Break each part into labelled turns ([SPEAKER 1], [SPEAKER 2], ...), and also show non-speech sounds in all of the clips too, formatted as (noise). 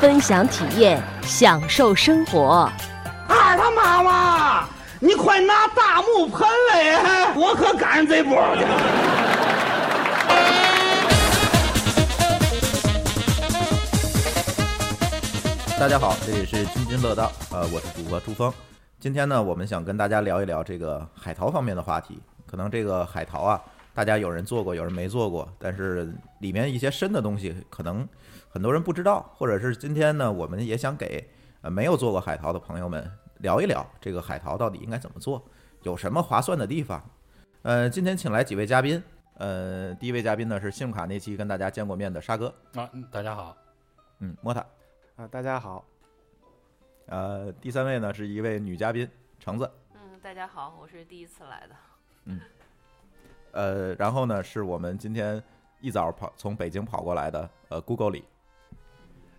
[SPEAKER 1] 分享体验，享受生活。
[SPEAKER 2] 二他妈妈，你快拿大木盆来，我可赶上这波去了。
[SPEAKER 3] 大家好，这里是津津乐道，呃，我是主播朱峰。今天呢，我们想跟大家聊一聊这个海淘方面的话题。可能这个海淘啊，大家有人做过，有人没做过，但是里面一些深的东西，可能很多人不知道，或者是今天呢，我们也想给呃没有做过海淘的朋友们聊一聊这个海淘到底应该怎么做，有什么划算的地方。呃，今天请来几位嘉宾，呃，第一位嘉宾呢是信用卡那期跟大家见过面的沙哥，
[SPEAKER 4] 啊，嗯大家好，
[SPEAKER 3] 嗯，莫塔，
[SPEAKER 5] 啊，大家好，
[SPEAKER 3] 呃，第三位呢是一位女嘉宾橙子，
[SPEAKER 6] 嗯，大家好，我是第一次来的。
[SPEAKER 3] 呃，然后呢是我们今天一早跑从北京跑过来的呃 Google 里。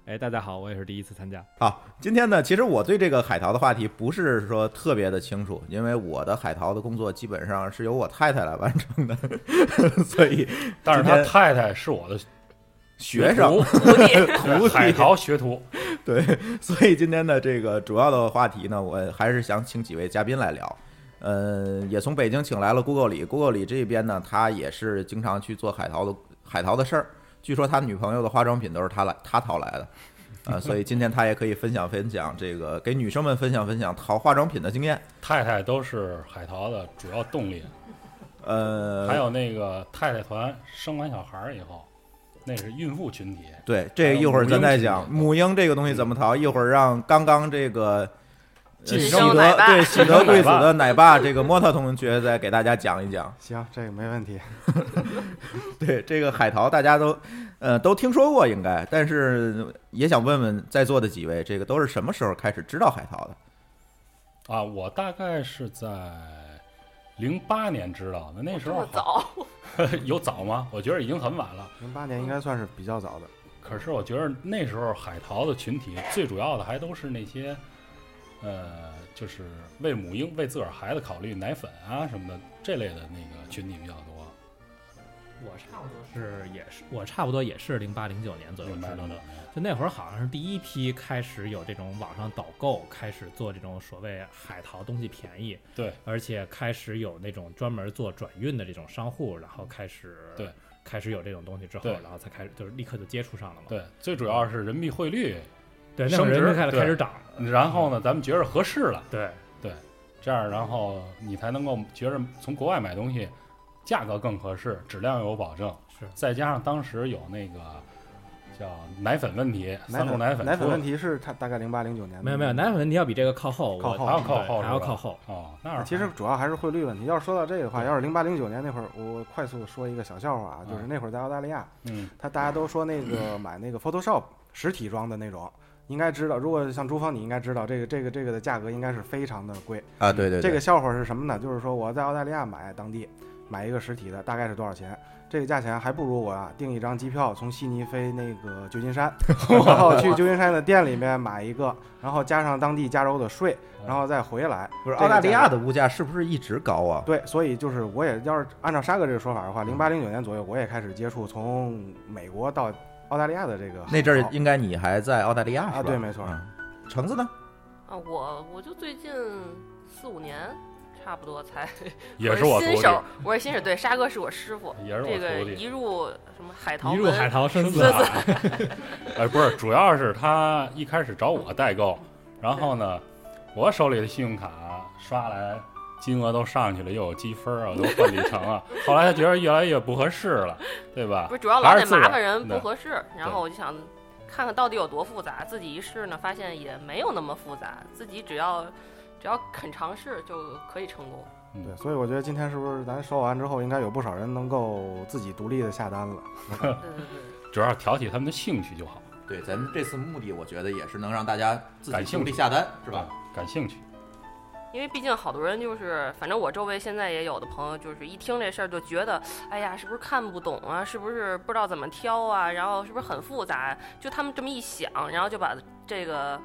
[SPEAKER 7] 哎，大家好，我也是第一次参加。
[SPEAKER 3] 好，今天呢，其实我对这个海淘的话题不是说特别的清楚，因为我的海淘的工作基本上是由我太太来完成的， (laughs) 所以
[SPEAKER 4] 但是
[SPEAKER 3] 今
[SPEAKER 4] 他
[SPEAKER 3] 天
[SPEAKER 4] 太太是我的
[SPEAKER 3] 学生 (laughs)
[SPEAKER 4] 徒
[SPEAKER 3] 徒弟
[SPEAKER 4] 海淘学徒，
[SPEAKER 3] 对，所以今天的这个主要的话题呢，我还是想请几位嘉宾来聊。呃，也从北京请来了 Google 李，Google 李这边呢，他也是经常去做海淘的海淘的事儿。据说他女朋友的化妆品都是他来他淘来的，呃，所以今天他也可以分享分享这个给女生们分享分享淘化妆品的经验。
[SPEAKER 4] 太太都是海淘的主要动力。
[SPEAKER 3] 呃，
[SPEAKER 4] 还有那个太太团生完小孩儿以后，那是孕妇群体，
[SPEAKER 3] 对，这一会儿咱再讲母婴这个东西怎么淘，一会儿让刚刚这个。呃
[SPEAKER 5] 晋
[SPEAKER 3] 喜
[SPEAKER 5] 升
[SPEAKER 3] 得
[SPEAKER 5] 奶爸
[SPEAKER 3] 对喜得 (laughs) 贵
[SPEAKER 5] 晋
[SPEAKER 3] 子的
[SPEAKER 5] 升奶爸
[SPEAKER 3] 奶爸，这个莫特同学再给大家讲一讲。
[SPEAKER 5] 行，这个没问题。
[SPEAKER 3] (laughs) 对这个海淘，大家都呃都听说过应该，但是也想问问在座的几位，这个都是什么时候开始知道海淘的？
[SPEAKER 4] 啊，我大概是在零八年知道的，那时候
[SPEAKER 6] 哦这么早
[SPEAKER 4] (laughs) 有早吗？我觉得已经很晚了。
[SPEAKER 5] 零八年应该算是比较早的，
[SPEAKER 4] 可是我觉得那时候海淘的群体最主要的还都是那些，呃，就是为母婴、为自个儿孩子考虑奶粉啊什么的这类的那个群体比较多。
[SPEAKER 7] 我差不多是也是我差不多也是零八零九年左右知道的
[SPEAKER 4] 年，
[SPEAKER 7] 就那会儿好像是第一批开始有这种网上导购，开始做这种所谓海淘东西便宜，
[SPEAKER 4] 对，
[SPEAKER 7] 而且开始有那种专门做转运的这种商户，然后开始
[SPEAKER 4] 对
[SPEAKER 7] 开始有这种东西之后，
[SPEAKER 4] 对
[SPEAKER 7] 然后才开始就是立刻就接触上了嘛，
[SPEAKER 4] 对，最主要是人民币汇率
[SPEAKER 7] 嗯对那会
[SPEAKER 4] 升
[SPEAKER 7] 儿
[SPEAKER 4] 值
[SPEAKER 7] 人民币开始
[SPEAKER 4] 对
[SPEAKER 7] 开始涨，嗯
[SPEAKER 4] 然后呢，咱们觉着合适了，
[SPEAKER 7] 对
[SPEAKER 4] 对，这样然后你才能够觉着从国外买东西价格更合适，质量有保证，
[SPEAKER 7] 是
[SPEAKER 4] 再加上当时有那个叫奶粉问题，
[SPEAKER 5] 奶
[SPEAKER 4] 三
[SPEAKER 5] 粉
[SPEAKER 4] 鹿粉
[SPEAKER 5] 奶
[SPEAKER 4] 奶
[SPEAKER 5] 粉问，题是它大概零八零九年的。
[SPEAKER 7] 没有没有，奶粉问题要比这个靠后，嗯
[SPEAKER 5] 靠
[SPEAKER 7] 我
[SPEAKER 5] 后
[SPEAKER 4] 还要靠后
[SPEAKER 7] 对
[SPEAKER 4] 是吧，
[SPEAKER 7] 还要靠后，
[SPEAKER 4] 哦，那是
[SPEAKER 5] 其实主要还是汇率问题。要是说到这个的话，要是零八零九年那会儿，我快速说一个小笑话啊，就是那会儿在澳大利亚，
[SPEAKER 4] 嗯，
[SPEAKER 5] 他大家都说那
[SPEAKER 7] (laughs)
[SPEAKER 5] 个买那个 Photoshop 实体装的那种，应该知道。如果像朱芳，你应该知道这个这个这个的价格应该是非常的贵。
[SPEAKER 3] 啊，对对
[SPEAKER 5] 这个笑话是什么呢？就是说我在澳大利亚买当地买一个实体的，大概是多少钱？这个价钱还不如我啊订一张机票从悉尼飞那个旧金山，然后去旧金山的店里面买一个，然后加上当地加州的税，然后再回来。
[SPEAKER 3] 不是
[SPEAKER 5] 这
[SPEAKER 3] 澳
[SPEAKER 5] 个
[SPEAKER 3] 大利亚
[SPEAKER 5] 价
[SPEAKER 3] 的物价是不是一直高啊？
[SPEAKER 5] 对，所以就是我也要是按照沙哥这个说法的话，零八零九年左右我也开始接触从美国到澳大利亚的这个
[SPEAKER 3] 那阵儿
[SPEAKER 5] 航
[SPEAKER 3] 应该你还在澳大利亚是吧？
[SPEAKER 5] 啊对没错
[SPEAKER 3] 嗯橙子呢？
[SPEAKER 6] (laughs) 啊，我我就最近四五年，差不多才
[SPEAKER 4] 也是我徒
[SPEAKER 6] 新
[SPEAKER 4] 弟，
[SPEAKER 6] 手，我是新手，对，沙哥是我师傅，
[SPEAKER 4] 也是我
[SPEAKER 6] 这个
[SPEAKER 4] 徒弟
[SPEAKER 6] 一入什么海淘
[SPEAKER 7] 一
[SPEAKER 6] 门，
[SPEAKER 7] 入海淘深
[SPEAKER 6] 深
[SPEAKER 7] 似
[SPEAKER 6] 似
[SPEAKER 7] 海，
[SPEAKER 4] (laughs) 哎，不是，主要是他一开始找我代购，然后呢，我手里的信用卡刷来金额都上去了，又有积分啊，又换里程
[SPEAKER 6] (laughs)
[SPEAKER 4] 啊，后来他觉得越来越不合适了，对吧
[SPEAKER 6] 不？是主要老
[SPEAKER 4] 还是
[SPEAKER 6] 得
[SPEAKER 4] 自个
[SPEAKER 6] 麻
[SPEAKER 4] 儿
[SPEAKER 6] 烦人
[SPEAKER 4] 对
[SPEAKER 6] 不合适，然后我就想看看到底有多复杂，自己一试呢，发现也没有那么复杂，自己只要只要肯尝试就可以成功。
[SPEAKER 5] 对，所以我觉得今天是不是咱说完之后，应该有不少人能够自己独立的下单了？
[SPEAKER 6] 对对对
[SPEAKER 4] 主要是挑起他们的兴趣就好。
[SPEAKER 3] 对，咱们这次目的我觉得也是能让大家自己
[SPEAKER 4] 感兴
[SPEAKER 3] 独
[SPEAKER 4] 趣
[SPEAKER 3] 立下单，是
[SPEAKER 4] 是
[SPEAKER 3] 吧？？
[SPEAKER 4] 啊感兴趣，
[SPEAKER 6] 因为毕竟好多人就是，反正我周围现在也有的朋友，就是一听这事儿就觉得，哎呀，是不是看不懂啊？是不是不知道怎么挑啊？然后是不是很复杂？就他们这么一想，然后就把这个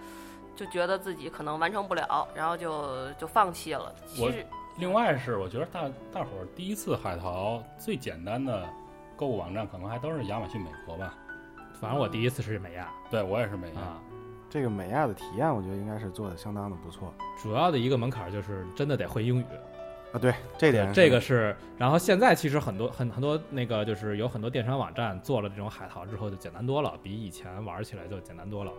[SPEAKER 6] 就觉得自己可能完成不了，然后就就放弃了。其
[SPEAKER 4] 我
[SPEAKER 6] 实
[SPEAKER 4] 另外是，我觉得大大伙儿第一次海淘最简单的购物网站，可能还都是亚马逊美国吧。
[SPEAKER 7] 反正我
[SPEAKER 6] 嗯
[SPEAKER 7] 第一次是美亚
[SPEAKER 4] 对我也是美亚，
[SPEAKER 7] 啊，
[SPEAKER 5] 这个美亚的体验，我觉得应该是做的相当的不错
[SPEAKER 7] 主要的一个门槛就是真的得会英语，
[SPEAKER 5] 啊。对，这点是
[SPEAKER 7] 对这个是。然后现在其实很多很很多那个就是有很多电商网站做了这种海淘之后就简单多了，比以前玩起来就简单多了。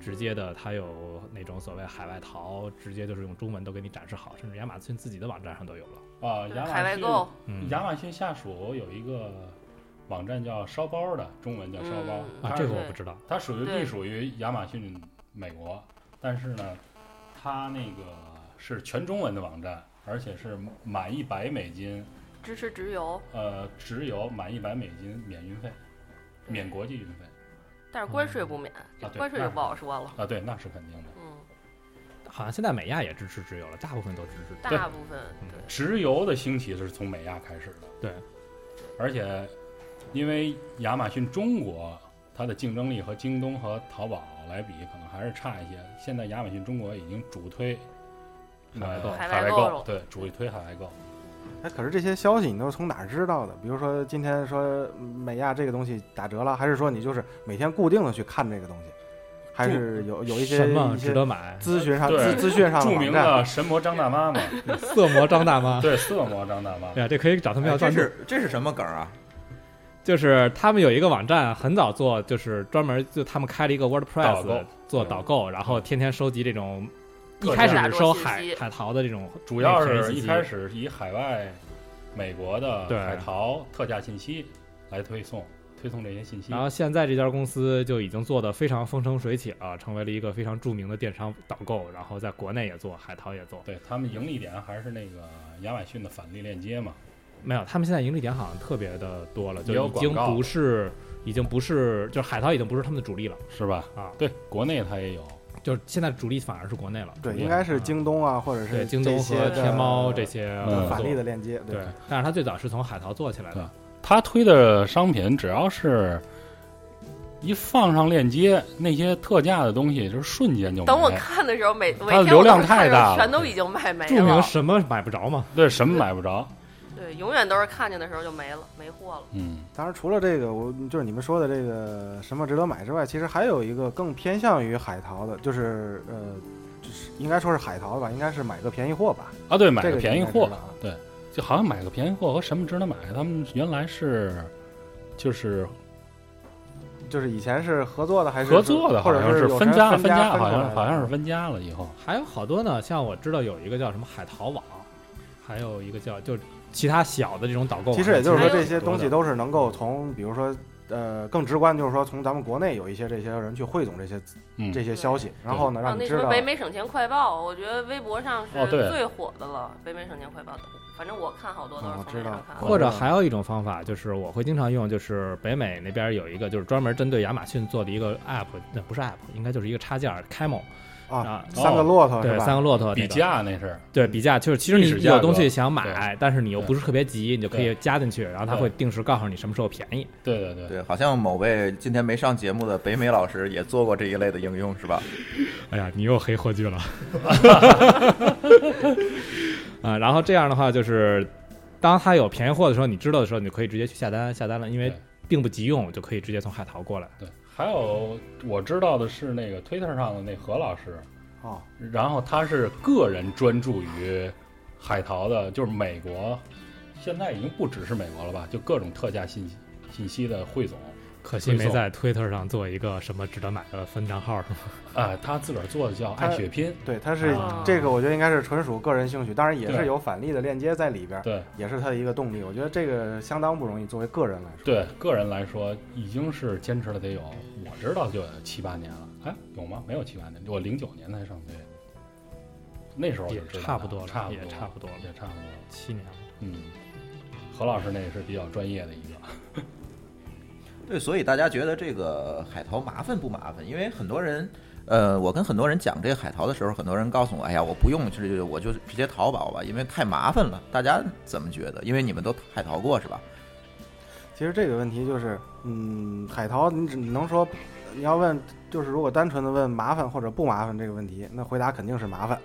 [SPEAKER 7] 直接的，它有那种所谓海外淘，直接就是用中文都给你展示好，甚至亚马逊自己的网站上都有了。
[SPEAKER 4] 啊，亚
[SPEAKER 6] 海
[SPEAKER 4] 马
[SPEAKER 6] 外
[SPEAKER 4] 逊
[SPEAKER 6] 购，
[SPEAKER 7] 嗯，
[SPEAKER 4] 亚马逊下属有一个网站叫烧包的，中文叫烧包
[SPEAKER 7] 啊，
[SPEAKER 6] 嗯，
[SPEAKER 4] 它
[SPEAKER 7] 这
[SPEAKER 4] 是
[SPEAKER 7] 个我
[SPEAKER 6] 对
[SPEAKER 7] 不知道。
[SPEAKER 4] 它属于
[SPEAKER 6] 对
[SPEAKER 4] 隶属于亚马逊美国，但是呢，它那个是全中文的网站，而且是满一百美金，
[SPEAKER 6] 支持直邮，
[SPEAKER 4] 呃，只有满一百美金免运费，免国际运费
[SPEAKER 6] 但是关税不免，这
[SPEAKER 4] 啊对
[SPEAKER 6] 关税就不好说了。
[SPEAKER 4] 啊，对，那是肯定的。
[SPEAKER 6] 嗯，
[SPEAKER 7] 好像现在美亚也支持直邮了，大部分都支持。
[SPEAKER 4] 对嗯
[SPEAKER 6] 大部分对。
[SPEAKER 4] 直邮的兴起是从美亚开始的，
[SPEAKER 7] 对，
[SPEAKER 4] 而且因为亚马逊中国它的竞争力和京东和淘宝来比，可能还是差一些。现在亚马逊中国已经主推
[SPEAKER 7] 海外购
[SPEAKER 4] 呃
[SPEAKER 6] 海
[SPEAKER 4] 海
[SPEAKER 6] 外
[SPEAKER 4] 外
[SPEAKER 6] 购
[SPEAKER 4] 购
[SPEAKER 6] 了
[SPEAKER 4] 对，主推海外购。
[SPEAKER 5] 哎，可是这些消息你都是从哪儿知道的？比如说今天说美亚这个东西打折了，还是说你就是每天固定的去看这个东西，还是有有一些
[SPEAKER 7] 什么
[SPEAKER 5] 一
[SPEAKER 7] 值
[SPEAKER 5] 些 (laughs)
[SPEAKER 7] 得买？
[SPEAKER 5] 咨询上
[SPEAKER 4] 对
[SPEAKER 5] 资资讯上
[SPEAKER 4] 著
[SPEAKER 5] 网
[SPEAKER 4] 名
[SPEAKER 5] 站？
[SPEAKER 4] 的神魔张
[SPEAKER 5] (laughs)
[SPEAKER 4] 大妈嘛，
[SPEAKER 7] 色魔张大妈。
[SPEAKER 4] 对，色魔张大妈
[SPEAKER 7] (laughs) 对，啊，这可以找他们要
[SPEAKER 3] 哎这
[SPEAKER 7] 赞助。
[SPEAKER 3] 是这是什么梗啊？
[SPEAKER 7] 就是他们有一个网站，很早做，就是专门就他们开了一个
[SPEAKER 4] 导
[SPEAKER 7] WordPress
[SPEAKER 4] 购嗯
[SPEAKER 7] 做导购，然后天天收集这种。一
[SPEAKER 4] 各种
[SPEAKER 7] 开始
[SPEAKER 6] 大
[SPEAKER 7] 是
[SPEAKER 6] 众
[SPEAKER 7] 收
[SPEAKER 6] 信
[SPEAKER 7] 海
[SPEAKER 6] 息
[SPEAKER 7] 海淘的这种，
[SPEAKER 4] 主要
[SPEAKER 7] 那个便
[SPEAKER 4] 是
[SPEAKER 7] 宜
[SPEAKER 4] 一
[SPEAKER 7] 信息
[SPEAKER 4] 开始以海外美国的
[SPEAKER 7] 对
[SPEAKER 4] 海淘特价信息来推送推送这些信息
[SPEAKER 7] 然。后现在这家公司就已经做得非常风生水起了，成为了一个非常著名的电商导购，然后在国内也做，海淘也做。
[SPEAKER 4] 对他们盈利点还是那个亚马逊的返利链接嘛，
[SPEAKER 7] 没有，他们现在盈利点好像特别的多了，
[SPEAKER 4] 也有
[SPEAKER 7] 就已
[SPEAKER 4] 广
[SPEAKER 7] 经
[SPEAKER 4] 告
[SPEAKER 7] 不是，已经不是，就是海淘已经不是他们的主力了，
[SPEAKER 4] 是吧？
[SPEAKER 7] 啊
[SPEAKER 4] 对，国内它也有。
[SPEAKER 7] 就是现在主力反而是国内了。
[SPEAKER 5] 对，
[SPEAKER 4] 对
[SPEAKER 5] 应该是
[SPEAKER 7] 啊
[SPEAKER 5] 京东啊，或者
[SPEAKER 7] 对
[SPEAKER 5] 是
[SPEAKER 7] 京东
[SPEAKER 5] 这些
[SPEAKER 7] 和
[SPEAKER 5] 的
[SPEAKER 7] 天猫这些
[SPEAKER 4] 嗯
[SPEAKER 5] 返
[SPEAKER 7] 合
[SPEAKER 5] 利
[SPEAKER 7] 作
[SPEAKER 5] 的链接，
[SPEAKER 7] 对，但是它最早是从海淘做起来的
[SPEAKER 4] 对。他推的商品只要是一放上链接，那些特价的东西就是瞬间就没
[SPEAKER 6] 等我看的时候，每每
[SPEAKER 4] 嗯它的
[SPEAKER 6] 天
[SPEAKER 4] 流
[SPEAKER 6] 我
[SPEAKER 4] 量
[SPEAKER 6] 都看
[SPEAKER 4] 太
[SPEAKER 6] 着
[SPEAKER 4] 大了
[SPEAKER 6] 全都已经卖没
[SPEAKER 7] 著名
[SPEAKER 6] 了。
[SPEAKER 7] 什么买不着嘛？
[SPEAKER 4] 对什么买不着，
[SPEAKER 6] 对，永远都是看见的时候就没了，没货了。
[SPEAKER 4] 嗯，
[SPEAKER 5] 当然，除了这个，我就是你们说的这个什么值得买之外，其实还有一个更偏向于海淘的，就是呃，就是应该说是海淘吧，应该是买个便宜货吧，
[SPEAKER 4] 啊，对，买
[SPEAKER 5] 这
[SPEAKER 4] 个
[SPEAKER 5] 个
[SPEAKER 4] 便宜
[SPEAKER 5] 应该知
[SPEAKER 4] 货
[SPEAKER 5] 道，啊
[SPEAKER 4] 对，就好像买个便宜货和什么值得买，他们原来是就是
[SPEAKER 5] 就是以前是合作的还是
[SPEAKER 4] 合作的，
[SPEAKER 5] 或
[SPEAKER 4] 好
[SPEAKER 5] 者
[SPEAKER 4] 像是
[SPEAKER 5] 有
[SPEAKER 4] 分
[SPEAKER 5] 谁
[SPEAKER 4] 家
[SPEAKER 5] 分分
[SPEAKER 4] 家，好
[SPEAKER 5] 出来
[SPEAKER 4] 像
[SPEAKER 5] 的
[SPEAKER 4] 好像是分家了以后，
[SPEAKER 7] 还有好多呢，像我知道有一个叫什么海淘网，还有一个叫就其他小的这种导购网
[SPEAKER 5] 其
[SPEAKER 7] 站。
[SPEAKER 5] 实也就是说，
[SPEAKER 6] 还有
[SPEAKER 5] 这些东西都是能够从，比如说，呃，更直观就是说，从咱们国内有一些这些人去汇总这些
[SPEAKER 4] 嗯，
[SPEAKER 5] 这些消息，然后呢，
[SPEAKER 6] 啊，
[SPEAKER 5] 让
[SPEAKER 6] 那
[SPEAKER 5] 你
[SPEAKER 6] 什
[SPEAKER 5] 知
[SPEAKER 6] 么
[SPEAKER 5] 道
[SPEAKER 6] 北美省钱快报，我觉得微博上
[SPEAKER 4] 哦
[SPEAKER 6] 是
[SPEAKER 4] 对
[SPEAKER 6] 最火的了。北美省钱快报，反正我看好多都
[SPEAKER 5] 哦
[SPEAKER 6] 是
[SPEAKER 5] 我
[SPEAKER 6] 从那
[SPEAKER 5] 知道
[SPEAKER 6] 上看的。
[SPEAKER 7] 或者还有一种方法，就是我会经常用，就是北美那边有一个就是专门针对亚马逊做的一个 app，那不是 app，应该就是一个插件 Camel
[SPEAKER 5] 啊，
[SPEAKER 7] 啊，
[SPEAKER 5] 三个骆
[SPEAKER 4] 哦
[SPEAKER 5] 驼是
[SPEAKER 7] 对，
[SPEAKER 5] 吧？
[SPEAKER 7] 三个骆驼那
[SPEAKER 4] 比
[SPEAKER 7] 个
[SPEAKER 4] 价那是，
[SPEAKER 7] 对比价，就是其实
[SPEAKER 4] 历史
[SPEAKER 7] 你
[SPEAKER 4] 价格
[SPEAKER 7] 有东西想
[SPEAKER 4] 对
[SPEAKER 7] 买，但是你又不是特别急，你就可以加进去，然后它
[SPEAKER 4] 对
[SPEAKER 7] 会定时告诉你什么时候便宜。
[SPEAKER 4] 对对对，
[SPEAKER 3] 对，好像某位今天没上节目的北美老师也做过这一类的应用，是吧？
[SPEAKER 7] 哎呀，你又黑霍 (laughs) 炬了。啊，然后这样的话就是，当它有便宜货的时候，你知道的时候，你就可以直接去下单，下单了，因为
[SPEAKER 4] 对
[SPEAKER 7] 并不急用，就可以直接从海淘过来。
[SPEAKER 4] 对，还有我知道的是那个 Twitter 上的那何老师，
[SPEAKER 5] 哦，
[SPEAKER 4] 然后他是个人专注于海淘的，就是美国，现在已经不只是美国了吧，就各种特价信息信息的汇总，
[SPEAKER 7] 可惜没在 Twitter 上做一个什么值得买的分账号，是吗？
[SPEAKER 4] 啊，他自个儿做的叫爱血拼，
[SPEAKER 5] 对，它是
[SPEAKER 6] 啊
[SPEAKER 5] 这个，我觉得应该是纯属个人兴趣，当然也
[SPEAKER 4] 对
[SPEAKER 5] 是有返利的链接在里边，
[SPEAKER 4] 对
[SPEAKER 5] 也是它的一个动力。我觉得这个相当不容易，作为个人来说，
[SPEAKER 4] 对，个人来说已经是坚持了得有，我知道就有七八年了，哎，有吗？没有七八年，我零九年才上学，那时候就
[SPEAKER 7] 也
[SPEAKER 4] 知道
[SPEAKER 7] 差不多了
[SPEAKER 4] 差
[SPEAKER 7] 也差不多了
[SPEAKER 4] 也差不多了，
[SPEAKER 7] 七年了。
[SPEAKER 4] 嗯，何老师那也是比较专业的一个，
[SPEAKER 3] 对，所以大家觉得这个海淘麻烦不麻烦？因为很多人，呃，我跟很多人讲这个海淘的时候，很多人告诉我，哎呀，我不用，就是我就直接淘宝吧，因为太麻烦了。大家怎么觉得？因为你们都海淘过是吧？
[SPEAKER 5] 其实这个问题就是，嗯，海淘你只能说，你要问就是如果单纯的问麻烦或者不麻烦这个问题，那回答肯定是麻烦。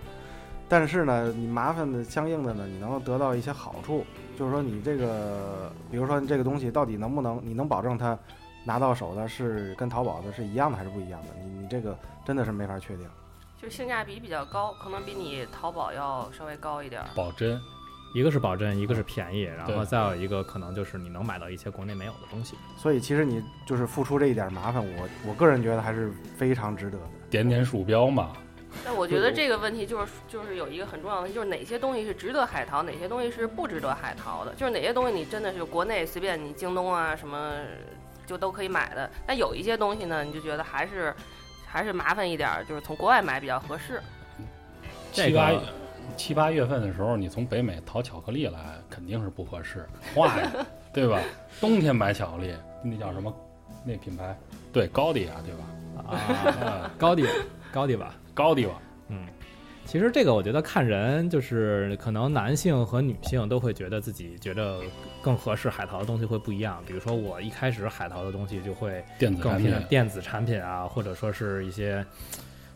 [SPEAKER 5] 但是呢，你麻烦的相应的呢，你能够得到一些好处，就是说你这个，比如说你这个东西到底能不能，你能保证它拿到手的是跟淘宝的是一样的还是不一样的？你你这个真的是没法确定。
[SPEAKER 6] 就是性价比比较高，可能比你淘宝要稍微高一点儿。
[SPEAKER 4] 保真，
[SPEAKER 7] 一个是保真，一个是便宜，然后
[SPEAKER 4] 对
[SPEAKER 7] 再有一个可能就是你能买到一些国内没有的 (laughs) 东西。
[SPEAKER 5] 所以其实你就是付出这一点麻烦，我我个人觉得还是非常值得的。
[SPEAKER 4] 点点鼠标嘛，
[SPEAKER 6] 但我觉得这个问题就是就是有一个很重要的，就是哪些东西是值得海淘，哪些东西是不值得海淘的。就是哪些东西你真的是国内随便你京东啊什么就都可以买的，但有一些东西呢，你就觉得还是还是麻烦一点儿，就是从国外买比较合适。
[SPEAKER 7] 这
[SPEAKER 4] 七八
[SPEAKER 7] 个
[SPEAKER 4] 七八月份的时候，你从北美淘巧克力来，肯定是不合适，坏呀，对吧？冬天买巧克力，那叫什么？那品牌？对，高迪啊，对吧？
[SPEAKER 7] 啊，
[SPEAKER 4] 啊，
[SPEAKER 7] 高迪，高迪吧。
[SPEAKER 4] 高迪吧，
[SPEAKER 7] 其实这个我觉得看人，就是可能男性和女性都会觉得自己觉得更合适海淘的东西会不一样。比如说我一开始海淘的东西就会
[SPEAKER 4] 电子
[SPEAKER 7] 更
[SPEAKER 4] 产
[SPEAKER 7] 偏
[SPEAKER 4] 品
[SPEAKER 7] 向，电子产品啊，或者说是一些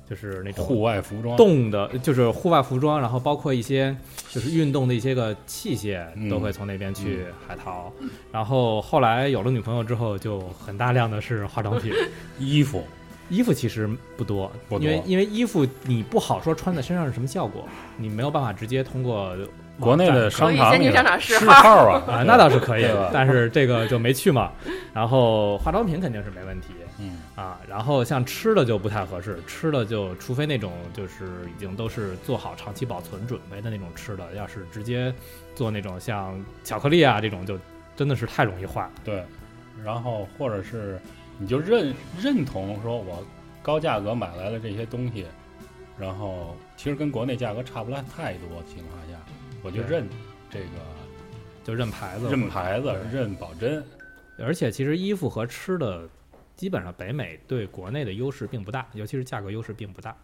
[SPEAKER 7] 就是那种
[SPEAKER 4] 户外服装，
[SPEAKER 7] 动的，就是户外服装，然后包括一些就是运动的一些个器械，
[SPEAKER 4] 嗯
[SPEAKER 7] 都会从那边去海淘。然后后来有了女朋友之后，就很大量的是化妆品，
[SPEAKER 4] (laughs) 衣服，
[SPEAKER 7] 衣服其实不多，
[SPEAKER 4] 不多
[SPEAKER 7] 因为因为衣服你不好说穿在身上是什么效果，你没有办法直接通过
[SPEAKER 4] 国内的商场
[SPEAKER 6] 可以先
[SPEAKER 4] 里
[SPEAKER 6] 去商场试
[SPEAKER 4] 试
[SPEAKER 6] 号
[SPEAKER 4] 号 (laughs) 啊，
[SPEAKER 7] 啊，那倒是可以
[SPEAKER 4] 对吧，
[SPEAKER 7] 但是这个就没去嘛。然后化妆品肯定是没问题
[SPEAKER 4] 嗯，
[SPEAKER 7] 啊，然后像吃的就不太合适，吃的就除非那种就是已经都是做好长期保存准备的那种吃的，要是直接做那种像巧克力啊这种，就真的是太容易坏了。
[SPEAKER 4] 对，然后或者是你就认认同说我高价格买来的这些东西，然后其实跟国内价格差不了太多的情况下，我就
[SPEAKER 7] 对
[SPEAKER 4] 认这个
[SPEAKER 7] 就认牌子，
[SPEAKER 4] 认牌子
[SPEAKER 7] 对、
[SPEAKER 4] 认保真，
[SPEAKER 7] 而且其实衣服和吃的，基本上北美对国内的优势并不大，尤其是价格优势并不大。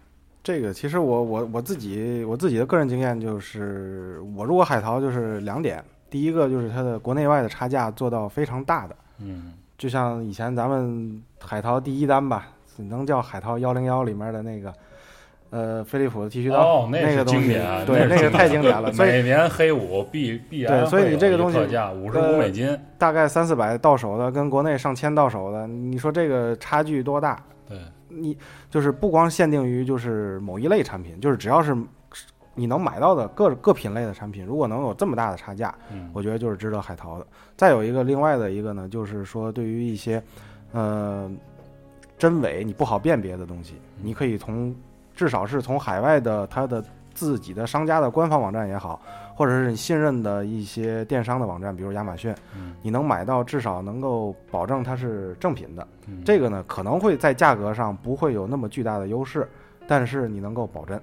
[SPEAKER 5] 这个其实我我我自己我自己的个人经验就是，我如果海淘就是两点，第一个就是它的国内外的差价做到非常大的，
[SPEAKER 4] 嗯，
[SPEAKER 5] 就像以前咱们海淘第一单吧，只能叫海淘幺零幺里面的那个，呃，飞利浦的剃须刀，
[SPEAKER 4] 哦，
[SPEAKER 5] 那
[SPEAKER 4] 是
[SPEAKER 5] 个东
[SPEAKER 4] 经
[SPEAKER 5] 西
[SPEAKER 4] 典啊，，
[SPEAKER 5] 对，
[SPEAKER 4] 那
[SPEAKER 5] 那
[SPEAKER 4] 是
[SPEAKER 5] 个
[SPEAKER 4] 经
[SPEAKER 5] 太经
[SPEAKER 4] (laughs)
[SPEAKER 5] 典了，所以
[SPEAKER 4] 每年黑五必必然
[SPEAKER 5] 对所以
[SPEAKER 4] 会有
[SPEAKER 5] 你这个
[SPEAKER 4] 一
[SPEAKER 5] 东西
[SPEAKER 4] 特价五十
[SPEAKER 5] 呃
[SPEAKER 4] 五美金，
[SPEAKER 5] 大概三四百到手的，跟国内上千到手的，你说这个差距多大？
[SPEAKER 4] 对，
[SPEAKER 5] 你就是不光限定于就是某一类产品，就是只要是你能买到的各各品类的产品，如果能有这么大的差价，
[SPEAKER 4] 嗯，
[SPEAKER 5] 我觉得就是值得海淘的。再有一个另外的一个呢，就是说对于一些呃真伪你不好辨别的东西，你可以从至少是从海外的它的自己的商家的官方网站也好，或者是你信任的一些电商的网站，比如亚马逊，
[SPEAKER 4] 嗯
[SPEAKER 5] 你能买到至少能够保证它是正品的。
[SPEAKER 4] 嗯
[SPEAKER 5] 这个呢，可能会在价格上不会有那么巨大的优势，但是你能够保真。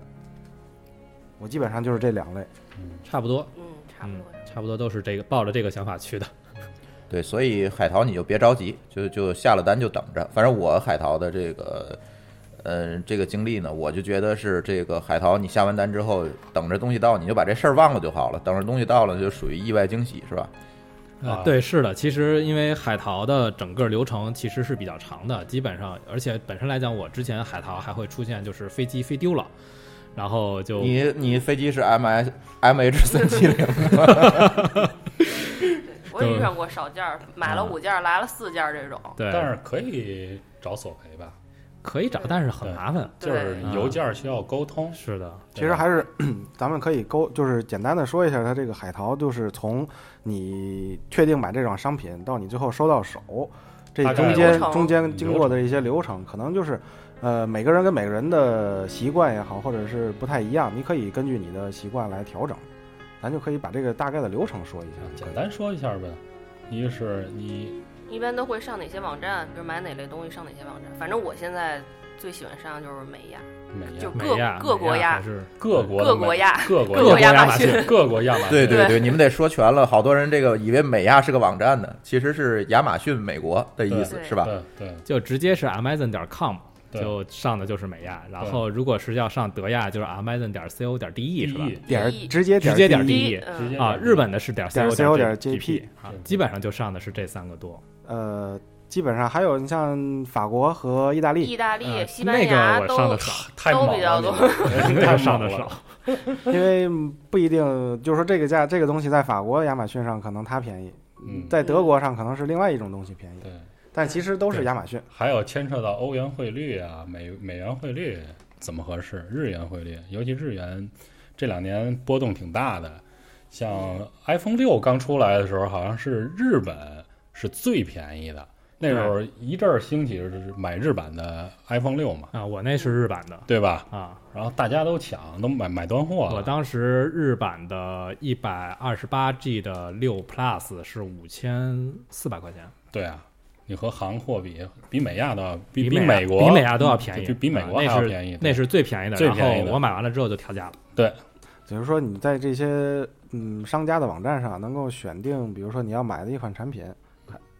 [SPEAKER 5] 我基本上就是这两类。
[SPEAKER 7] 差不多，
[SPEAKER 6] 嗯，差不
[SPEAKER 7] 嗯
[SPEAKER 6] 多。，
[SPEAKER 7] 差不多都是这个抱着这个想法去的。
[SPEAKER 3] 对，所以海淘你就别着急，就就下了单就等着。反正我海淘的这个，呃，这个经历呢，我就觉得是这个海淘，你下完单之后，等着东西到，你就把这事儿忘了就好了。等着东西到了，就属于意外惊喜，是吧？
[SPEAKER 7] 啊
[SPEAKER 4] 啊，
[SPEAKER 7] 对，是的，其实因为海淘的整个流程其实是比较长的，基本上，而且本身来讲，我之前海淘还会出现就是飞机飞丢了，然后就
[SPEAKER 3] 你你飞机是 M S M H 三七零，
[SPEAKER 6] 我也遇上过少件儿，买
[SPEAKER 4] 嗯
[SPEAKER 6] 了五件儿，来了四件儿这种。
[SPEAKER 7] 对，
[SPEAKER 4] 但是可以找索赔吧，
[SPEAKER 7] 可以找，但是很麻烦。
[SPEAKER 6] 对
[SPEAKER 4] 就是
[SPEAKER 7] 嗯
[SPEAKER 4] 邮件需要沟通，
[SPEAKER 7] 是的，
[SPEAKER 5] 其实还是 (clears throat) 咱们可以勾，就是简单的说一下，它这个海淘就是从你确定买这款商品到你最后收到手，这
[SPEAKER 4] 大概
[SPEAKER 5] 中
[SPEAKER 6] 流
[SPEAKER 5] 间
[SPEAKER 6] 程
[SPEAKER 5] 中间经过的一些流程，可能就是呃每个人跟每个人的习惯也好，或者是不太一样，你可以根据你的习惯来调整。咱就可以把这个大概的流程说一
[SPEAKER 4] 啊
[SPEAKER 5] 下。
[SPEAKER 4] 简单说一下呗，一个是你
[SPEAKER 6] 一般都会上哪些网站？比如买哪类东西上哪些网站？反正我现在最喜欢上就是美亚，
[SPEAKER 4] 美
[SPEAKER 6] 就
[SPEAKER 4] 亚
[SPEAKER 6] 各
[SPEAKER 7] 美亚
[SPEAKER 6] 各国
[SPEAKER 7] 亚
[SPEAKER 6] 亚
[SPEAKER 7] 还是
[SPEAKER 4] 各国的
[SPEAKER 6] 各
[SPEAKER 4] 美
[SPEAKER 6] 国亚
[SPEAKER 4] 各
[SPEAKER 6] 各
[SPEAKER 4] 国
[SPEAKER 6] 国亚
[SPEAKER 4] 亚
[SPEAKER 6] 马逊
[SPEAKER 4] 各国亚马逊，
[SPEAKER 3] 对对
[SPEAKER 6] 对
[SPEAKER 3] 对，你们得说全了，好多人这个以为美亚是个网站呢，其实是亚马逊美国的意思
[SPEAKER 6] 对
[SPEAKER 3] 是吧？
[SPEAKER 4] 对对
[SPEAKER 7] 就直接是 Amazon 点 com
[SPEAKER 4] 对
[SPEAKER 7] 就上的就是美亚，然后如果是要上德亚，就是 Amazon 点 co 点 de
[SPEAKER 6] E，
[SPEAKER 4] 第
[SPEAKER 7] 是吧？
[SPEAKER 4] 一
[SPEAKER 5] 点儿
[SPEAKER 6] 第一
[SPEAKER 5] 直接
[SPEAKER 7] 直接点儿
[SPEAKER 5] 第一
[SPEAKER 7] 第一
[SPEAKER 4] 直接
[SPEAKER 6] 嗯，
[SPEAKER 7] 啊，日本的是点
[SPEAKER 5] 点
[SPEAKER 7] co
[SPEAKER 5] CO
[SPEAKER 7] 点
[SPEAKER 5] 点
[SPEAKER 7] jp
[SPEAKER 5] JP
[SPEAKER 7] 啊
[SPEAKER 4] 对，
[SPEAKER 7] 基本上就上的是这三个多。
[SPEAKER 5] 呃，基本上还有你像法国和意大
[SPEAKER 6] (laughs)
[SPEAKER 5] 利，
[SPEAKER 6] 嗯意大
[SPEAKER 7] 呃
[SPEAKER 4] 嗯
[SPEAKER 6] 利、西班
[SPEAKER 7] 那
[SPEAKER 6] 牙
[SPEAKER 7] 个
[SPEAKER 6] 都
[SPEAKER 7] 我上的少，
[SPEAKER 4] 太
[SPEAKER 6] 都
[SPEAKER 4] 猛
[SPEAKER 6] 比较
[SPEAKER 4] 了，
[SPEAKER 6] 多
[SPEAKER 4] 那个
[SPEAKER 7] 那
[SPEAKER 4] 太
[SPEAKER 7] 个上
[SPEAKER 4] 猛
[SPEAKER 7] 的
[SPEAKER 4] 了。
[SPEAKER 5] 因
[SPEAKER 7] 少。
[SPEAKER 5] 为不一定，就是说这个价这个东西在法国亚马逊上可能它便宜，
[SPEAKER 4] 嗯
[SPEAKER 5] 在德国上可能是另外一种东西便宜，
[SPEAKER 4] 对，
[SPEAKER 5] 但其实都是
[SPEAKER 4] 对
[SPEAKER 5] 亚马逊。
[SPEAKER 4] 还有牵扯到欧元汇率啊、美美元汇率怎么合适，日元汇率，尤其日元这两年波动挺大的。像 iPhone 六刚出来的时候，好像是日本是最便宜的，那时候一阵儿兴起是买日版的 iPhone 六嘛，
[SPEAKER 7] 啊，我那是日版的
[SPEAKER 4] 对吧？
[SPEAKER 7] 啊，
[SPEAKER 4] 然后大家都抢，都买买断货
[SPEAKER 7] 我
[SPEAKER 4] 了。
[SPEAKER 7] 当时日版的一百二十八 G 的六 Plus 是五千四百块钱，
[SPEAKER 4] 对啊，你和韩货比，比美亚都要比
[SPEAKER 7] 比
[SPEAKER 4] 美国
[SPEAKER 7] 比美亚都要便宜，
[SPEAKER 4] 比比美国
[SPEAKER 7] 啊
[SPEAKER 4] 还要
[SPEAKER 7] 那是
[SPEAKER 4] 便宜。
[SPEAKER 7] 那是最便宜的。
[SPEAKER 4] 最
[SPEAKER 7] 然
[SPEAKER 4] 便宜的
[SPEAKER 7] 后我买完了之后就调价了。
[SPEAKER 5] 只是说你在这些嗯商家的网站上能够选定，比如说你要买的一款产品，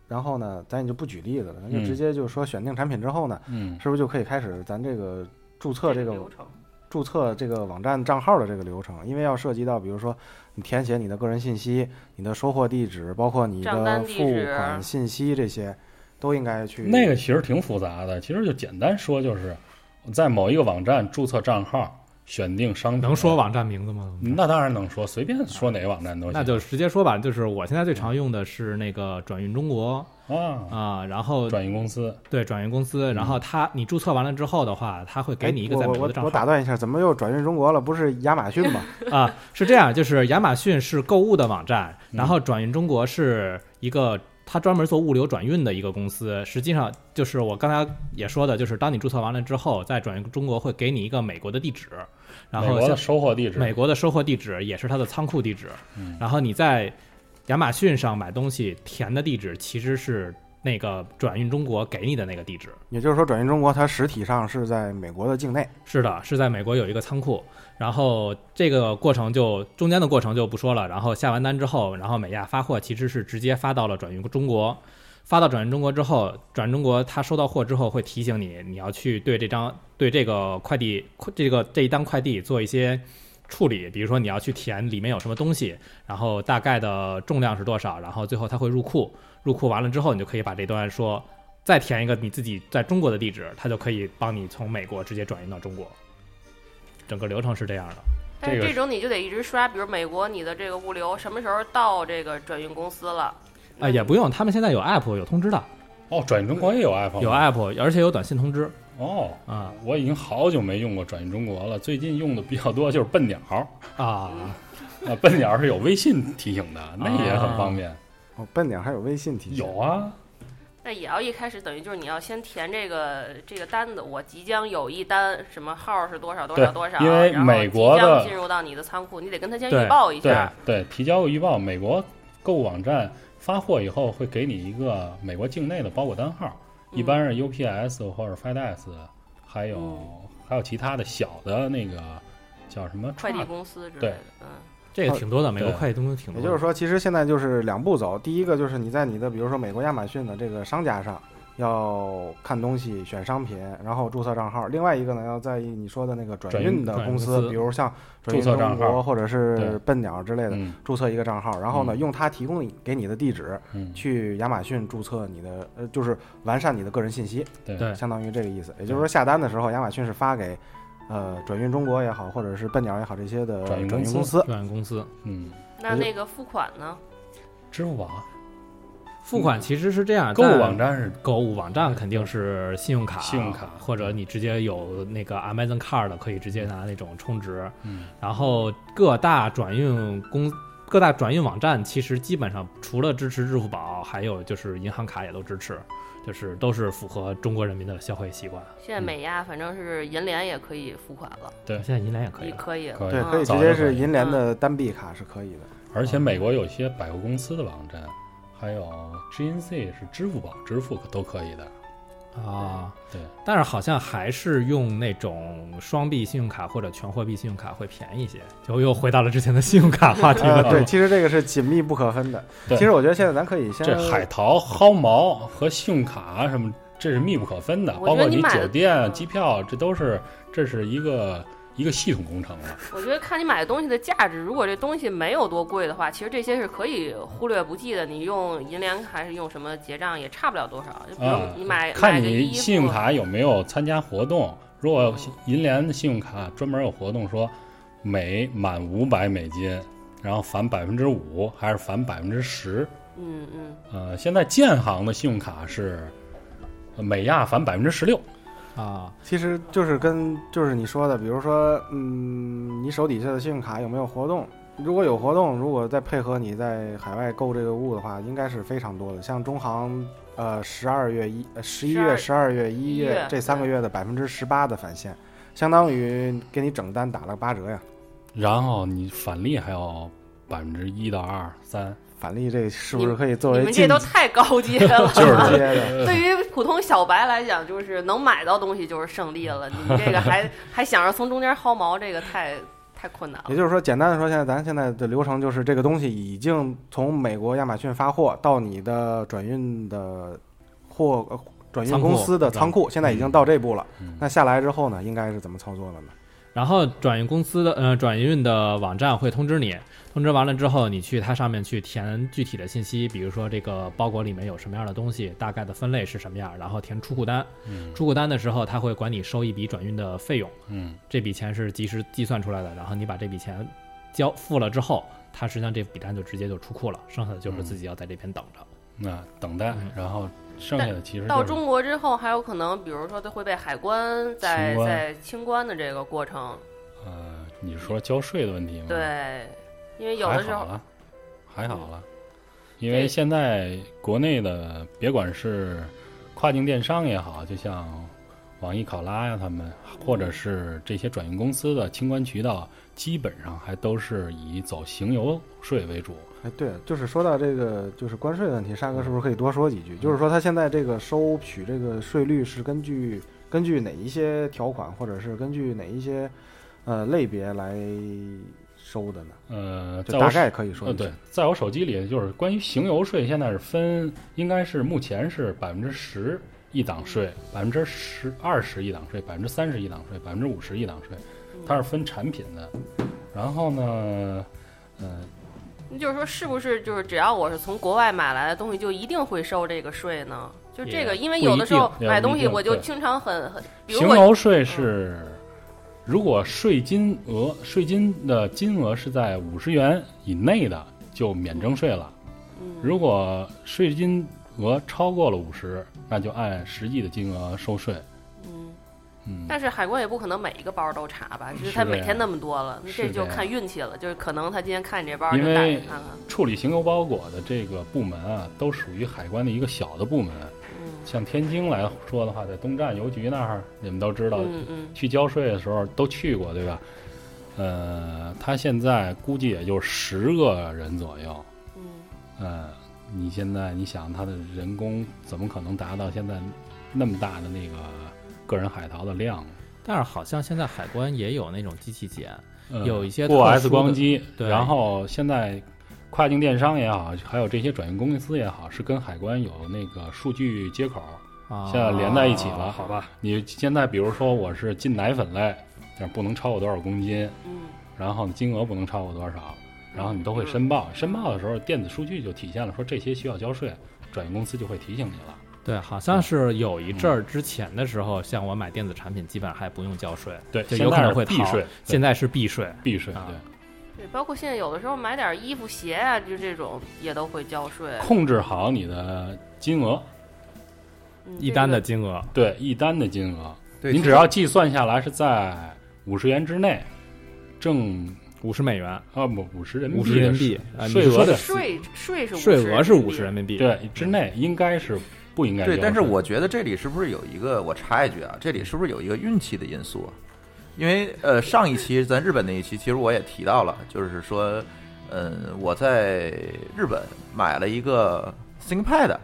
[SPEAKER 5] 然后呢，咱也就不举例子了，咱就
[SPEAKER 4] 嗯
[SPEAKER 5] 直接就说选定产品之后呢，
[SPEAKER 4] 嗯，
[SPEAKER 5] 是不是就可以开始咱这个注册这个
[SPEAKER 6] 流程，
[SPEAKER 5] 注册这个网站账号的这个流程，因为要涉及到，比如说你填写你的个人信息、你的收货地址，包括你
[SPEAKER 6] 账单
[SPEAKER 5] 的
[SPEAKER 6] 地
[SPEAKER 5] 付
[SPEAKER 6] 址
[SPEAKER 5] 款信息这些，都应该去
[SPEAKER 4] 那个其实挺复杂的，其实就简单说就是，在某一个网站注册账号，选定商品，
[SPEAKER 7] 能说？网站名字吗？
[SPEAKER 4] 那当然能说，随便说哪个网站都行。
[SPEAKER 7] 那就直接说吧，就是我现在最常用的是那个转运中国
[SPEAKER 4] 啊，
[SPEAKER 7] 啊，然后
[SPEAKER 4] 转运公司
[SPEAKER 7] 对转运公司，然后他你注册完了之后的话，他会给你一个
[SPEAKER 5] 哎
[SPEAKER 7] 在
[SPEAKER 5] 我
[SPEAKER 7] 美国
[SPEAKER 5] 我我
[SPEAKER 7] 的账
[SPEAKER 5] 我打
[SPEAKER 7] 号
[SPEAKER 5] 断一下，怎么又转运中国了？不是亚马逊吗？ (laughs)
[SPEAKER 7] (laughs) 啊，是这样，就是亚马逊是购物的网站，
[SPEAKER 4] 嗯
[SPEAKER 7] 然后转运中国是一个。它专门做物流转运的一个公司，实际上就是我刚才也说的，就是当你注册完了之后，在转运中国会给你一个美国的地址，然
[SPEAKER 4] 美
[SPEAKER 7] 后
[SPEAKER 4] 国
[SPEAKER 7] 像
[SPEAKER 4] 的收货地址，
[SPEAKER 7] 美国的收货地址也是它的仓库地址，
[SPEAKER 4] 嗯
[SPEAKER 7] 然后你在亚马逊上买东西填的地址其实是那个转运中国给你的那个地址。
[SPEAKER 5] 也就是说，转运中国它实体上是在美国的境内，
[SPEAKER 7] 是的，是在美国有一个仓库，然后这个过程就中间的过程就不说了。然后下完单之后，然后美亚发货其实是直接发到了转运中国，发到转运中国之后，转运中国他收到货之后会提醒你，你要去对这张对这个快递这个这一单快递做一些处理，比如说你要去填里面有什么东西，然后大概的重量是多少，然后最后它会入库，入库完了之后，你就可以把这段说。再填一个你自己在中国的地址，它就可以帮你从美国直接转运到中国。整个流程是这样的。
[SPEAKER 6] 但是
[SPEAKER 4] 这个
[SPEAKER 6] 这种你就得一直刷，比如美国你的这个物流什么时候到这个转运公司了，
[SPEAKER 7] 啊，也不用，他们现在有 app 有通知的，
[SPEAKER 4] 哦，转运中国也有 iPhone，
[SPEAKER 7] 有啊 app，而且有短信通知
[SPEAKER 4] 哦。
[SPEAKER 7] 啊
[SPEAKER 4] 我已经好久没用过转运中国了，最近用的比较多就是笨鸟，
[SPEAKER 7] 啊！
[SPEAKER 4] 啊，笨鸟是有微信提醒的，那也很方
[SPEAKER 7] 啊
[SPEAKER 4] 便。
[SPEAKER 5] 哦，笨点还有微信提醒。
[SPEAKER 4] 有啊，
[SPEAKER 6] 那也要一开始等于就是你要先填这个这个单子，我即将有一单什么号是多少多
[SPEAKER 4] 对
[SPEAKER 6] 少多少，
[SPEAKER 4] 因为
[SPEAKER 6] 然后
[SPEAKER 4] 美国
[SPEAKER 6] 即
[SPEAKER 4] 的
[SPEAKER 6] 将进入到你的仓库，你得跟他先
[SPEAKER 7] 对
[SPEAKER 6] 预报一
[SPEAKER 4] 对
[SPEAKER 6] 下。
[SPEAKER 4] 对，提交个预报，美国购物网站发货以后会给你一个美国境内的包裹单号，一般是 UPS 或者 FedEx，还有、
[SPEAKER 6] 嗯
[SPEAKER 4] 还有其他的小的那个叫什么
[SPEAKER 6] 快递
[SPEAKER 4] truck，
[SPEAKER 6] 公司之类
[SPEAKER 4] 啊对
[SPEAKER 6] 的，嗯，
[SPEAKER 7] 这个挺多的，美国
[SPEAKER 4] 哦对
[SPEAKER 7] 快递东西挺
[SPEAKER 4] 嗯
[SPEAKER 7] 多
[SPEAKER 5] 也
[SPEAKER 7] 的。
[SPEAKER 5] 就是说，其实现在就是两步走，第一个就是你在你的比如说美国亚马逊的这个商家上要看东西、选商品，然后注册账号；另外一个呢，要在意你说的那个转
[SPEAKER 4] 转运
[SPEAKER 5] 运的
[SPEAKER 7] 转运
[SPEAKER 5] 公
[SPEAKER 7] 公
[SPEAKER 5] 司，
[SPEAKER 7] 司
[SPEAKER 5] 比如像转运
[SPEAKER 4] 注册账
[SPEAKER 5] 中
[SPEAKER 4] 号
[SPEAKER 5] 国或者
[SPEAKER 4] 对
[SPEAKER 5] 是笨鸟之类的，
[SPEAKER 4] 嗯
[SPEAKER 5] 注册一个账号，然后呢，用它提供给你的地址
[SPEAKER 4] 嗯，
[SPEAKER 5] 去亚马逊注册你的，呃，就是完善你的个人信息，
[SPEAKER 4] 对
[SPEAKER 7] 对
[SPEAKER 5] 相当于这个意思。也就是说，下单的时候，亚马逊是发给。呃，转运中国也好，或者是笨鸟也好，这些的
[SPEAKER 4] 转
[SPEAKER 5] 转
[SPEAKER 4] 运
[SPEAKER 5] 运
[SPEAKER 4] 公司
[SPEAKER 5] 公司，
[SPEAKER 7] 转运公司
[SPEAKER 4] 嗯，
[SPEAKER 6] 那那个付款呢？
[SPEAKER 4] 支付宝啊
[SPEAKER 7] 付款其实是这样，
[SPEAKER 4] 购
[SPEAKER 7] 在
[SPEAKER 4] 物网站是
[SPEAKER 7] 购物网站肯定是信用卡，
[SPEAKER 4] 信用卡
[SPEAKER 7] 或者你直接有那个 Amazon Card 的，可以直接拿那种充值。
[SPEAKER 4] 嗯，
[SPEAKER 7] 然后各大转运公各大转运网站其实基本上除了支持支付宝，还有就是银行卡也都支持，就是都是符合中国人民的消费习惯。
[SPEAKER 6] 现
[SPEAKER 4] 嗯
[SPEAKER 6] 在美亚反正是银联也可以付款了，
[SPEAKER 4] 对
[SPEAKER 7] 现在银联也可以
[SPEAKER 6] 也
[SPEAKER 7] 了。
[SPEAKER 6] 可以了，
[SPEAKER 4] 可以啊
[SPEAKER 5] 对，
[SPEAKER 6] 嗯
[SPEAKER 5] 可以直
[SPEAKER 4] 早
[SPEAKER 5] 接
[SPEAKER 4] 就可
[SPEAKER 5] 是
[SPEAKER 4] 以
[SPEAKER 5] 银联的单币卡是可以的。
[SPEAKER 4] 而且美国有一些百货公司的网站，还有 GNC 是支付宝支付都可以的。
[SPEAKER 7] 啊，
[SPEAKER 4] 对，
[SPEAKER 7] 但是好像还是用那种双币信用卡或者全货币信用卡会便宜一些，就又回到了之前的信用卡话题
[SPEAKER 5] 呃
[SPEAKER 7] 了。
[SPEAKER 5] 对，其实这个是紧密不可分的。
[SPEAKER 4] (laughs) 对
[SPEAKER 5] 其实我觉得现在咱可以先
[SPEAKER 4] 这海淘、薅毛和信用卡什么，这是密不可分的，
[SPEAKER 6] 我
[SPEAKER 4] 包
[SPEAKER 6] 觉得
[SPEAKER 4] 括
[SPEAKER 6] 你买嗯的
[SPEAKER 4] 酒店、机票，这都是这是一个一个系统工程了。
[SPEAKER 6] 我觉得看你买的东西的价值，如果这东西没有多贵的话，其实这些是可以忽略不计的。你用银联还是用什么结账也差不了多少。就比如
[SPEAKER 4] 啊
[SPEAKER 6] 你买、买
[SPEAKER 4] 看
[SPEAKER 6] 个
[SPEAKER 4] 你
[SPEAKER 6] 衣服，
[SPEAKER 4] 信用卡有没有参加活动。如果银联的信用卡专门有活动说，每满五百美金，然后返百分之五，还是返百分之十？
[SPEAKER 6] 嗯嗯，
[SPEAKER 4] 呃，现在建行的信用卡是每亚返百分之十六。
[SPEAKER 7] 啊，
[SPEAKER 5] 其实就是跟就是你说的，比如说，嗯，你手底下的信用卡有没有活动？如果有活动，如果再配合你在海外购这个物的话，应该是非常多的。像中行，呃，十二月一、十一月、十二月、一
[SPEAKER 6] 一
[SPEAKER 5] 月
[SPEAKER 6] 月
[SPEAKER 5] 这三个月的百分之十八的返现，相当于给你整单打了个八折呀。
[SPEAKER 4] 然后你返利还有百分之一到二三，
[SPEAKER 5] 返利这是不
[SPEAKER 6] 你
[SPEAKER 5] 是
[SPEAKER 6] 们
[SPEAKER 5] 可以作
[SPEAKER 6] 你
[SPEAKER 5] 为
[SPEAKER 6] 们这
[SPEAKER 5] 进
[SPEAKER 6] 都太高
[SPEAKER 4] (laughs)
[SPEAKER 6] 阶了。
[SPEAKER 4] 就是
[SPEAKER 5] 进阶的？
[SPEAKER 6] 对于普通小白来讲，就是能买到东西就是胜利了。你这个
[SPEAKER 4] (laughs)
[SPEAKER 6] 还还想着从中间薅毛，这个太太困难
[SPEAKER 5] 也
[SPEAKER 6] 了。
[SPEAKER 5] 就是说，简单的说，现在咱现在的流程就是这个东西已经从美国亚马逊发货到你的转运的货呃转运
[SPEAKER 7] 仓库
[SPEAKER 5] 公司的仓库，现在已经到这步了。
[SPEAKER 4] 嗯
[SPEAKER 5] 那下来之后呢，应该是怎么操作的呢？
[SPEAKER 7] 然后转运公司的呃转运的网站会通知你，通知完了之后，你去它上面去填具体的信息，比如说这个包裹里面有什么样的东西，大概的分类是什么样，然后填出库单。
[SPEAKER 4] 嗯
[SPEAKER 7] 出库单的时候，它会管你收一笔转运的费用，
[SPEAKER 4] 嗯，
[SPEAKER 7] 这笔钱是及时计算出来的，然后你把这笔钱交付了之后，它实际上这笔单就直接就出库了，剩下的就是自己要在这边等着。
[SPEAKER 4] 那等待
[SPEAKER 7] 嗯，
[SPEAKER 4] 然后剩下的其实
[SPEAKER 6] 到
[SPEAKER 4] 就是
[SPEAKER 6] 中国之后，还有可能，比如说它会被海关在
[SPEAKER 4] 清关
[SPEAKER 6] 在清关的这个过程，
[SPEAKER 4] 呃，你说交税的问题吗？，
[SPEAKER 6] 对，因为有的时
[SPEAKER 4] 嗯还好啊
[SPEAKER 6] 候嗯
[SPEAKER 4] 了，还好了，因
[SPEAKER 6] 对
[SPEAKER 4] 为现在国内的别管是跨境电商也好，就像网易考拉呀、他们，或者是这些转运公司的清关渠道，基本上还都是以走行邮税为主。
[SPEAKER 5] 哎，对，就是说到这个就是关税问题，沙哥是不是可以多说几句？就是说，他现在这个收取这个税率是根据根据哪一些条款，或者是根据哪一些呃类别来收的呢？
[SPEAKER 4] 呃，在
[SPEAKER 5] 就
[SPEAKER 4] 我
[SPEAKER 5] 大
[SPEAKER 4] 手
[SPEAKER 5] 概可以说
[SPEAKER 4] 呃，
[SPEAKER 5] 一下
[SPEAKER 4] 对，在我手机里就是关于行邮税，现在是分，应该是目前是百分之十一档税，
[SPEAKER 6] 嗯
[SPEAKER 4] 百分之十二十一档税，百分之三十一档税，百分之五十一档税，
[SPEAKER 6] 嗯
[SPEAKER 4] 它是分产品的。然后呢，呃，
[SPEAKER 6] 那就是说，是不是就是只要我是从国外买来的东西，就一定会收这个税呢？就这个，
[SPEAKER 7] 也
[SPEAKER 6] 因为
[SPEAKER 4] 不
[SPEAKER 6] 有
[SPEAKER 4] 一
[SPEAKER 6] 的时候
[SPEAKER 4] 定也
[SPEAKER 6] 买
[SPEAKER 4] 不一
[SPEAKER 6] 东西，
[SPEAKER 4] 定
[SPEAKER 6] 我就
[SPEAKER 4] 对
[SPEAKER 6] 经常很很，比如嗯
[SPEAKER 4] 行
[SPEAKER 6] 我
[SPEAKER 4] 邮税是，如果税金额税金的金额是在五十元以内的，就免征税了。
[SPEAKER 6] 嗯
[SPEAKER 4] 如果税金额超过了五十，那就按实际的金额收税。
[SPEAKER 6] 嗯，
[SPEAKER 4] 嗯，
[SPEAKER 6] 但是海关也不可能每一个包都查吧，就是
[SPEAKER 4] 是
[SPEAKER 6] 他
[SPEAKER 4] 这
[SPEAKER 6] 每
[SPEAKER 4] 样
[SPEAKER 6] 天那么多了，那
[SPEAKER 4] 是
[SPEAKER 6] 这就
[SPEAKER 4] 这样
[SPEAKER 6] 看运气了，就是可能他今天看你这包
[SPEAKER 4] 因
[SPEAKER 6] 就带
[SPEAKER 4] 为
[SPEAKER 6] 着看看，
[SPEAKER 4] 处理行邮包裹的这个部门啊，都属于海关的一个小的部门。
[SPEAKER 6] 嗯
[SPEAKER 4] 像天津来说的话，在东站邮局那儿，你们都知道，
[SPEAKER 6] 嗯嗯，
[SPEAKER 4] 去交税的时候都去过，对吧？呃，他现在估计也就十个人左右。
[SPEAKER 6] 嗯，
[SPEAKER 4] 呃，你现在你想他的人工怎么可能达到现在那么大的那个个人海淘的量？
[SPEAKER 7] 但是好像现在海关也有那种机器检，
[SPEAKER 4] 呃、
[SPEAKER 7] 有一些
[SPEAKER 4] 过
[SPEAKER 7] 特殊
[SPEAKER 4] S 光
[SPEAKER 7] 的
[SPEAKER 4] 机，
[SPEAKER 7] 对
[SPEAKER 4] 然后现在跨境电商也好，还有这些转运公司也好，是跟海关有那个数据接口，
[SPEAKER 7] 啊，
[SPEAKER 4] 嗯现在连在一起了。
[SPEAKER 7] 好吧，
[SPEAKER 4] 你现在比如说我是进奶粉类，但是不能超过多少公斤，
[SPEAKER 6] 嗯，
[SPEAKER 4] 然后金额不能超过多少，然后你都会申报。申报的时候，电子数据就体现了说这些需要交税，转运公司就会提醒你了。
[SPEAKER 7] 对，好像是有一阵儿
[SPEAKER 4] 嗯
[SPEAKER 7] 之前的时候，像我买电子产品，基本上还不用交税，
[SPEAKER 4] 对，
[SPEAKER 7] 就
[SPEAKER 4] 现
[SPEAKER 7] 有可
[SPEAKER 4] 在
[SPEAKER 7] 能
[SPEAKER 4] 是
[SPEAKER 7] 会
[SPEAKER 4] 避
[SPEAKER 7] 逃
[SPEAKER 4] 税，
[SPEAKER 7] 现在是避税，
[SPEAKER 4] 对避税
[SPEAKER 7] 啊
[SPEAKER 4] 对。
[SPEAKER 6] 对，包括现在有的时候买点衣服鞋啊，就这种也都会交税，
[SPEAKER 4] 控制好你的金额，
[SPEAKER 6] 嗯
[SPEAKER 7] 一单的
[SPEAKER 6] 这
[SPEAKER 7] 金额。
[SPEAKER 4] 对一单的金额，
[SPEAKER 3] 对，
[SPEAKER 4] 您
[SPEAKER 3] 其
[SPEAKER 4] 只
[SPEAKER 3] 实
[SPEAKER 4] 要计算下来是在五十元之内，挣
[SPEAKER 7] 五十美元，
[SPEAKER 4] 啊不五十人民
[SPEAKER 7] 50
[SPEAKER 4] 币
[SPEAKER 7] 人
[SPEAKER 4] 的
[SPEAKER 7] 民币
[SPEAKER 4] 税
[SPEAKER 7] 啊你
[SPEAKER 4] 税
[SPEAKER 7] 是说
[SPEAKER 4] 额
[SPEAKER 7] 的
[SPEAKER 6] 个税税是50
[SPEAKER 7] 税额是五
[SPEAKER 6] 人民币
[SPEAKER 7] 十人民币。
[SPEAKER 4] 对之内应该是不应该交
[SPEAKER 3] 对，
[SPEAKER 4] 税
[SPEAKER 3] 但是我觉啊得这里是不是有一个？我插一句啊，这里是不是有一个运气的因素啊？因为呃，上一期咱日本那一期，其实我也提到了，就是呃说，嗯，我在日本买了一个 ThinkPad，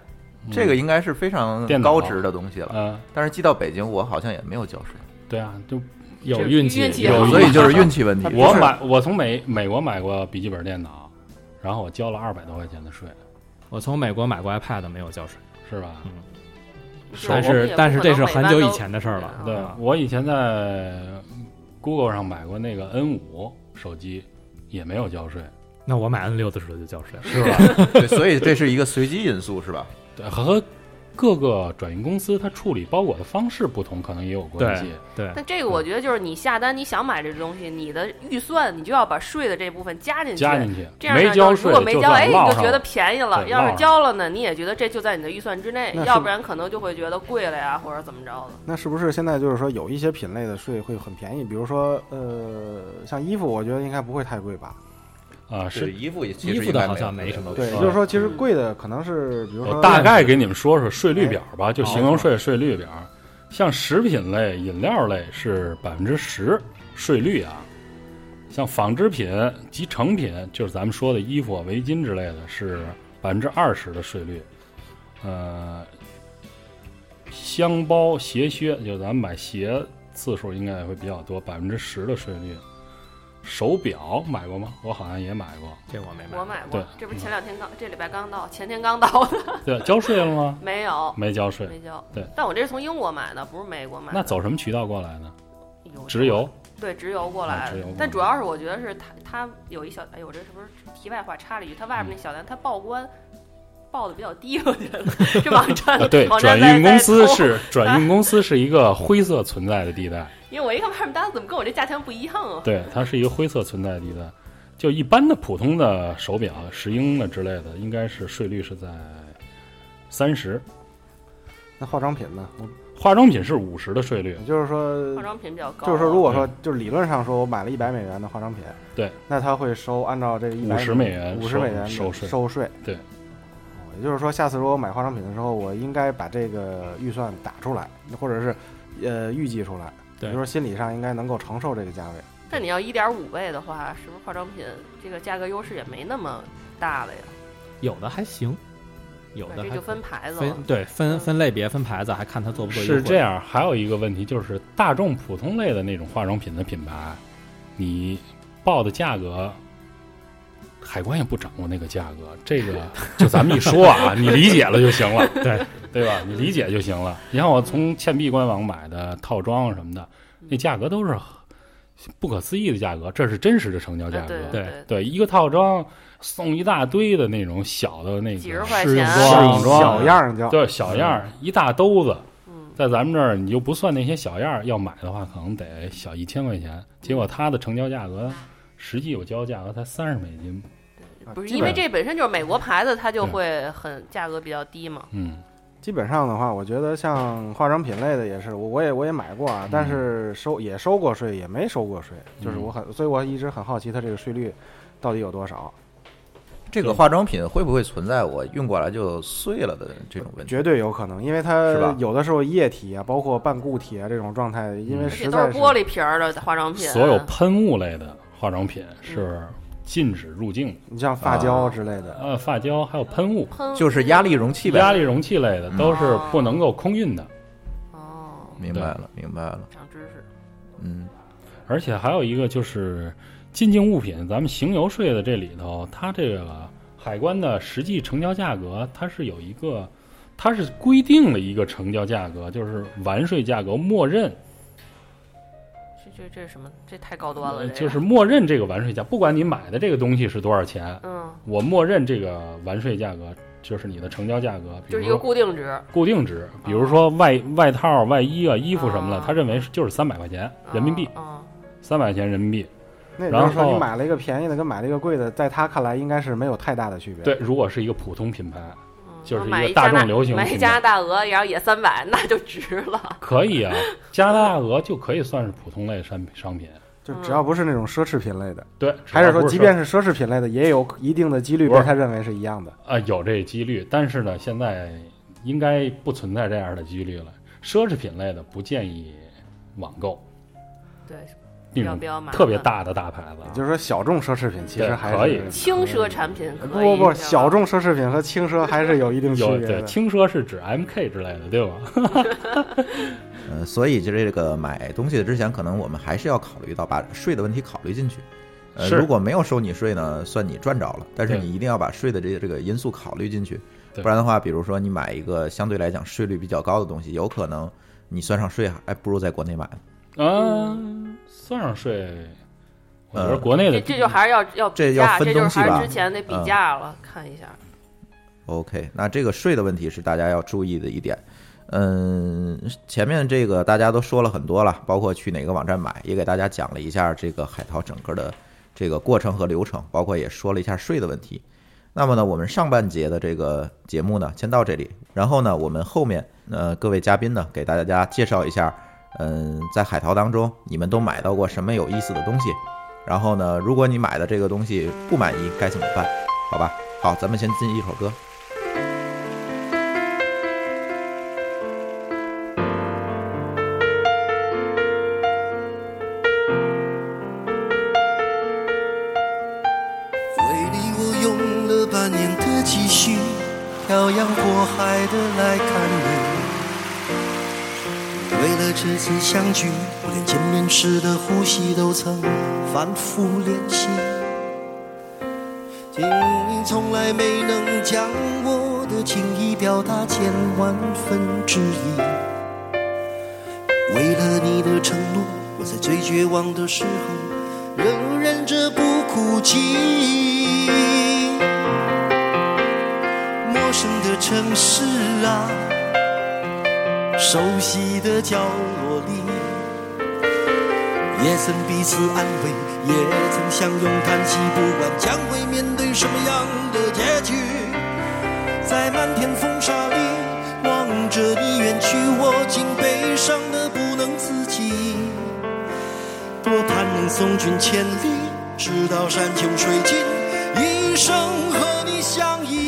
[SPEAKER 3] 这个应该是非常
[SPEAKER 4] 电脑
[SPEAKER 3] 高值的东西了。
[SPEAKER 4] 嗯，
[SPEAKER 3] 但是寄到北京，我好像也没有教室，
[SPEAKER 4] 对啊，就有
[SPEAKER 6] 这
[SPEAKER 7] 运气
[SPEAKER 6] 运气
[SPEAKER 4] 有
[SPEAKER 6] 好
[SPEAKER 4] 运
[SPEAKER 3] 所以就是运气问题。
[SPEAKER 4] 我买我从美美国买过笔记本电脑，然后我交了二百多块钱的税，
[SPEAKER 7] 我从美国买过 iPad 没有教室，
[SPEAKER 4] 是吧？
[SPEAKER 7] 嗯
[SPEAKER 6] 就是
[SPEAKER 7] 但
[SPEAKER 6] 我们
[SPEAKER 7] 是
[SPEAKER 6] 也不
[SPEAKER 7] 但是
[SPEAKER 6] 可
[SPEAKER 7] 这
[SPEAKER 6] 能
[SPEAKER 7] 是
[SPEAKER 6] 每
[SPEAKER 7] 很
[SPEAKER 6] 班
[SPEAKER 7] 久以
[SPEAKER 6] 都
[SPEAKER 7] 前的事儿了。
[SPEAKER 4] 对
[SPEAKER 7] 啊，
[SPEAKER 4] 我以前在 Google 上买过那个 N 五手机，也没有交税，
[SPEAKER 7] 那我买 N 六的时候就教室了。
[SPEAKER 4] 是吧？
[SPEAKER 3] (laughs) 对，所以这是一个随机因素，是吧？
[SPEAKER 4] 对，和各个转运公司它处理包裹的方式不同，可能也有关系
[SPEAKER 7] 对。对，嗯
[SPEAKER 6] 但这个我觉得就是你下单，你想买这东西，你的预算你就要把税的这部分加进去，
[SPEAKER 4] 加进去，
[SPEAKER 6] 这样呢
[SPEAKER 4] 没交
[SPEAKER 6] 就
[SPEAKER 4] 税
[SPEAKER 6] 如果没
[SPEAKER 4] 就
[SPEAKER 6] 交，哎，
[SPEAKER 4] 算
[SPEAKER 6] 你
[SPEAKER 4] 落
[SPEAKER 6] 就
[SPEAKER 4] 上
[SPEAKER 6] 觉得
[SPEAKER 4] 了。
[SPEAKER 6] 便宜了；
[SPEAKER 4] 对
[SPEAKER 6] 要
[SPEAKER 4] 落
[SPEAKER 6] 是
[SPEAKER 4] 上
[SPEAKER 6] 交了呢，你也觉得这就在你的预算之内
[SPEAKER 5] 那，是
[SPEAKER 6] 要不然可能就会觉得贵了呀，或者怎么着的。
[SPEAKER 5] 那是不是现在就是说有一些品类的税会很便宜？比如说，呃，像衣服，我觉得应该不会太贵吧？
[SPEAKER 4] 啊，
[SPEAKER 3] 是
[SPEAKER 4] 是
[SPEAKER 3] 衣服也
[SPEAKER 7] 衣服的好像没什么
[SPEAKER 5] 对，
[SPEAKER 3] 对
[SPEAKER 7] 是
[SPEAKER 5] 也就是说，其实贵的可能是，比如
[SPEAKER 4] 我
[SPEAKER 5] 说
[SPEAKER 4] 哦大概给你们说说税率表吧，就
[SPEAKER 5] 好
[SPEAKER 4] 形容税税率表。像食品类、饮料类是百分之十税率啊，像纺织品及成品，就是咱们说的衣服啊、围巾之类的，是百分之二十的税率。呃，箱包、鞋靴，就是咱们买鞋次数应该也会比较多，百分之十的税率。手表买过吗？我好像也买过。
[SPEAKER 7] 这我没买。
[SPEAKER 6] 我买过
[SPEAKER 4] 对，
[SPEAKER 6] 这不是前两天刚，
[SPEAKER 7] 嗯
[SPEAKER 6] 这礼拜刚到，前天刚到的， (laughs)
[SPEAKER 4] 对，交税了吗？
[SPEAKER 6] 没有，
[SPEAKER 4] 没交税。
[SPEAKER 6] 没交。
[SPEAKER 4] 对，
[SPEAKER 6] 但我这是从英国买的，不是美国买的。
[SPEAKER 4] 那走什么渠道过来呢？
[SPEAKER 6] 有 (laughs)
[SPEAKER 4] 直邮。
[SPEAKER 6] 对直邮过
[SPEAKER 4] 啊
[SPEAKER 6] 来
[SPEAKER 4] 直邮
[SPEAKER 6] 的
[SPEAKER 4] 过来，
[SPEAKER 6] 但主要是我觉得是它它有一小，哎呦，我这是不是题外话插了一句？它外
[SPEAKER 4] 嗯
[SPEAKER 6] 面那小单它报关报的比较低，我觉得这网站
[SPEAKER 4] (laughs) 啊，对，
[SPEAKER 6] 网
[SPEAKER 4] 转
[SPEAKER 6] 站在
[SPEAKER 4] 运公司，
[SPEAKER 6] 在
[SPEAKER 4] 是转运公司是一个灰色存在的地带，
[SPEAKER 6] 偷因为我一看外面单子怎么跟我这价钱不一样啊？
[SPEAKER 4] 对，它是一个灰色存在的地带。就一般的普通的手表、啊石英的之类的，应该是税率是在三十，
[SPEAKER 5] 那化妆品呢？我
[SPEAKER 4] 化妆品是五十的税率
[SPEAKER 5] 也，就是说
[SPEAKER 6] 化，妆品比较高啊，
[SPEAKER 5] 就是说，如果说
[SPEAKER 4] 对
[SPEAKER 5] 就是理论上说，我买了一百美元的化妆品，
[SPEAKER 4] 嗯对，
[SPEAKER 5] 那他会收按照这个一百
[SPEAKER 4] 50美元
[SPEAKER 5] 五十美元
[SPEAKER 4] 收
[SPEAKER 5] 的
[SPEAKER 4] 税
[SPEAKER 5] 收税，
[SPEAKER 4] 对
[SPEAKER 5] 哦。也就是说，下次如果我买化妆品的时候，我应该把这个预算打出来，或者是呃预计出来，
[SPEAKER 7] 对
[SPEAKER 5] 比如说心理上应该能够承受这个价位。
[SPEAKER 6] 但你要一点五倍的话，是不是化妆品这个价格优势也没那么大了呀？
[SPEAKER 7] 有的还行，
[SPEAKER 4] 哦
[SPEAKER 7] 有的
[SPEAKER 6] 这
[SPEAKER 7] 还
[SPEAKER 6] 就分牌子了
[SPEAKER 7] 分。对分
[SPEAKER 6] 嗯
[SPEAKER 7] 分类别分牌子，还看他做不做优惠。
[SPEAKER 4] 是这样。还有一个问题就是，大众普通类的那种化妆品的品牌，你报的价格。海关也不掌握那个价格，这
[SPEAKER 7] (laughs)
[SPEAKER 4] 个就咱们一说啊，你理解了就行了。
[SPEAKER 7] 对，
[SPEAKER 4] 对吧？你理解就行了。你看我从倩碧官网买的套装什么的，那价格都是不可思议的价格，这是真实的成交价
[SPEAKER 6] 啊
[SPEAKER 4] 格。
[SPEAKER 6] 对
[SPEAKER 7] 对
[SPEAKER 4] 对一个套装送一大堆的那种小的那个
[SPEAKER 6] 几十块
[SPEAKER 4] 试用
[SPEAKER 6] 钱啊
[SPEAKER 4] 装、
[SPEAKER 5] 小
[SPEAKER 4] 试用装
[SPEAKER 5] 小样儿叫
[SPEAKER 4] 对小样儿一大兜子。
[SPEAKER 6] 嗯，
[SPEAKER 4] 在咱们这儿，你就不算那些小样儿，要买的话可能得小一千块钱。结果它的成交价格，实际有交价格才三十美金。
[SPEAKER 5] 啊
[SPEAKER 6] 不是
[SPEAKER 5] 基
[SPEAKER 6] 因为
[SPEAKER 5] 本
[SPEAKER 6] 这本身就是美国牌子，它就会很价格比较低嘛。
[SPEAKER 4] 嗯，
[SPEAKER 5] 基本上的话，我觉得像化妆品类的也是，我我也我也买过
[SPEAKER 4] 嗯
[SPEAKER 5] 啊，但是收也收过税，也没收过税，就是我很，所以我一直很好奇它这个税率到底有多少，
[SPEAKER 3] 这个化妆品会不会存在我运过来就碎了的这种问题？
[SPEAKER 5] 绝对有可能，因为
[SPEAKER 3] 是吧
[SPEAKER 5] 它有的时候液体啊，包括半固体啊这种状态，因为
[SPEAKER 4] 嗯
[SPEAKER 6] 而且
[SPEAKER 5] 实
[SPEAKER 6] 都是
[SPEAKER 5] 在是
[SPEAKER 6] 玻璃瓶儿的化妆品，啊
[SPEAKER 4] 所有喷雾类的化妆品是禁止入境的。
[SPEAKER 5] 你像发胶之类的，
[SPEAKER 4] 呃，发胶还有喷雾、
[SPEAKER 6] 喷
[SPEAKER 3] 就是压力容器呗。
[SPEAKER 4] 压力容器类的
[SPEAKER 3] 嗯
[SPEAKER 4] 都是不能够空运的，
[SPEAKER 6] 哦，
[SPEAKER 3] 明白了，明白了。
[SPEAKER 6] 长知识。
[SPEAKER 3] 嗯，
[SPEAKER 4] 而且还有一个就是进境物品，咱们行邮税的这里头，它这个海关的实际成交价格，它是有一个，它是规定了一个成交价格，就是完税价格，默认
[SPEAKER 6] 这这这是什么？这太高端了，这个
[SPEAKER 4] 嗯就是默认这个完税价，不管你买的这个东西是多少钱，
[SPEAKER 6] 嗯，
[SPEAKER 4] 我默认这个完税价格就是你的成交价格，比
[SPEAKER 6] 就
[SPEAKER 4] 如
[SPEAKER 6] 是一
[SPEAKER 4] 说
[SPEAKER 6] 个固定值，
[SPEAKER 4] 固定值，比如说外外套、外衣啊、衣服什么的，
[SPEAKER 6] 啊
[SPEAKER 4] 他认为是就是三百块钱人民币，
[SPEAKER 6] 嗯，
[SPEAKER 4] 三百块钱人民币。
[SPEAKER 5] 那也就是
[SPEAKER 4] 然
[SPEAKER 5] 说
[SPEAKER 4] 后
[SPEAKER 5] 你买了一个便宜的跟买了一个贵的，在他看来应该是没有太大的区别。
[SPEAKER 4] 对，，如果是一个普通品牌，
[SPEAKER 6] 嗯
[SPEAKER 4] 就是一个
[SPEAKER 6] 买一
[SPEAKER 4] 大众
[SPEAKER 6] 加拿
[SPEAKER 4] 流行
[SPEAKER 6] 买
[SPEAKER 4] 品
[SPEAKER 6] 一
[SPEAKER 4] 牌
[SPEAKER 6] 加拿大鹅，然后也三百，那就值
[SPEAKER 4] (laughs)
[SPEAKER 6] 了。
[SPEAKER 4] 可以啊，加拿大鹅就可以算是普通类商商品。
[SPEAKER 5] 就只要不是那种奢侈品类的，
[SPEAKER 4] 对，
[SPEAKER 5] 还是
[SPEAKER 4] 嗯只要
[SPEAKER 5] 说
[SPEAKER 4] 不
[SPEAKER 5] 即便是奢侈品类的，也有一定的几率
[SPEAKER 4] 不是
[SPEAKER 5] 被他认为是一样的。
[SPEAKER 4] 啊、有这几率，但是呢，现在应该不存在这样的几率了。奢侈品类的不建议网购，
[SPEAKER 6] 对，
[SPEAKER 4] 那
[SPEAKER 6] 要
[SPEAKER 4] 种
[SPEAKER 6] 不要买
[SPEAKER 4] 特别大的大牌子啊，
[SPEAKER 5] 就是说小众奢侈品其实
[SPEAKER 4] 对
[SPEAKER 5] 还
[SPEAKER 4] 可
[SPEAKER 5] 是
[SPEAKER 4] 以
[SPEAKER 6] 轻奢产品可以
[SPEAKER 5] 不不不，小。
[SPEAKER 6] 你知道
[SPEAKER 5] 众
[SPEAKER 6] 吗
[SPEAKER 5] 奢侈品和轻奢还是有一定区
[SPEAKER 4] 有
[SPEAKER 5] 别
[SPEAKER 4] 对
[SPEAKER 5] 的。
[SPEAKER 4] 轻奢是指 MK 之类的，对吧？
[SPEAKER 3] 嗯，所以这个买东西之前，可能我们还是要考虑到把税的问题考虑进去。呃，
[SPEAKER 4] 是
[SPEAKER 3] 如果没有收你税呢，算你赚着了，但是
[SPEAKER 4] 对
[SPEAKER 3] 你一定要把税的这这个因素考虑进去，
[SPEAKER 4] 对
[SPEAKER 3] 不然的话，比如说你买一个相对来讲税率比较高的东西，有可能你算上税还哎不如在国内买。
[SPEAKER 4] 嗯，算上税，我觉得
[SPEAKER 3] 呃
[SPEAKER 4] 国内的
[SPEAKER 6] 这这就还是要要
[SPEAKER 3] 这
[SPEAKER 6] 比价，
[SPEAKER 3] 要分
[SPEAKER 6] 这就是
[SPEAKER 3] 东西
[SPEAKER 6] 还
[SPEAKER 3] 吧
[SPEAKER 6] 是之前那比
[SPEAKER 3] 嗯
[SPEAKER 6] 价了，看一下。
[SPEAKER 3] OK，那这个税的问题是大家要注意的一点。嗯，前面这个大家都说了很多了，包括去哪个网站买，也给大家讲了一下这个海淘整个的这个过程和流程，包括也说了一下税的问题。那么呢，我们上半节的这个节目呢，先到这里。然后呢，我们后面呃各位嘉宾呢，给大家介绍一下，嗯，在海淘当中你们都买到过什么有意思的东西。然后呢，如果你买的这个东西不满意，该怎么办？好吧，好，咱们先进一首歌。
[SPEAKER 8] 为你我用了半年的积蓄，漂洋过海的来看你。为了这次相聚，我连见面时的呼吸都曾反复练习。请你从来没能将我的情意表达千万分之一。为了你的承诺，我在最绝望的时候仍忍着不哭泣。陌生的城市啊，熟悉的角落里，也曾彼此安慰，也曾相拥叹息，不管将会面对什么样的结局，在漫天风沙里。望着你远去，我竟悲伤的不能自己。多盼能送君千里，直到山穷水尽，一生和你相依。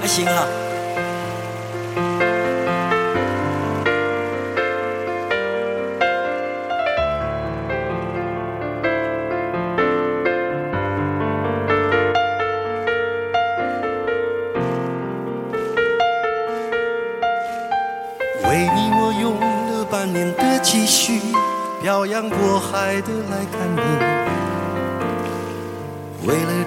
[SPEAKER 8] 还行啊。为你我用了半年的积蓄，漂洋过海的来看你。为了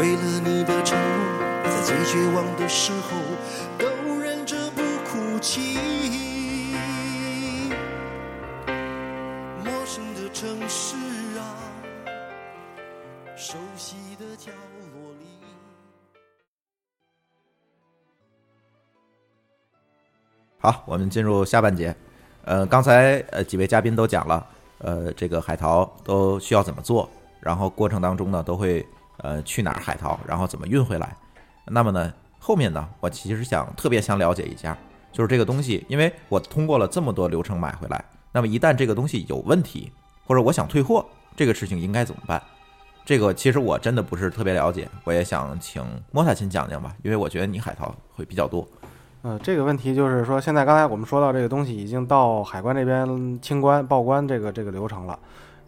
[SPEAKER 8] 为了你的承诺，我在最绝望的时候都忍着不哭泣。陌生的城市啊，熟悉的角落里。
[SPEAKER 3] 好，我们进入下半节。呃，刚才呃几位嘉宾都讲了，呃，这个海淘都需要怎么做，然后过程当中呢都会呃去哪儿海淘，然后怎么运回来。那么呢，后面呢，我其实想特别想了解一下，就是这个东西，因为我通过了这么多流程买回来，那么一旦这个东西有问题，或者我想退货，这个事情应该怎么办？这个其实我真的不是特别了解，我也想请莫塔先讲讲吧，因为我觉得你海淘会比较多。
[SPEAKER 5] 呃，这个问题就是说，现在刚才我们说到这个东西已经到海关这边清关报关这个这个流程了，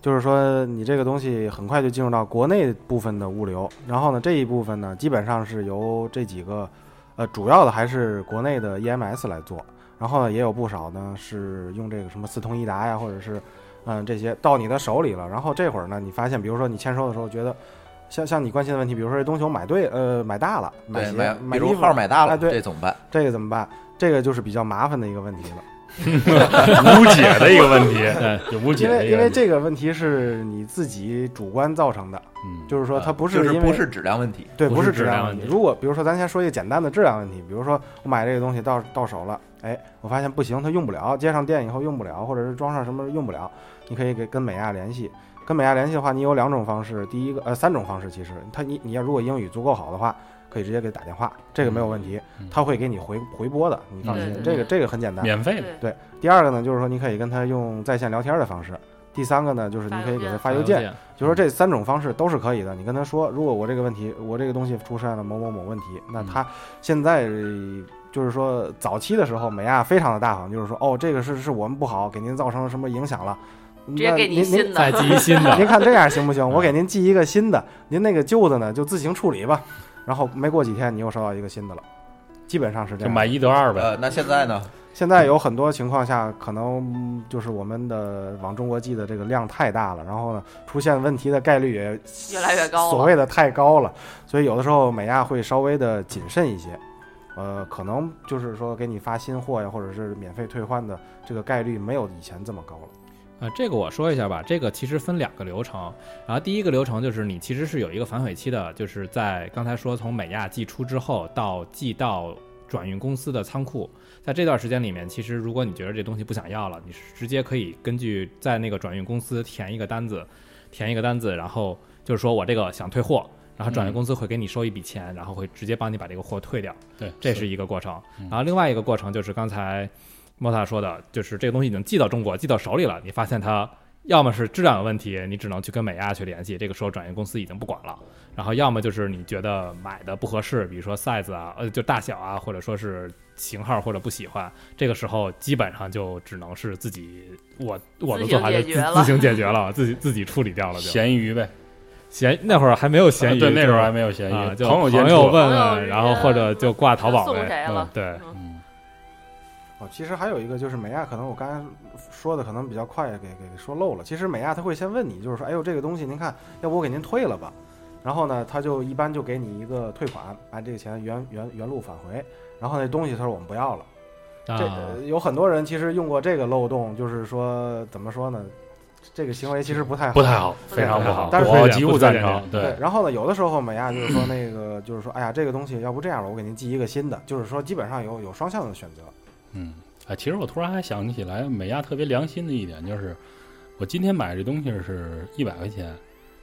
[SPEAKER 5] 就是说你这个东西很快就进入到国内部分的物流，然后呢这一部分呢基本上是由这几个，呃主要的还是国内的 EMS 来做，然后呢也有不少呢是用这个什么四通一达呀，或者是嗯这些到你的手里了，然后这会儿呢你发现，比如说你签收的时候觉得。像像你关心的问题，比如说这东西我买对，呃，买大了，买
[SPEAKER 3] 对，
[SPEAKER 5] 鞋
[SPEAKER 3] 买，
[SPEAKER 5] 买
[SPEAKER 3] 比如
[SPEAKER 5] 衣服
[SPEAKER 3] 号买大了，
[SPEAKER 5] 哎对
[SPEAKER 3] 这怎么办？
[SPEAKER 5] 这个怎么办？这个就是比较麻烦的一个问题了。
[SPEAKER 4] 无解的一个 (laughs) 问题，
[SPEAKER 7] 对，
[SPEAKER 4] 有无解
[SPEAKER 5] 因
[SPEAKER 4] 的
[SPEAKER 5] 为
[SPEAKER 4] 一个
[SPEAKER 5] 因为
[SPEAKER 4] 问题。
[SPEAKER 5] 这个问题是你自己主观造成的，
[SPEAKER 4] 嗯，
[SPEAKER 5] 就是说它不
[SPEAKER 3] 啊就是
[SPEAKER 5] 因为
[SPEAKER 3] 不是质量问题，
[SPEAKER 5] 对，
[SPEAKER 7] 不
[SPEAKER 5] 不
[SPEAKER 7] 是质
[SPEAKER 5] 质
[SPEAKER 7] 量
[SPEAKER 5] 量
[SPEAKER 7] 问
[SPEAKER 5] 问题。
[SPEAKER 7] 题
[SPEAKER 5] 如果比如说，咱先说一个简单的质量问题，比如说我买这个东西到到手了，哎，我发现不行，它用不了，接上电以后用不了，或者是装上什么用不了，你可以给跟美亚联系。跟美亚联系的话，你有两种方式，第一个呃三种方式，其实他你你要如果英语足够好的话，可以直接给他打电话，这个没有问题
[SPEAKER 4] 嗯，
[SPEAKER 5] 他会给你回回拨的，你放
[SPEAKER 6] 对
[SPEAKER 5] 心，
[SPEAKER 6] 对
[SPEAKER 5] 这个
[SPEAKER 6] 对
[SPEAKER 5] 这个很简单。
[SPEAKER 4] 免费的，
[SPEAKER 6] 对，
[SPEAKER 5] 第二个呢，就是说你可以跟他用在线聊天的方式。第三个呢，就是你可以给他发
[SPEAKER 7] 发
[SPEAKER 5] 邮件，，嗯就说这三种方式都是可以的。你跟他说，如果我这个问题，我这个东西出现了某某某问题，那他现在呃就是说早期的时候，美亚非常的大方，就是说哦，这个是是我们不好，给您造成了什么影响了，那
[SPEAKER 6] 直接给您
[SPEAKER 5] 您
[SPEAKER 6] 新
[SPEAKER 5] 您
[SPEAKER 7] (laughs)
[SPEAKER 6] 的
[SPEAKER 4] 哎
[SPEAKER 7] 再，寄一新
[SPEAKER 5] 您
[SPEAKER 7] 的，
[SPEAKER 5] 看这样行不行？我给您寄一个新的，您那个旧的呢就自行处理吧。然后没过几天，你又收到一个新的了，基本上是这
[SPEAKER 4] (laughs) 就
[SPEAKER 5] 样。
[SPEAKER 4] 买一得二呗。
[SPEAKER 3] 呃，那现在呢？
[SPEAKER 5] 现在有很多情况下，可能嗯就是我们的往中国寄的这个量太大了，然后呢，出现问题的概率也
[SPEAKER 6] 越来越高了
[SPEAKER 5] 所谓的太高了，所以有的时候美亚会稍微的谨慎一些，呃，可能就是说给你发新货呀，或者是免费退换的这个概率没有以前这么高了。
[SPEAKER 7] 呃，这个我说一下吧，这个其实分两个流程，然后第一个流程就是你其实是有一个反悔期的，就是在刚才说从美亚寄出之后到寄到转运公司的仓库，在这段时间里面，其实如果你觉得这东西不想要了，你是直接可以根据在那个转运公司填一个单子，填一个单子，然后就是说我这个想退货。然后转运公司会给你收一笔钱，然后会直接帮你把这个货退掉，
[SPEAKER 4] 对，
[SPEAKER 7] 这是一个过程。
[SPEAKER 4] 嗯
[SPEAKER 7] 然后另外一个过程就是刚才莫萨说的，就是这个东西已经寄到中国，寄到手里了，你发现它要么是质量有问题，你只能去跟美亚去联系，这个时候转运公司已经不管了。然后要么就是你觉得买的不合适，比如说 size 啊，呃，就大小啊，或者说是型号或者不喜欢，这个时候基本上就只能是自己我我的
[SPEAKER 6] 自行
[SPEAKER 7] 做法就
[SPEAKER 6] 解
[SPEAKER 7] 自
[SPEAKER 6] 决了
[SPEAKER 7] 自行
[SPEAKER 6] (laughs)
[SPEAKER 7] 解决了，自己自己处理掉了就。
[SPEAKER 4] 咸鱼呗，
[SPEAKER 7] 闲那会儿还没有闲鱼，
[SPEAKER 4] 呃对，那时候还
[SPEAKER 7] 没
[SPEAKER 4] 没有咸
[SPEAKER 7] 啊，
[SPEAKER 4] 鱼，
[SPEAKER 7] 就
[SPEAKER 4] 朋友间
[SPEAKER 7] 朋友
[SPEAKER 4] 处
[SPEAKER 7] 问
[SPEAKER 6] 朋友
[SPEAKER 7] 问，
[SPEAKER 6] 之
[SPEAKER 7] 然后或者
[SPEAKER 6] 间
[SPEAKER 7] 就挂淘宝
[SPEAKER 6] 送
[SPEAKER 7] 呗。
[SPEAKER 6] 谁了？
[SPEAKER 7] 对，
[SPEAKER 4] 嗯，
[SPEAKER 5] 哦，其实还有一个就是美亚，可能我刚才说的可能比较快，给给给说漏了。其实美亚他会先问你，就是说，哎呦，这个东西您看，要不我给您退了吧？然后呢，他就一般就给你一个退款，把这个钱原原原路返回。然后那东西他说我们不要了。这、
[SPEAKER 7] 啊
[SPEAKER 5] 呃有很多人其实用过这个漏洞，就是说怎么说呢？这个行为其实不太好，
[SPEAKER 4] 不太好，
[SPEAKER 6] 不
[SPEAKER 4] 非常
[SPEAKER 7] 太
[SPEAKER 4] 不
[SPEAKER 7] 好
[SPEAKER 4] 好，
[SPEAKER 5] 但是
[SPEAKER 4] 我
[SPEAKER 7] 不
[SPEAKER 4] 极不
[SPEAKER 7] 推荐
[SPEAKER 4] 赞成。
[SPEAKER 7] 不推
[SPEAKER 4] 对，
[SPEAKER 5] 然后呢，有的时候美亚就是说那个，就是说，哎呀，这个东西要不这样吧，我给您寄一个新的，就是说基本上有有双向的选择。
[SPEAKER 4] 嗯，哎，其实我突然还想起来，美亚特别良心的一点就是，我今天买这东西是一百块钱，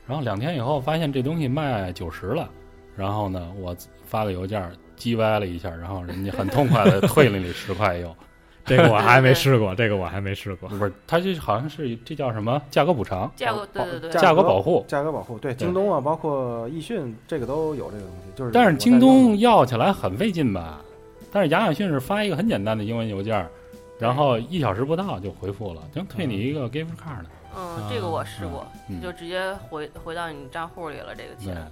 [SPEAKER 4] 然后两天以后发现这东西卖九十了，然后呢，我发个邮件叽歪了一下，然后人家很痛快的退了你十块又，
[SPEAKER 7] 这个我还没试过，这个我还没试过。
[SPEAKER 4] 不是，他这好像是这叫什么价格补偿、
[SPEAKER 6] 价格对对对，
[SPEAKER 4] 价格保护。
[SPEAKER 5] 价格保护，对，
[SPEAKER 4] 对
[SPEAKER 5] 京东啊，包括易迅，这个都有这个东西。就是，
[SPEAKER 4] 但是京东要起来很费劲吧？但是亚马逊是发一个很简单的英文邮件，然后一小时不到就回复了，就退你一个 gift card 的。
[SPEAKER 6] 嗯，这个我试过，
[SPEAKER 4] 嗯
[SPEAKER 6] 就直接回回到你账户里了这个
[SPEAKER 4] 对
[SPEAKER 6] 钱。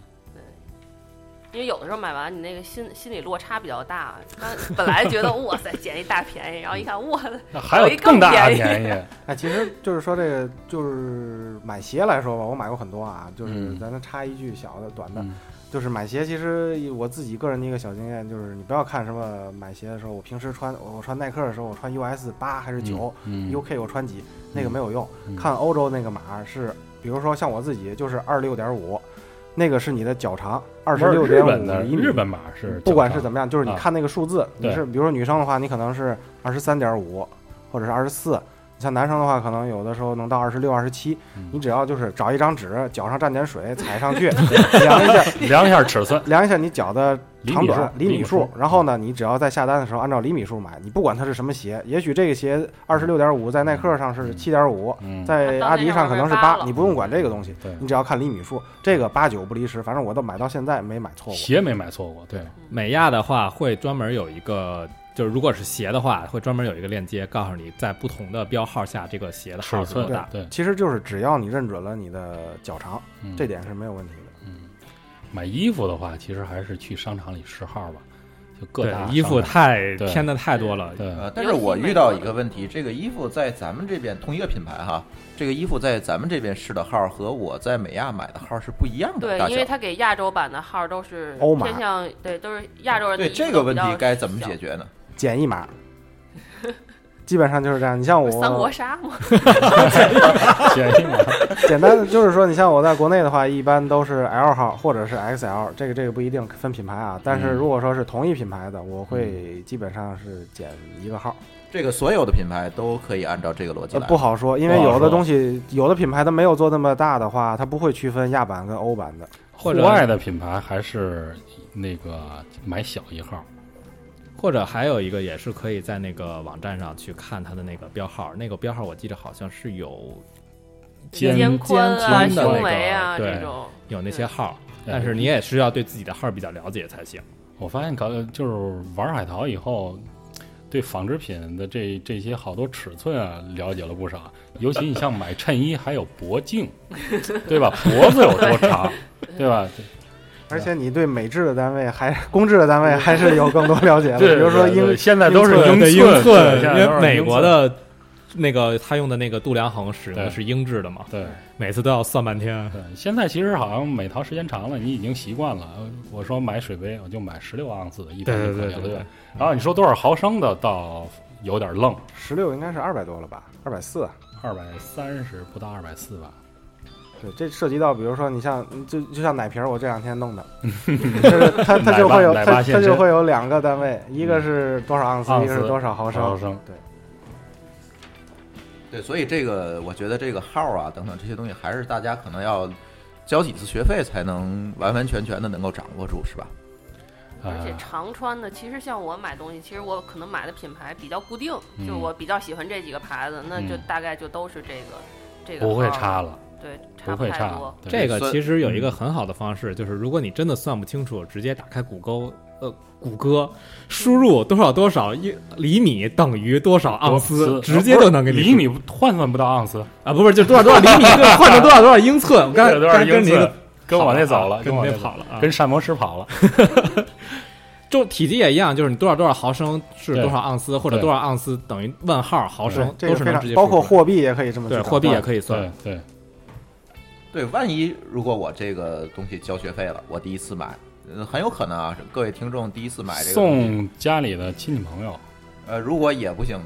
[SPEAKER 6] 因为有的时候买完你那个心心理落差比较大，刚本来觉得哇塞捡一大便宜，然后一看哇，
[SPEAKER 4] 那还有
[SPEAKER 6] 有一
[SPEAKER 4] 更
[SPEAKER 6] 更
[SPEAKER 4] 大的
[SPEAKER 6] 便
[SPEAKER 4] 便宜。
[SPEAKER 5] 哎，其实就是说这个，就是买鞋来说吧，我买过很多啊，就是
[SPEAKER 4] 嗯
[SPEAKER 5] 咱们插一句小的短的，
[SPEAKER 4] 嗯
[SPEAKER 5] 就是买鞋，其实我自己个人的一个小经验就是，你不要看什么买鞋的时候，我平时穿我穿耐克的时候，我穿 US 八还是九、
[SPEAKER 4] 嗯
[SPEAKER 5] UK 我穿几，那个没有用。
[SPEAKER 4] 嗯
[SPEAKER 5] 看欧洲那个码是，比如说像我自己就是二六点五，那个是你的脚长，二十
[SPEAKER 4] 不是
[SPEAKER 5] 六
[SPEAKER 4] 日
[SPEAKER 5] 点
[SPEAKER 4] 本的
[SPEAKER 5] 五厘米。
[SPEAKER 4] 日本码是，
[SPEAKER 5] 嗯不管是怎么样，就是你
[SPEAKER 4] 啊
[SPEAKER 5] 看那个数字，你
[SPEAKER 4] 对
[SPEAKER 5] 是比如说女生的话，你可能是二十三点五，或者是二十四。你像男生的话，可能有的时候能到二十六、二十七
[SPEAKER 4] 嗯。
[SPEAKER 5] 你只要就是找一张纸，脚上蘸点水，踩上
[SPEAKER 4] (laughs)
[SPEAKER 5] 去，量一下，，
[SPEAKER 4] 量一下尺寸
[SPEAKER 5] 量一下你脚的 (laughs) 长短
[SPEAKER 4] 厘米数厘米数嗯
[SPEAKER 5] 数，然后呢，你只要在下单的时候按照厘米数买，你不管它是什么鞋，也许这个鞋二十六点五，在耐克上是七点五，
[SPEAKER 4] 嗯，
[SPEAKER 5] 在阿迪上可能是
[SPEAKER 6] 啊到那上面
[SPEAKER 5] 八
[SPEAKER 6] 了，
[SPEAKER 5] 你不用管这个东西，
[SPEAKER 4] 对，
[SPEAKER 5] 你只要看厘米数，这个八九不离十，反正我都买到现在没买错过。
[SPEAKER 4] 鞋没买错过，对，
[SPEAKER 7] 美亚的话会专门有一个，就是如果是鞋的话，会专门有一个链接告诉你在不同的标号下这个鞋的号
[SPEAKER 4] 尺
[SPEAKER 7] 是多
[SPEAKER 4] 寸
[SPEAKER 7] 大，。
[SPEAKER 4] 对，
[SPEAKER 5] 其实就是只要你认准了你的脚长，
[SPEAKER 4] 嗯
[SPEAKER 5] 这点是没有问题的。
[SPEAKER 4] 嗯，买衣服的话，其实还是去商场里试号吧，就各大
[SPEAKER 7] 对，衣服
[SPEAKER 4] 商
[SPEAKER 7] 太
[SPEAKER 4] 对
[SPEAKER 7] 偏的太多了
[SPEAKER 4] 场。
[SPEAKER 5] 嗯
[SPEAKER 4] 对，
[SPEAKER 3] 呃，但是我遇到一个问题，这个衣服在咱们这边同一个品牌哈，这个衣服在咱们这边试的号和我在美亚买的号是不一样的
[SPEAKER 6] 对
[SPEAKER 3] 大，小
[SPEAKER 6] 因
[SPEAKER 3] 啊
[SPEAKER 6] 为。他给亚洲版的号都是
[SPEAKER 5] 欧码
[SPEAKER 6] 偏向对，都是亚洲人的
[SPEAKER 3] 对
[SPEAKER 6] 衣服
[SPEAKER 3] 这个问题
[SPEAKER 6] 比较
[SPEAKER 3] 该怎么解
[SPEAKER 6] 小？
[SPEAKER 3] 决呢？
[SPEAKER 5] 减一码，基本上就是这样。你像我
[SPEAKER 6] 三国杀吗？
[SPEAKER 4] 建议嘛，
[SPEAKER 5] 简单的就是说，你像我在国内的话，一般都是 L 号或者是 XL，这个这个不一定分品牌啊。但
[SPEAKER 4] 嗯
[SPEAKER 5] 是如果说是同一品牌的，我会基本上是减一个号，
[SPEAKER 3] 这个所有的品牌都可以按照这个逻辑
[SPEAKER 5] 呃，
[SPEAKER 3] 来。
[SPEAKER 5] 不，好说，因为
[SPEAKER 4] 不好
[SPEAKER 5] 有的
[SPEAKER 4] 说
[SPEAKER 5] 东西，有的品牌它没有做那么大的话，它不会区分亚版跟欧版的。
[SPEAKER 4] 户
[SPEAKER 7] 或者
[SPEAKER 4] 外的品牌还是那个买小一号，
[SPEAKER 7] 或者还有一个也是可以在那个网站上去看它的那个标号，那个标号我记得好像是有
[SPEAKER 6] 肩宽啊、
[SPEAKER 7] 宽的那
[SPEAKER 6] 胸
[SPEAKER 7] 个
[SPEAKER 6] 围啊
[SPEAKER 7] 对
[SPEAKER 6] 这种，
[SPEAKER 7] 有那些号，
[SPEAKER 4] 对
[SPEAKER 7] 但是你也是要对自己的号比较了解才行。
[SPEAKER 4] 哎我发现搞就是玩海淘以后，对纺织品的这这些好多尺寸啊了解了不少。尤其你像买衬衣，还有脖颈，对吧？脖子有
[SPEAKER 7] (laughs)
[SPEAKER 4] 多长，对吧？
[SPEAKER 5] 而且你对美制的单位还公制的单位还是有更多了解的，
[SPEAKER 4] 对，
[SPEAKER 5] 比如说
[SPEAKER 4] 对对
[SPEAKER 5] 英
[SPEAKER 4] 现在都是
[SPEAKER 5] 英
[SPEAKER 4] 英
[SPEAKER 7] 对，英
[SPEAKER 4] 寸，
[SPEAKER 7] 寸，
[SPEAKER 4] 对现
[SPEAKER 7] 因
[SPEAKER 4] 在都
[SPEAKER 7] 为
[SPEAKER 4] 是
[SPEAKER 7] 美
[SPEAKER 4] 英
[SPEAKER 7] 国
[SPEAKER 4] 寸
[SPEAKER 7] 的那个他用的那个度量衡使用的
[SPEAKER 4] 对
[SPEAKER 7] 是英制的嘛，
[SPEAKER 4] 对。
[SPEAKER 7] 每次都要算半天。
[SPEAKER 4] 对，现在其实好像美淘时间长了，你已经习惯了。呃我说买水杯，我就买十六盎司的，一
[SPEAKER 7] 对
[SPEAKER 4] 般
[SPEAKER 7] 对
[SPEAKER 4] 就可以
[SPEAKER 7] 对
[SPEAKER 4] 了，
[SPEAKER 7] 对
[SPEAKER 4] 对
[SPEAKER 7] 对
[SPEAKER 4] 吧？，然后你说多少毫升的，倒有点愣，
[SPEAKER 5] 十六应该是二百多了吧，二百四。啊
[SPEAKER 4] 二百三十不到二百四吧。
[SPEAKER 5] 对，这涉及到比如说你像嗯就就像奶瓶儿，我这两天
[SPEAKER 4] (laughs)
[SPEAKER 5] 弄的，就是它它就会有
[SPEAKER 4] 奶
[SPEAKER 5] 它
[SPEAKER 4] 爸奶爸现
[SPEAKER 5] 它就
[SPEAKER 4] 身嗯
[SPEAKER 5] 会有两个单位，一个是多少盎司，
[SPEAKER 4] 盎
[SPEAKER 5] 一个是
[SPEAKER 4] 司
[SPEAKER 5] 多少毫升。
[SPEAKER 4] 毫升
[SPEAKER 5] 对，
[SPEAKER 3] 对，所以这个我觉得这个号啊等等这些东西，还是大家可能要交几次学费才能完完全全的能够掌握住，是吧？
[SPEAKER 4] 啊
[SPEAKER 6] 而且常穿的，其实像我买东西，其实我可能买的品牌比较固定，
[SPEAKER 4] 嗯
[SPEAKER 6] 就是我比较喜欢这几个牌子，那就
[SPEAKER 4] 嗯
[SPEAKER 6] 大概就都是这个这个
[SPEAKER 4] 不会
[SPEAKER 6] 号
[SPEAKER 4] 差了，
[SPEAKER 6] 对，差
[SPEAKER 4] 不会
[SPEAKER 6] 太
[SPEAKER 4] 差
[SPEAKER 6] 多
[SPEAKER 4] 了。。对
[SPEAKER 7] 这个
[SPEAKER 3] 所以
[SPEAKER 7] 其实有一个很好的方式，就是如果你真的算不清楚，直接打开谷歌，呃，谷歌输入多少多少一厘米等于多少盎司，直接就能给你
[SPEAKER 4] 厘米换算不到盎司，
[SPEAKER 7] 啊，不是就多少多少厘米
[SPEAKER 4] (laughs)
[SPEAKER 7] 对换成多少多少英寸。我刚才
[SPEAKER 4] 对多少
[SPEAKER 7] 刚才跟你
[SPEAKER 4] 英
[SPEAKER 7] 那
[SPEAKER 4] 寸
[SPEAKER 7] 个，
[SPEAKER 4] 跟我那走了，
[SPEAKER 7] 跟
[SPEAKER 4] 我
[SPEAKER 7] 你那
[SPEAKER 4] 那走
[SPEAKER 7] 跑了啊，
[SPEAKER 4] 跟膳魔师跑了。
[SPEAKER 7] 就体积也一样，就是你多少多少毫升是
[SPEAKER 4] 对
[SPEAKER 7] 多少盎司，或者
[SPEAKER 4] 对
[SPEAKER 7] 多少盎司等于问号毫升，
[SPEAKER 5] 这
[SPEAKER 7] 都
[SPEAKER 5] 个
[SPEAKER 7] 是
[SPEAKER 5] 非
[SPEAKER 7] 能
[SPEAKER 5] 常
[SPEAKER 7] 直接
[SPEAKER 5] 包括
[SPEAKER 7] 输出
[SPEAKER 5] 货币也可以这么
[SPEAKER 7] 的
[SPEAKER 5] 去
[SPEAKER 7] 对
[SPEAKER 5] 找啊
[SPEAKER 7] 货币也
[SPEAKER 5] 换
[SPEAKER 7] 可以算
[SPEAKER 4] 对。
[SPEAKER 3] 对，
[SPEAKER 4] 对，
[SPEAKER 3] 万一如果我这个东西交学费了，我第一次买，呃，很有可能啊，各位听众第一次买这个东西，
[SPEAKER 4] 送家里的亲戚朋友，
[SPEAKER 3] 呃，如果也不行呢，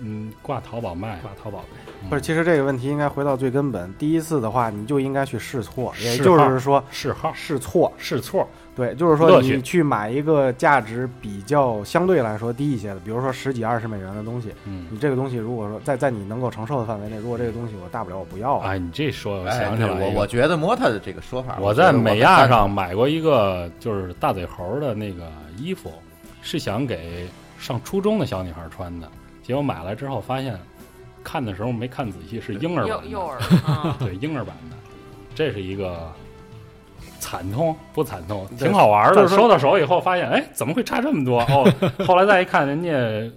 [SPEAKER 4] 嗯，挂淘宝卖，
[SPEAKER 7] 挂淘宝呗。
[SPEAKER 5] 不是，其实这个问题应该回到最根本。第一次的话，你就应该去试错，也
[SPEAKER 4] 试
[SPEAKER 5] 就
[SPEAKER 4] 号
[SPEAKER 5] 是说
[SPEAKER 4] 是号
[SPEAKER 5] 试错。
[SPEAKER 4] 是错，
[SPEAKER 5] 对，就是说
[SPEAKER 4] 乐趣
[SPEAKER 5] 你去买一个价值比较相对来说低一些的，比如说十几二十美元的东西，
[SPEAKER 4] 嗯。
[SPEAKER 5] 你这个东西如果说在在你能够承受的范围内，如果这个东西我大不了我不要啊，
[SPEAKER 4] 哎，你这说，我
[SPEAKER 3] 哎
[SPEAKER 4] 想起来
[SPEAKER 3] 对
[SPEAKER 4] 一个，
[SPEAKER 3] 我我觉得摸它的这个说法，
[SPEAKER 4] 我
[SPEAKER 3] 觉得
[SPEAKER 4] 在
[SPEAKER 3] 我
[SPEAKER 4] 美
[SPEAKER 3] 很
[SPEAKER 4] 亚
[SPEAKER 3] 赞
[SPEAKER 4] 上买过一个就是大嘴猴的那个衣服，是想给上初中的小女孩穿的，结果买来之后发现，看的时候没看仔细，是婴儿
[SPEAKER 6] 幼
[SPEAKER 4] 版
[SPEAKER 6] 幼
[SPEAKER 4] (laughs) 的，，
[SPEAKER 6] 儿啊
[SPEAKER 4] 对婴儿版的，这是一个惨痛不惨痛，挺好玩的。收到手以后发现，哎，怎么会差这么多？哦，后来再一看，人家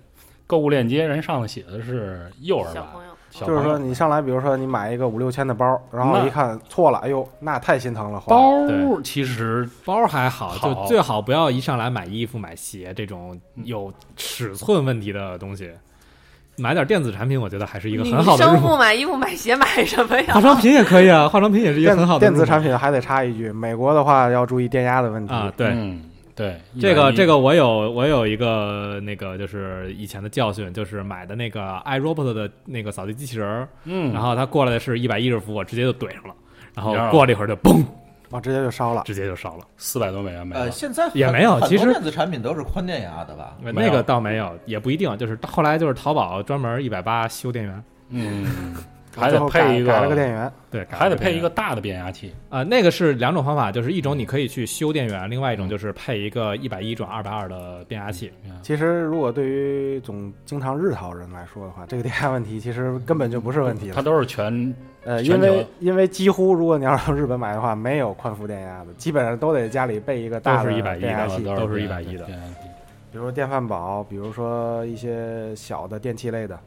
[SPEAKER 4] 购物链接人上头写的是幼儿
[SPEAKER 6] 小
[SPEAKER 4] 版，
[SPEAKER 6] 朋友
[SPEAKER 4] 小
[SPEAKER 5] 就是
[SPEAKER 4] 朋
[SPEAKER 5] 说
[SPEAKER 4] 友
[SPEAKER 5] 你上来，比如说你买一个五六千的包，然后
[SPEAKER 4] 那
[SPEAKER 5] 一看错了，哎呦，那太心疼了，花
[SPEAKER 4] 包
[SPEAKER 7] 对
[SPEAKER 4] 其实
[SPEAKER 7] 包还好，
[SPEAKER 4] 好
[SPEAKER 7] 就最好不要一上来买衣服、买鞋这种有尺寸问题的东西，买点电子产品，我觉得还是一个
[SPEAKER 6] 女
[SPEAKER 7] 很好的
[SPEAKER 6] 生
[SPEAKER 7] 入
[SPEAKER 6] 不
[SPEAKER 7] 门。
[SPEAKER 6] 买衣服买鞋买什么呀
[SPEAKER 7] 化？妆品也可以啊，化妆品也是一个
[SPEAKER 5] 电
[SPEAKER 7] 很好的
[SPEAKER 5] 电
[SPEAKER 7] 入
[SPEAKER 5] 子
[SPEAKER 7] 门
[SPEAKER 5] 产品还得插一句，美国的话要注意电压的问题
[SPEAKER 7] 啊。对，
[SPEAKER 4] 嗯，对，
[SPEAKER 7] 这个
[SPEAKER 4] 110
[SPEAKER 7] 这个我有我有一个那个就是以前的教训，就是买的那个 iRobot 的那个扫地机器人儿，
[SPEAKER 4] 嗯，
[SPEAKER 7] 然后它过来的是一百一十伏，我直接就怼上了，然后
[SPEAKER 4] 你知道吗
[SPEAKER 7] 过了一会儿就嘣，
[SPEAKER 5] 哦，直接就烧了。
[SPEAKER 7] 直接就烧了。
[SPEAKER 4] 四百多美元没了
[SPEAKER 3] 呃，。现在
[SPEAKER 7] 也
[SPEAKER 3] 很
[SPEAKER 7] 没有
[SPEAKER 3] 很多
[SPEAKER 7] 其实
[SPEAKER 3] 电子产品都是宽电压的吧？
[SPEAKER 4] 有
[SPEAKER 7] 那个倒没有，也不一定，就是后来就是淘宝专门一百八修电源，
[SPEAKER 4] 嗯，还
[SPEAKER 5] 我最
[SPEAKER 4] 得
[SPEAKER 5] 后改
[SPEAKER 4] 配一
[SPEAKER 5] 改了个电
[SPEAKER 4] 个，
[SPEAKER 5] 源，
[SPEAKER 7] 对，
[SPEAKER 4] 还
[SPEAKER 7] 改了
[SPEAKER 4] 得配一
[SPEAKER 7] 电源
[SPEAKER 4] 个大的变压器。
[SPEAKER 7] 啊、那个是两种方法，就是一种你可以去修电源，另外一种就是配一个一百一转二百二的变压器。
[SPEAKER 5] 其实如果对于总经常日淘人来说的话，这个电压问题其实根本就不是问题
[SPEAKER 4] 它
[SPEAKER 5] 了。
[SPEAKER 4] 都是全
[SPEAKER 5] 呃，
[SPEAKER 4] 全
[SPEAKER 5] 因
[SPEAKER 4] 球
[SPEAKER 5] 为因为几乎如果你要到日本买的话，没有宽幅电压的，基本上都得家里备一个大
[SPEAKER 7] 都
[SPEAKER 5] 的
[SPEAKER 7] 是110
[SPEAKER 5] 变压
[SPEAKER 7] 的
[SPEAKER 5] 器，
[SPEAKER 7] 都是
[SPEAKER 4] 变压
[SPEAKER 7] 110的
[SPEAKER 4] 变压器
[SPEAKER 5] 比如说电饭煲，比如说一些小的电器类的，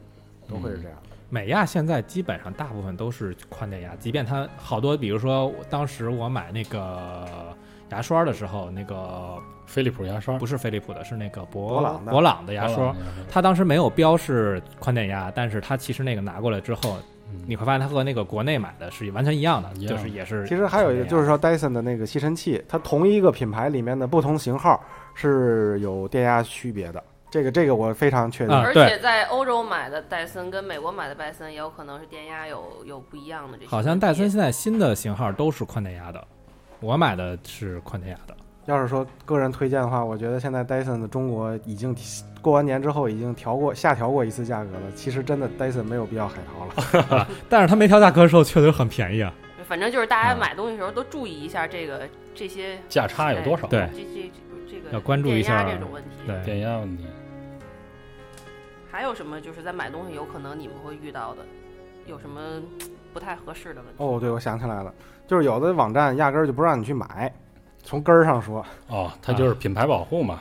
[SPEAKER 5] 都会是这样。
[SPEAKER 7] 美亚现在基本上大部分都是宽电压，即便它好多，比如说我当时我买那个牙刷的时候，那个
[SPEAKER 4] 飞利浦牙刷，
[SPEAKER 7] 不是飞利浦的，是那个博
[SPEAKER 5] 博朗的
[SPEAKER 7] 博朗的牙
[SPEAKER 4] 当然
[SPEAKER 7] 刷
[SPEAKER 4] 了，，
[SPEAKER 7] 它当时没有标是宽电压，但是它其实那个拿过来之后，你会发现它和那个国内买的是完全一样的，
[SPEAKER 4] 一样
[SPEAKER 7] 就是也是。
[SPEAKER 5] 其实还有一个就是，说，Dyson 的那个吸尘器，它同一个品牌里面的不同型号是有电压区别的。这个这个我非常确定。
[SPEAKER 7] 啊
[SPEAKER 6] 而
[SPEAKER 7] 对
[SPEAKER 6] 且在欧洲买的戴森跟美国买的戴森也有可能是电压有有不一样的这些。
[SPEAKER 7] 好像戴森现在新的型号都是宽电压的，我买的是宽电压的。
[SPEAKER 5] 要是说个人推荐的话，我觉得现在戴森的中国已经提过完年之后已经调过下调过一次价格了。其实真的戴森没有必要海淘
[SPEAKER 7] (laughs)
[SPEAKER 5] 了。
[SPEAKER 7] 但是它没调价格的时候确实很便宜啊。
[SPEAKER 6] 反正就是大家
[SPEAKER 7] 嗯
[SPEAKER 6] 买东西的时候都注意一下这个这些
[SPEAKER 4] 价差有多少？
[SPEAKER 7] 对
[SPEAKER 6] 这这这这个
[SPEAKER 7] 要关注一下
[SPEAKER 6] 电压这种问题。
[SPEAKER 7] 对
[SPEAKER 4] 电压问题。
[SPEAKER 6] 还有什么就是在买东西有可能你们会遇到的，有什么不太合适的问题？
[SPEAKER 5] 哦，对，我想起来了，就是有的网站压根儿就不让你去买。从根儿上说，
[SPEAKER 4] 哦，它就是品牌保护嘛。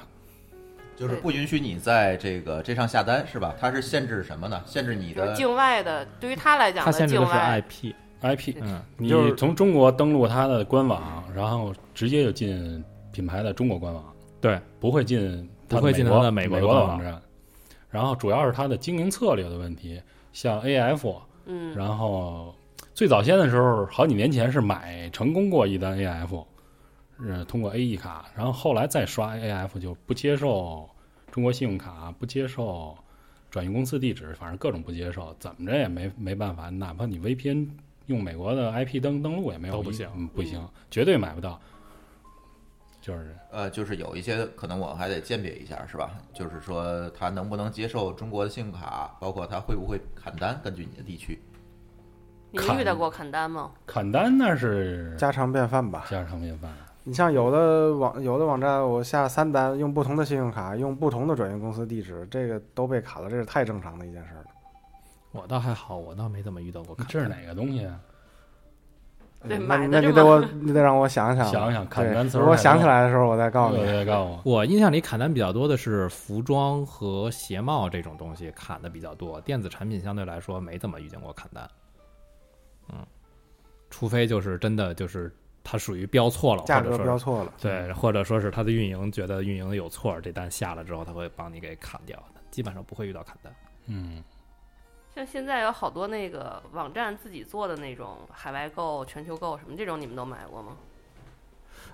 [SPEAKER 3] 就是不允许你在这个这上下单是吧？它是限制什么呢？限制你
[SPEAKER 6] 就是
[SPEAKER 3] 的
[SPEAKER 6] 境外的，对于他来讲
[SPEAKER 7] 它
[SPEAKER 6] 的
[SPEAKER 7] 限制
[SPEAKER 6] 境
[SPEAKER 7] 的是
[SPEAKER 6] 外
[SPEAKER 7] IP，
[SPEAKER 4] IP，
[SPEAKER 7] 嗯，
[SPEAKER 4] 你
[SPEAKER 5] 就是
[SPEAKER 4] 从中国登录它的官网，然后直接就进品牌的中国官网，
[SPEAKER 7] 对，
[SPEAKER 4] 不会进它
[SPEAKER 7] 不会进
[SPEAKER 4] 国
[SPEAKER 7] 它的
[SPEAKER 4] 美
[SPEAKER 7] 美国
[SPEAKER 4] 的
[SPEAKER 7] 官网
[SPEAKER 4] 网站。然后主要是它的经营策略的问题，像 AF，
[SPEAKER 6] 嗯，
[SPEAKER 4] 然后最早先的时候，好几年前是买成功过一单 AF，呃，通过 AE 卡，然后后来再刷 AF 就不接受中国信用卡，不接受转运公司地址，反正各种不接受，怎么着也没没办法，哪怕你 VPN 用美国的 IP 登登录也没有
[SPEAKER 7] 都不
[SPEAKER 4] 一
[SPEAKER 7] 行
[SPEAKER 4] 嗯不行，绝对买不到，就是
[SPEAKER 3] 呃，就是有一些可能我还得鉴别一下，是吧？就是说它能不能接受中国的信用卡，包括它会不会砍单，根据你的地区。
[SPEAKER 6] 你们遇到过砍单吗？
[SPEAKER 4] 砍单那是
[SPEAKER 5] 家常便饭吧。
[SPEAKER 4] 家常便饭，
[SPEAKER 5] 你像有的网有的网站，我下三单用不同的信用卡，用不同的转运公司地址，这个都被卡了，这是太正常的一件事儿了。
[SPEAKER 7] 我倒还好，我倒没怎么遇到过砍。
[SPEAKER 4] 这是哪个东西啊？
[SPEAKER 6] 对
[SPEAKER 5] 嗯
[SPEAKER 6] 买的
[SPEAKER 5] 那那
[SPEAKER 6] 这
[SPEAKER 5] 你得
[SPEAKER 6] 么 (laughs)
[SPEAKER 5] 我你得让我想想
[SPEAKER 4] 想想砍
[SPEAKER 5] 对
[SPEAKER 4] 单词儿
[SPEAKER 5] 如果
[SPEAKER 4] 太
[SPEAKER 5] 想起
[SPEAKER 4] 多
[SPEAKER 5] 来的时候，我再告诉
[SPEAKER 4] 对
[SPEAKER 5] 你。
[SPEAKER 4] 对，告诉
[SPEAKER 5] (laughs)
[SPEAKER 4] 我。
[SPEAKER 7] 我印象里砍单比较多的是服装和鞋帽这种东西砍的比较多，电子产品相对来说没怎么遇见过砍单。嗯，除非就是真的就是它属于标错了，
[SPEAKER 5] 价
[SPEAKER 7] 或者
[SPEAKER 5] 格
[SPEAKER 7] 说
[SPEAKER 5] 标错了，
[SPEAKER 7] 对，或者说是它的运营觉得运营有错，这单下了之后他会帮你给砍掉，基本上不会遇到砍单。
[SPEAKER 4] 嗯，
[SPEAKER 6] 像现在有好多那个网站自己做的那种海外购、全球购什么这种，你们都买过吗？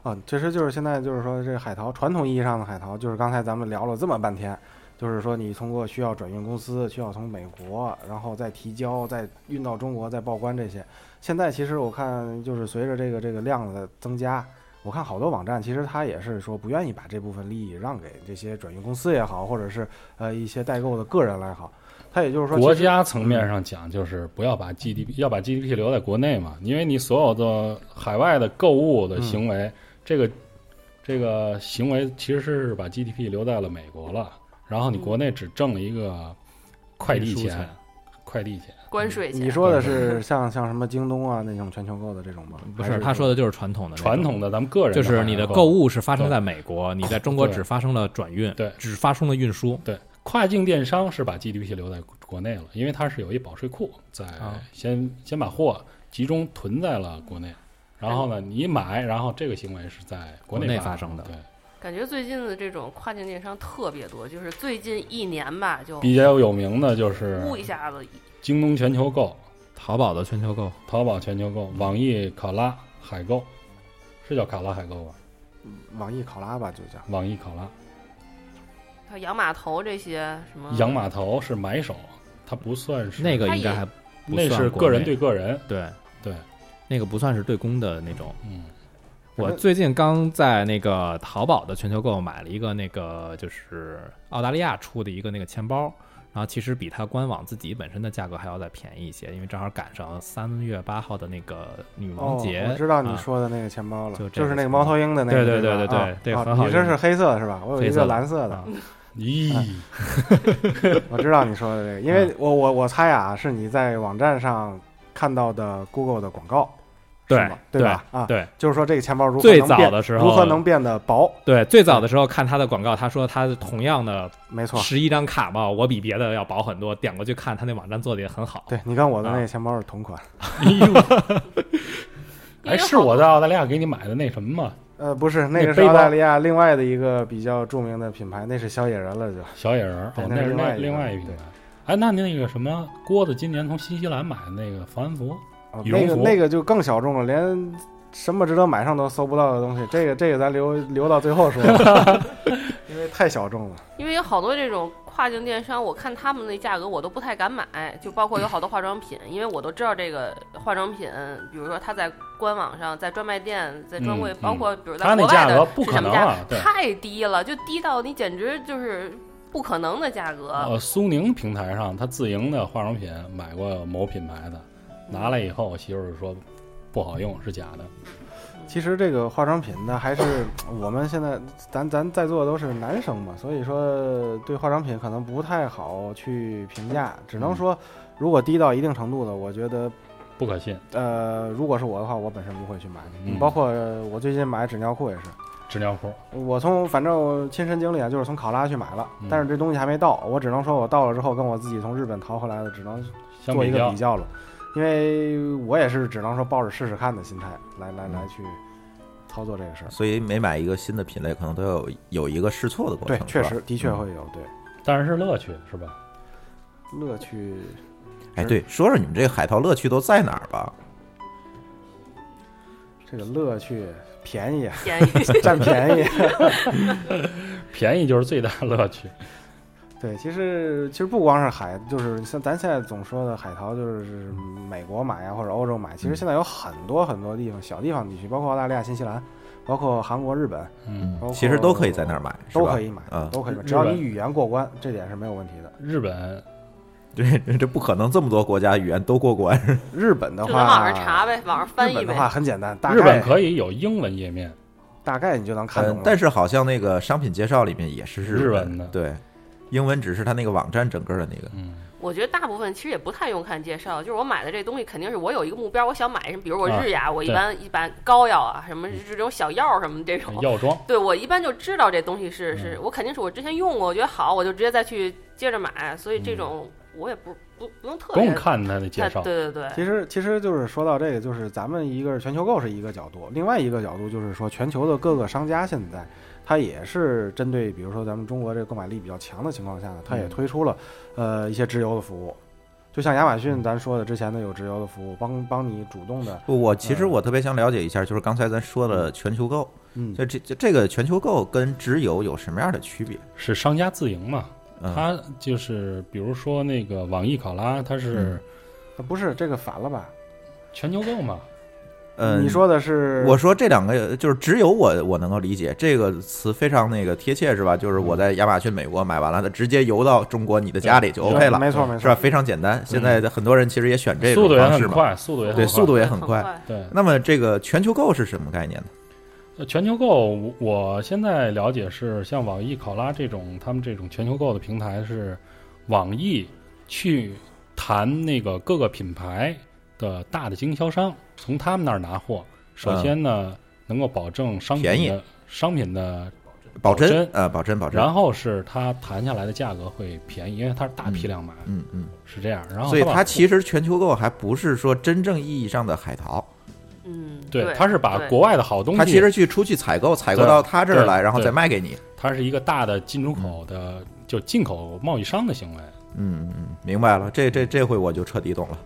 [SPEAKER 5] 啊，其实就是现在就是说，这个海淘传统意义上的海淘，就是刚才咱们聊了这么半天，就是说你通过需要转运公司，需要从美国，然后再提交，再运到中国，再报关这些。现在其实我看就是随着这个这个量的增加，我看好多网站其实它也是说不愿意把这部分利益让给这些转运公司也好，或者是呃一些代购的个人来好，它也就是说
[SPEAKER 4] 国
[SPEAKER 5] 其实
[SPEAKER 4] 家层面上讲，就是不要把 GDP 要把 GDP 留在国内嘛，因为你所有的海外的购物的行为，
[SPEAKER 7] 嗯
[SPEAKER 4] 这个这个行为其实是把 GDP 留在了美国了，然后你国内只挣了一个快递
[SPEAKER 7] 运输
[SPEAKER 4] 钱，快递钱，
[SPEAKER 6] 关税钱
[SPEAKER 5] 嗯你说的是像像什么京东啊那种全球购的这种吗？
[SPEAKER 7] 不
[SPEAKER 5] 还
[SPEAKER 7] 是，他说的就是传统的那种
[SPEAKER 4] 传统的咱们个人
[SPEAKER 7] 就是你
[SPEAKER 4] 的
[SPEAKER 7] 的
[SPEAKER 4] 海外
[SPEAKER 7] 购物是发生在美国，你在中国
[SPEAKER 4] 对
[SPEAKER 7] 只发生了转运，
[SPEAKER 4] 对
[SPEAKER 7] 只发生了运输。
[SPEAKER 4] 对，跨境电商是把 GDP 留在国内了，因为它是有一保税库在
[SPEAKER 7] 啊
[SPEAKER 4] 先先把货集中囤在了国内，然后呢，你买，然后这个行为是在国
[SPEAKER 7] 哎国
[SPEAKER 4] 内
[SPEAKER 7] 内发
[SPEAKER 4] 生
[SPEAKER 7] 生的
[SPEAKER 4] 对，
[SPEAKER 6] 感觉最近的这种跨境电商特别多，就是最近一年吧，就
[SPEAKER 4] 比较有名的就是
[SPEAKER 6] 呼一下子
[SPEAKER 4] 京东全球购、
[SPEAKER 7] 淘宝的全球购，
[SPEAKER 4] 淘宝全球购、网易考拉海购，是叫考拉海购吧？
[SPEAKER 5] 网易考拉吧，就叫。
[SPEAKER 4] 网易考拉、
[SPEAKER 6] 像洋码头这些什么
[SPEAKER 4] 洋码头是买手，它不算是
[SPEAKER 7] 那个
[SPEAKER 6] 它
[SPEAKER 7] 应该
[SPEAKER 6] 也
[SPEAKER 7] 还不
[SPEAKER 4] 那
[SPEAKER 7] 算
[SPEAKER 4] 是
[SPEAKER 7] 国
[SPEAKER 4] 个人
[SPEAKER 7] 内
[SPEAKER 4] 对个人，
[SPEAKER 7] 对
[SPEAKER 4] 对，
[SPEAKER 7] 那个不算是对公的那种。
[SPEAKER 4] 嗯，
[SPEAKER 7] 我最近刚在那个淘宝的全球购买了一个那个就是澳大利亚出的一个那个钱包，然后其实比它官网自己本身的价格还要再便宜一些，因为正好赶上三月八号的那个女嗯王节。
[SPEAKER 5] 哦，我知道你
[SPEAKER 7] 啊
[SPEAKER 5] 说的那个钱包了，
[SPEAKER 7] 就这
[SPEAKER 5] 就
[SPEAKER 7] 个
[SPEAKER 5] 是那个
[SPEAKER 7] 钱包
[SPEAKER 5] 猫头鹰的那个，
[SPEAKER 7] 对对
[SPEAKER 5] 吧
[SPEAKER 7] 对对对对
[SPEAKER 5] 啊
[SPEAKER 7] 很
[SPEAKER 5] 啊
[SPEAKER 7] 好
[SPEAKER 5] 你这
[SPEAKER 7] 用
[SPEAKER 5] 是黑色的是吧？我有一
[SPEAKER 7] 黑
[SPEAKER 5] 个
[SPEAKER 7] 色的
[SPEAKER 5] 蓝色的
[SPEAKER 7] 啊，
[SPEAKER 4] 咦、
[SPEAKER 5] 我知道你说的这个，因
[SPEAKER 7] 嗯
[SPEAKER 5] 为我我我猜啊，是你在网站上看到的 Google 的广告，是
[SPEAKER 7] 对
[SPEAKER 5] 吗对吧？啊，
[SPEAKER 7] 对
[SPEAKER 5] 就是说这个钱包如何
[SPEAKER 7] 最
[SPEAKER 5] 能
[SPEAKER 7] 早
[SPEAKER 5] 变
[SPEAKER 7] 的时
[SPEAKER 5] 如
[SPEAKER 7] 候
[SPEAKER 5] 何能变得薄？
[SPEAKER 7] 对，最早的时候看它的广告，他说他同样的
[SPEAKER 5] 没错，
[SPEAKER 7] 十一张卡嘛，我比别的要薄很多。点过去看，他那网站做的也很好。
[SPEAKER 5] 对你跟我的
[SPEAKER 7] 啊
[SPEAKER 5] 那个钱包是同款，
[SPEAKER 4] 哎，是我在澳大利亚给你买的那什么吗？
[SPEAKER 5] 呃，不是，
[SPEAKER 4] 那
[SPEAKER 5] 那个是
[SPEAKER 4] 背
[SPEAKER 5] 澳大
[SPEAKER 4] 包
[SPEAKER 5] 利亚另外的一个比较著名的品牌，那是小野人了就。
[SPEAKER 4] 小野人儿，
[SPEAKER 5] 对
[SPEAKER 4] 哦，
[SPEAKER 5] 那是
[SPEAKER 4] 是
[SPEAKER 5] 另
[SPEAKER 4] 那
[SPEAKER 5] 外一个
[SPEAKER 4] 另外一品
[SPEAKER 5] 对
[SPEAKER 4] 牌。哎，那那个什么锅子，今年从新西兰买的那个防寒服，
[SPEAKER 5] 啊
[SPEAKER 4] 羽
[SPEAKER 5] 那
[SPEAKER 4] 绒
[SPEAKER 5] 个
[SPEAKER 4] 服
[SPEAKER 5] 那个就更小众了，连什么值得买上都搜不到的东西，这个这个咱留留到最后说吧，因为太小众了。
[SPEAKER 6] 因为有好多这种跨境电商，我看他们那价格我都不太敢买，就包括有好多化妆品，因为我都知道这个化妆品，比如说它在官网上、在专卖店、在专柜，
[SPEAKER 4] 嗯嗯
[SPEAKER 6] 包括比如
[SPEAKER 4] 它
[SPEAKER 6] 在
[SPEAKER 4] 那
[SPEAKER 6] 国
[SPEAKER 4] 价
[SPEAKER 6] 外的
[SPEAKER 4] 格不
[SPEAKER 6] 是
[SPEAKER 4] 可
[SPEAKER 6] 什
[SPEAKER 4] 能
[SPEAKER 6] 么价，
[SPEAKER 4] 啊，对。
[SPEAKER 6] 太低了，就低到你简直就是不可能的价格。
[SPEAKER 4] 呃，苏宁平台上他自营的化妆品买过某品牌的，拿来以后，我媳妇儿说不好用，是假的。
[SPEAKER 5] 其实这个化妆品呢，还是我们现在咱咱在座的都是男生嘛，所以说对化妆品可能不太好去评价，只能说如果低到一定程度的，我觉得
[SPEAKER 4] 不可信，
[SPEAKER 5] 呃，如果是我的话，我本身不会去买。
[SPEAKER 4] 嗯
[SPEAKER 5] 包括我最近买纸尿裤也是，
[SPEAKER 4] 纸尿裤，
[SPEAKER 5] 我从反正我亲身经历啊，就是从考拉去买了
[SPEAKER 4] 嗯，
[SPEAKER 5] 但是这东西还没到，我只能说我到了之后跟我自己从日本淘回来的只能
[SPEAKER 4] 相
[SPEAKER 5] 做一
[SPEAKER 4] 比
[SPEAKER 5] 个
[SPEAKER 4] 较
[SPEAKER 5] 比，较了，因为我也是只能说抱着试试看的心态来
[SPEAKER 4] 嗯
[SPEAKER 5] 来来去操作这个事儿。
[SPEAKER 3] 所以每买一个新的品类，可能都要有有一个试错的过
[SPEAKER 5] 对
[SPEAKER 3] 程。，
[SPEAKER 5] 确
[SPEAKER 3] 是吧
[SPEAKER 5] 实的确
[SPEAKER 4] 嗯
[SPEAKER 5] 会有对
[SPEAKER 4] 但是是乐趣，是吧？
[SPEAKER 5] 乐趣。
[SPEAKER 3] 哎，对，说说你们这个海淘乐趣都在哪儿吧？
[SPEAKER 5] 这个乐趣便
[SPEAKER 4] (laughs)
[SPEAKER 5] 宜，啊
[SPEAKER 6] 便宜，
[SPEAKER 5] 占便宜。
[SPEAKER 4] 便宜就是最大的
[SPEAKER 3] (laughs)
[SPEAKER 4] 乐趣。
[SPEAKER 5] 对，其实其实不光是海，就是像咱现在总说的海淘，就是美国买啊呀或者欧洲买。其
[SPEAKER 3] 嗯
[SPEAKER 5] 实现在有很多很多地方，小地方地区，包括澳大利亚、新西兰，包括韩国、日本，
[SPEAKER 4] 嗯，
[SPEAKER 5] 包括
[SPEAKER 3] 其实都可以在那儿买，是
[SPEAKER 5] 都
[SPEAKER 3] 吧
[SPEAKER 5] 可以买，
[SPEAKER 3] 啊。
[SPEAKER 5] 都可以买，
[SPEAKER 4] 日
[SPEAKER 5] 只要
[SPEAKER 4] 本
[SPEAKER 5] 你语言过关，这点是没有问题的。
[SPEAKER 4] 日本
[SPEAKER 3] 对，这不可能这么多国家语言都过关。
[SPEAKER 5] 日本的
[SPEAKER 6] 就在网
[SPEAKER 5] 话，
[SPEAKER 6] 上查呗，网上翻
[SPEAKER 5] 日
[SPEAKER 6] 译
[SPEAKER 5] 本的
[SPEAKER 6] 呗。
[SPEAKER 5] 话很简单，大
[SPEAKER 4] 日
[SPEAKER 5] 概
[SPEAKER 4] 本可以有英文页面，
[SPEAKER 5] 大概你就能看懂
[SPEAKER 3] 嗯
[SPEAKER 5] 了。，
[SPEAKER 3] 但是好像那个商品介绍里面也是
[SPEAKER 4] 日
[SPEAKER 3] 文
[SPEAKER 4] 文的
[SPEAKER 3] 对，英文只是它那个网站整个的那个。
[SPEAKER 4] 嗯，
[SPEAKER 6] 我觉得大部分其实也不太用看介绍，就是我买的这东西肯定是我有一个目标，我想买什么，比如我
[SPEAKER 4] 啊
[SPEAKER 6] 日牙，我一
[SPEAKER 4] 对嗯
[SPEAKER 6] 般一般膏药啊，什么这种小药什么这
[SPEAKER 3] 哦
[SPEAKER 6] 种，
[SPEAKER 4] 药妆
[SPEAKER 6] 对我一般就知道这东西是
[SPEAKER 4] 嗯
[SPEAKER 6] 是我肯定是我之前用过，我觉得好，我就直接再去接着买，所以这种我也不不不用特
[SPEAKER 4] 嗯不
[SPEAKER 6] 别
[SPEAKER 4] 用看它的介绍，
[SPEAKER 6] 对对对，
[SPEAKER 5] 其实，其实就是说到这个，就是咱们一个是全球购是一个角度，另外一个角度就是说，全球的各个商家现在，它也是针对，比如说咱们中国这个购买力比较强的情况下呢，它也
[SPEAKER 4] 嗯
[SPEAKER 5] 推出了，呃，一些直邮的服务，就像亚马
[SPEAKER 3] 嗯
[SPEAKER 5] 逊咱说的之前的有直邮的服务，帮帮你主动的，
[SPEAKER 3] 不，我其实我特别想了解一下，就是刚才咱说了全球购，
[SPEAKER 5] 嗯，
[SPEAKER 3] 就这这这个全球购跟直邮有什么样的区别？
[SPEAKER 4] 是商家自营嘛？
[SPEAKER 3] 嗯，
[SPEAKER 4] 它就是比如说那个网易考拉，它是
[SPEAKER 3] 嗯
[SPEAKER 5] 啊不是这个反了吧？
[SPEAKER 4] 全球购嘛，
[SPEAKER 3] 嗯
[SPEAKER 5] 你说的是
[SPEAKER 3] 我说这两个就是只有我我能够理解这个词非常那个贴切是吧？就是
[SPEAKER 4] 嗯
[SPEAKER 3] 我在亚马逊美国买完了，它直接邮到中国你的家里就
[SPEAKER 5] 对
[SPEAKER 3] OK 了，嗯
[SPEAKER 5] 没错没
[SPEAKER 3] 是
[SPEAKER 5] 错
[SPEAKER 3] 吧？，非常简单。现在很多人其实也选这
[SPEAKER 4] 嗯速
[SPEAKER 3] 种
[SPEAKER 4] 度也
[SPEAKER 3] 方式
[SPEAKER 4] 很
[SPEAKER 3] 嘛。
[SPEAKER 4] 快，速度也很
[SPEAKER 3] 对
[SPEAKER 4] 快，
[SPEAKER 3] 速度也很快
[SPEAKER 6] 快，
[SPEAKER 4] 对。
[SPEAKER 3] 那么这个全球购是什么概念呢？
[SPEAKER 4] 呃，全球购，我我现在了解是像网易、考拉这种，他们这种全球购的平台是网易去谈那个各个品牌的大的经销商，从他们那儿拿货。首先呢，能够保证商
[SPEAKER 3] 嗯便
[SPEAKER 4] 品
[SPEAKER 3] 宜
[SPEAKER 4] 的商品的，
[SPEAKER 3] 保
[SPEAKER 4] 真
[SPEAKER 3] 真啊，保真保真。
[SPEAKER 4] 然后是他谈下来的价格会便宜，因为它是大批量买，
[SPEAKER 3] 嗯嗯，
[SPEAKER 4] 是这样。然后
[SPEAKER 3] 所以
[SPEAKER 4] 他把
[SPEAKER 3] 它其实全球购还不是说真正意义上的海淘，
[SPEAKER 6] 嗯，
[SPEAKER 4] 对，他是把
[SPEAKER 6] 对
[SPEAKER 4] 国外的好东西，
[SPEAKER 3] 它其实去出去采购，采购
[SPEAKER 4] 对
[SPEAKER 3] 到他这儿
[SPEAKER 4] 对
[SPEAKER 3] 来，然后
[SPEAKER 4] 对
[SPEAKER 3] 再卖给你。
[SPEAKER 4] 它是一个大的进出口的，就进口贸易商的行为。
[SPEAKER 6] 啊
[SPEAKER 3] 嗯嗯，嗯，明白了，这这这回我就彻底懂了。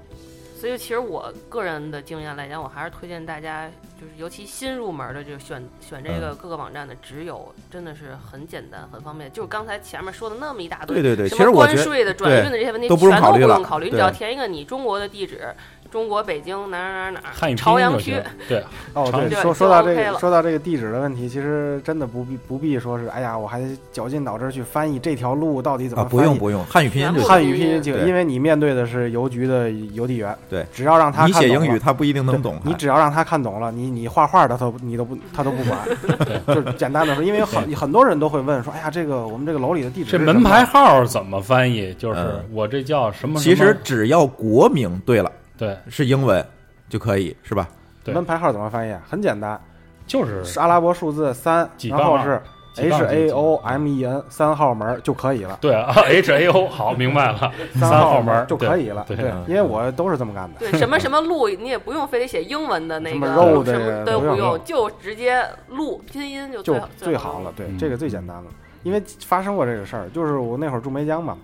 [SPEAKER 6] 所以其实我个人的经验来讲，我还是推荐大家，就是尤其新入门的，就选选这
[SPEAKER 4] 嗯
[SPEAKER 6] 个各个网站的直邮，真的是很简单、很方便。就是刚才前面说的那么一大堆，
[SPEAKER 3] 对对对，其
[SPEAKER 6] 什
[SPEAKER 3] 实
[SPEAKER 6] 么
[SPEAKER 3] 我
[SPEAKER 6] 关
[SPEAKER 3] 觉得
[SPEAKER 6] 税的、转运的这些问题，
[SPEAKER 3] 都
[SPEAKER 6] 全
[SPEAKER 3] 不用考虑
[SPEAKER 6] 不
[SPEAKER 3] 了
[SPEAKER 6] 用考虑，你
[SPEAKER 3] 对
[SPEAKER 6] 只要填一个你中国的地址，中国北京哪儿哪儿哪
[SPEAKER 4] 汉语
[SPEAKER 6] 儿，
[SPEAKER 4] 拼
[SPEAKER 6] 朝
[SPEAKER 4] 音
[SPEAKER 6] 阳
[SPEAKER 4] 就
[SPEAKER 6] 区
[SPEAKER 4] 行，，对，
[SPEAKER 5] 哦，对，
[SPEAKER 6] 对
[SPEAKER 5] 说
[SPEAKER 6] 就
[SPEAKER 5] 说到这
[SPEAKER 6] OK
[SPEAKER 5] 个，
[SPEAKER 6] 了
[SPEAKER 5] 说到这个地址的问题，其实真的不必不必说是，哎呀，我还绞尽脑汁去翻译这条路到底怎
[SPEAKER 3] 啊，
[SPEAKER 5] 么
[SPEAKER 3] 不
[SPEAKER 5] 翻
[SPEAKER 3] 用
[SPEAKER 5] 译
[SPEAKER 3] 不用，汉语拼音就行。
[SPEAKER 5] 汉语拼音这个，
[SPEAKER 3] 对
[SPEAKER 5] 因为你面对的是邮局的邮递员，
[SPEAKER 3] 对
[SPEAKER 5] 只要让他
[SPEAKER 3] 你
[SPEAKER 5] 看
[SPEAKER 3] 写
[SPEAKER 5] 懂
[SPEAKER 3] 英语
[SPEAKER 5] 了
[SPEAKER 3] 他不一定能懂
[SPEAKER 5] 对
[SPEAKER 3] 还。
[SPEAKER 5] 你只要让他看懂了，你你画画的他都你都不他都不管，
[SPEAKER 4] (laughs)
[SPEAKER 5] 就是简单的说，因为很很多人都会问说，哎呀，这个我们这个楼里的地址
[SPEAKER 4] 这
[SPEAKER 5] 是什
[SPEAKER 4] 门
[SPEAKER 5] 么
[SPEAKER 4] 牌号怎么翻译？就是
[SPEAKER 3] 嗯
[SPEAKER 4] 我这叫什么什
[SPEAKER 3] 其
[SPEAKER 4] 么？
[SPEAKER 3] 实只要国名对了，
[SPEAKER 4] 对，
[SPEAKER 3] 是英文就可以，是吧？
[SPEAKER 4] 对
[SPEAKER 5] 门牌号怎么翻译啊？很简单，
[SPEAKER 4] 就是
[SPEAKER 5] 是阿拉伯数字三，
[SPEAKER 4] 几
[SPEAKER 5] 然
[SPEAKER 4] 杠
[SPEAKER 5] 后
[SPEAKER 4] 啊
[SPEAKER 5] 是
[SPEAKER 4] 几
[SPEAKER 5] H
[SPEAKER 4] 杠
[SPEAKER 5] A
[SPEAKER 4] 几
[SPEAKER 5] O M E N 三号门就可以了，
[SPEAKER 4] 对啊 (laughs) H A O，好，明白了，
[SPEAKER 5] 三
[SPEAKER 4] 号
[SPEAKER 5] 门
[SPEAKER 4] 门
[SPEAKER 5] 就可以了。
[SPEAKER 4] 对，
[SPEAKER 5] 对，因为我都是这么干的。
[SPEAKER 6] 对什么什么路，你也不用非得写英文的那
[SPEAKER 5] 什
[SPEAKER 6] 个
[SPEAKER 5] 么 road
[SPEAKER 6] 什
[SPEAKER 5] 呀
[SPEAKER 6] 么都
[SPEAKER 5] 不用
[SPEAKER 6] 用，就直接路拼音就
[SPEAKER 5] 就
[SPEAKER 6] 最好
[SPEAKER 5] 最
[SPEAKER 6] 好
[SPEAKER 5] 好了。。对，
[SPEAKER 4] 嗯
[SPEAKER 5] 这个最简单了，因为发生过这个事儿，就是我那会儿住梅江嘛，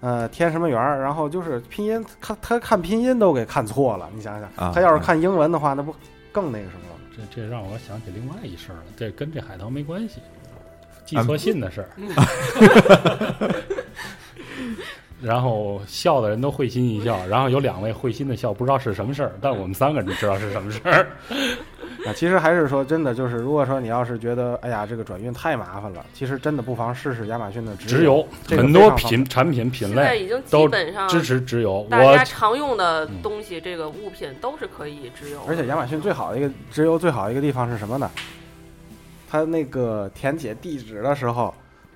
[SPEAKER 5] 呃，天什么园儿，然后就是拼音，看他看拼音都给看错了，你想想
[SPEAKER 3] 啊，
[SPEAKER 5] 他要是看英文的话，那不更那个什么了。
[SPEAKER 4] 这这让我想起另外一事儿了，这跟这海淘没关系，
[SPEAKER 5] 啊
[SPEAKER 4] 寄错信的事儿。
[SPEAKER 5] 嗯
[SPEAKER 4] (laughs) 然后笑的人都会心一笑，然后有两位会心的笑，不知道是什么事儿，但我们三个人知道是什么事
[SPEAKER 5] 嗯
[SPEAKER 4] 儿。
[SPEAKER 5] 啊，其实还是说真的，就是如果说你要是觉得哎呀这个转运太麻烦了，其实真的不妨试试亚马逊的
[SPEAKER 4] 直邮
[SPEAKER 5] 嗯这个
[SPEAKER 4] 很
[SPEAKER 5] 非常方
[SPEAKER 4] 多
[SPEAKER 5] 便
[SPEAKER 4] 品产品品
[SPEAKER 6] 现在
[SPEAKER 4] 类
[SPEAKER 6] 已经基
[SPEAKER 4] 都
[SPEAKER 6] 本上
[SPEAKER 4] 支持直邮，
[SPEAKER 6] 大
[SPEAKER 4] 我
[SPEAKER 6] 家常用的东西，这个物品都是可以直邮的。
[SPEAKER 5] 嗯而且亚马逊最好的一个直邮最好的一个地方是什么呢？它那个填写地址的时候，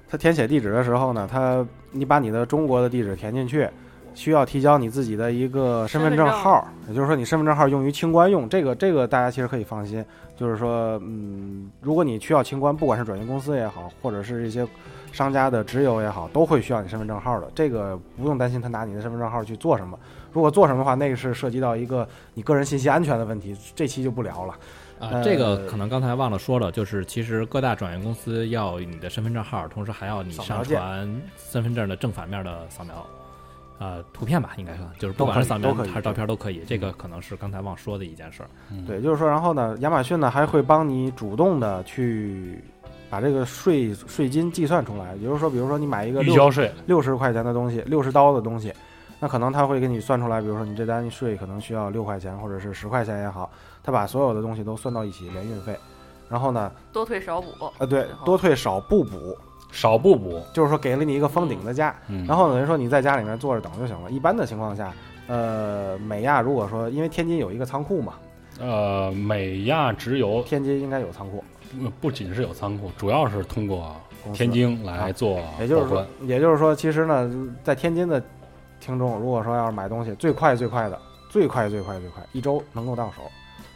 [SPEAKER 5] 它填写地址的时候呢，它你把你的中国的地址填进去，需要提交你自己的一个身份证号，也就是说你身份证号用于清关用，这个这个大家其实可以放心。就是说，嗯，如果你需要清关，不管是转运公司也好，或者是一些商家的直邮也好，都会需要你身份证号的，这个不用担心他拿你的身份证号去做什么。如果做什么的话，那个是涉及到一个你个人信息安全的问题，这期就不聊了。呃
[SPEAKER 7] 啊，这个可能刚才忘了说了，就是其实各大转运公司要你的身份证号，同时还要你
[SPEAKER 5] 扫
[SPEAKER 7] 上
[SPEAKER 5] 描件
[SPEAKER 7] 传身份证的正反面的扫描，呃，图片吧，应该算，就是
[SPEAKER 5] 都
[SPEAKER 7] 不管
[SPEAKER 5] 可
[SPEAKER 7] 是
[SPEAKER 5] 以
[SPEAKER 7] 扫描
[SPEAKER 5] 都可以
[SPEAKER 7] 还是照片都可以。这个可能是刚才忘说的一件事儿。
[SPEAKER 5] 对，就是说，然后呢，亚马逊呢还会帮你主动的去把这个税税金计算出来，也就是说，比如说你买一个
[SPEAKER 4] 预
[SPEAKER 5] 六
[SPEAKER 4] 交税
[SPEAKER 5] 六十块钱的东西，六十刀的东西，那可能他会给你算出来，比如说你这单税可能需要六块钱，或者是十块钱也好，他把所有的东西都算到一起，连运费。然后呢，
[SPEAKER 6] 多退少补，
[SPEAKER 5] 呃，对
[SPEAKER 6] 然，后
[SPEAKER 5] 多退少不补，
[SPEAKER 4] 少不补。
[SPEAKER 5] 就是说给了你一个封顶的价，
[SPEAKER 4] 嗯
[SPEAKER 5] 然后等于说你在家里面坐着等就行了。一般的情况下，呃，美亚如果说因为天津有一个仓库嘛，
[SPEAKER 4] 呃，美亚直邮
[SPEAKER 5] 天津应该有仓库，
[SPEAKER 4] 不不仅是有仓库，主要是通过
[SPEAKER 5] 公司
[SPEAKER 4] 天津来做
[SPEAKER 7] 啊
[SPEAKER 5] 也哦就是
[SPEAKER 4] 报
[SPEAKER 5] 说
[SPEAKER 4] 关。，
[SPEAKER 5] 也就是说，其实呢，在天津的听众，如果说要是买东西，最快最快的，最快最快最快，一周能够到手。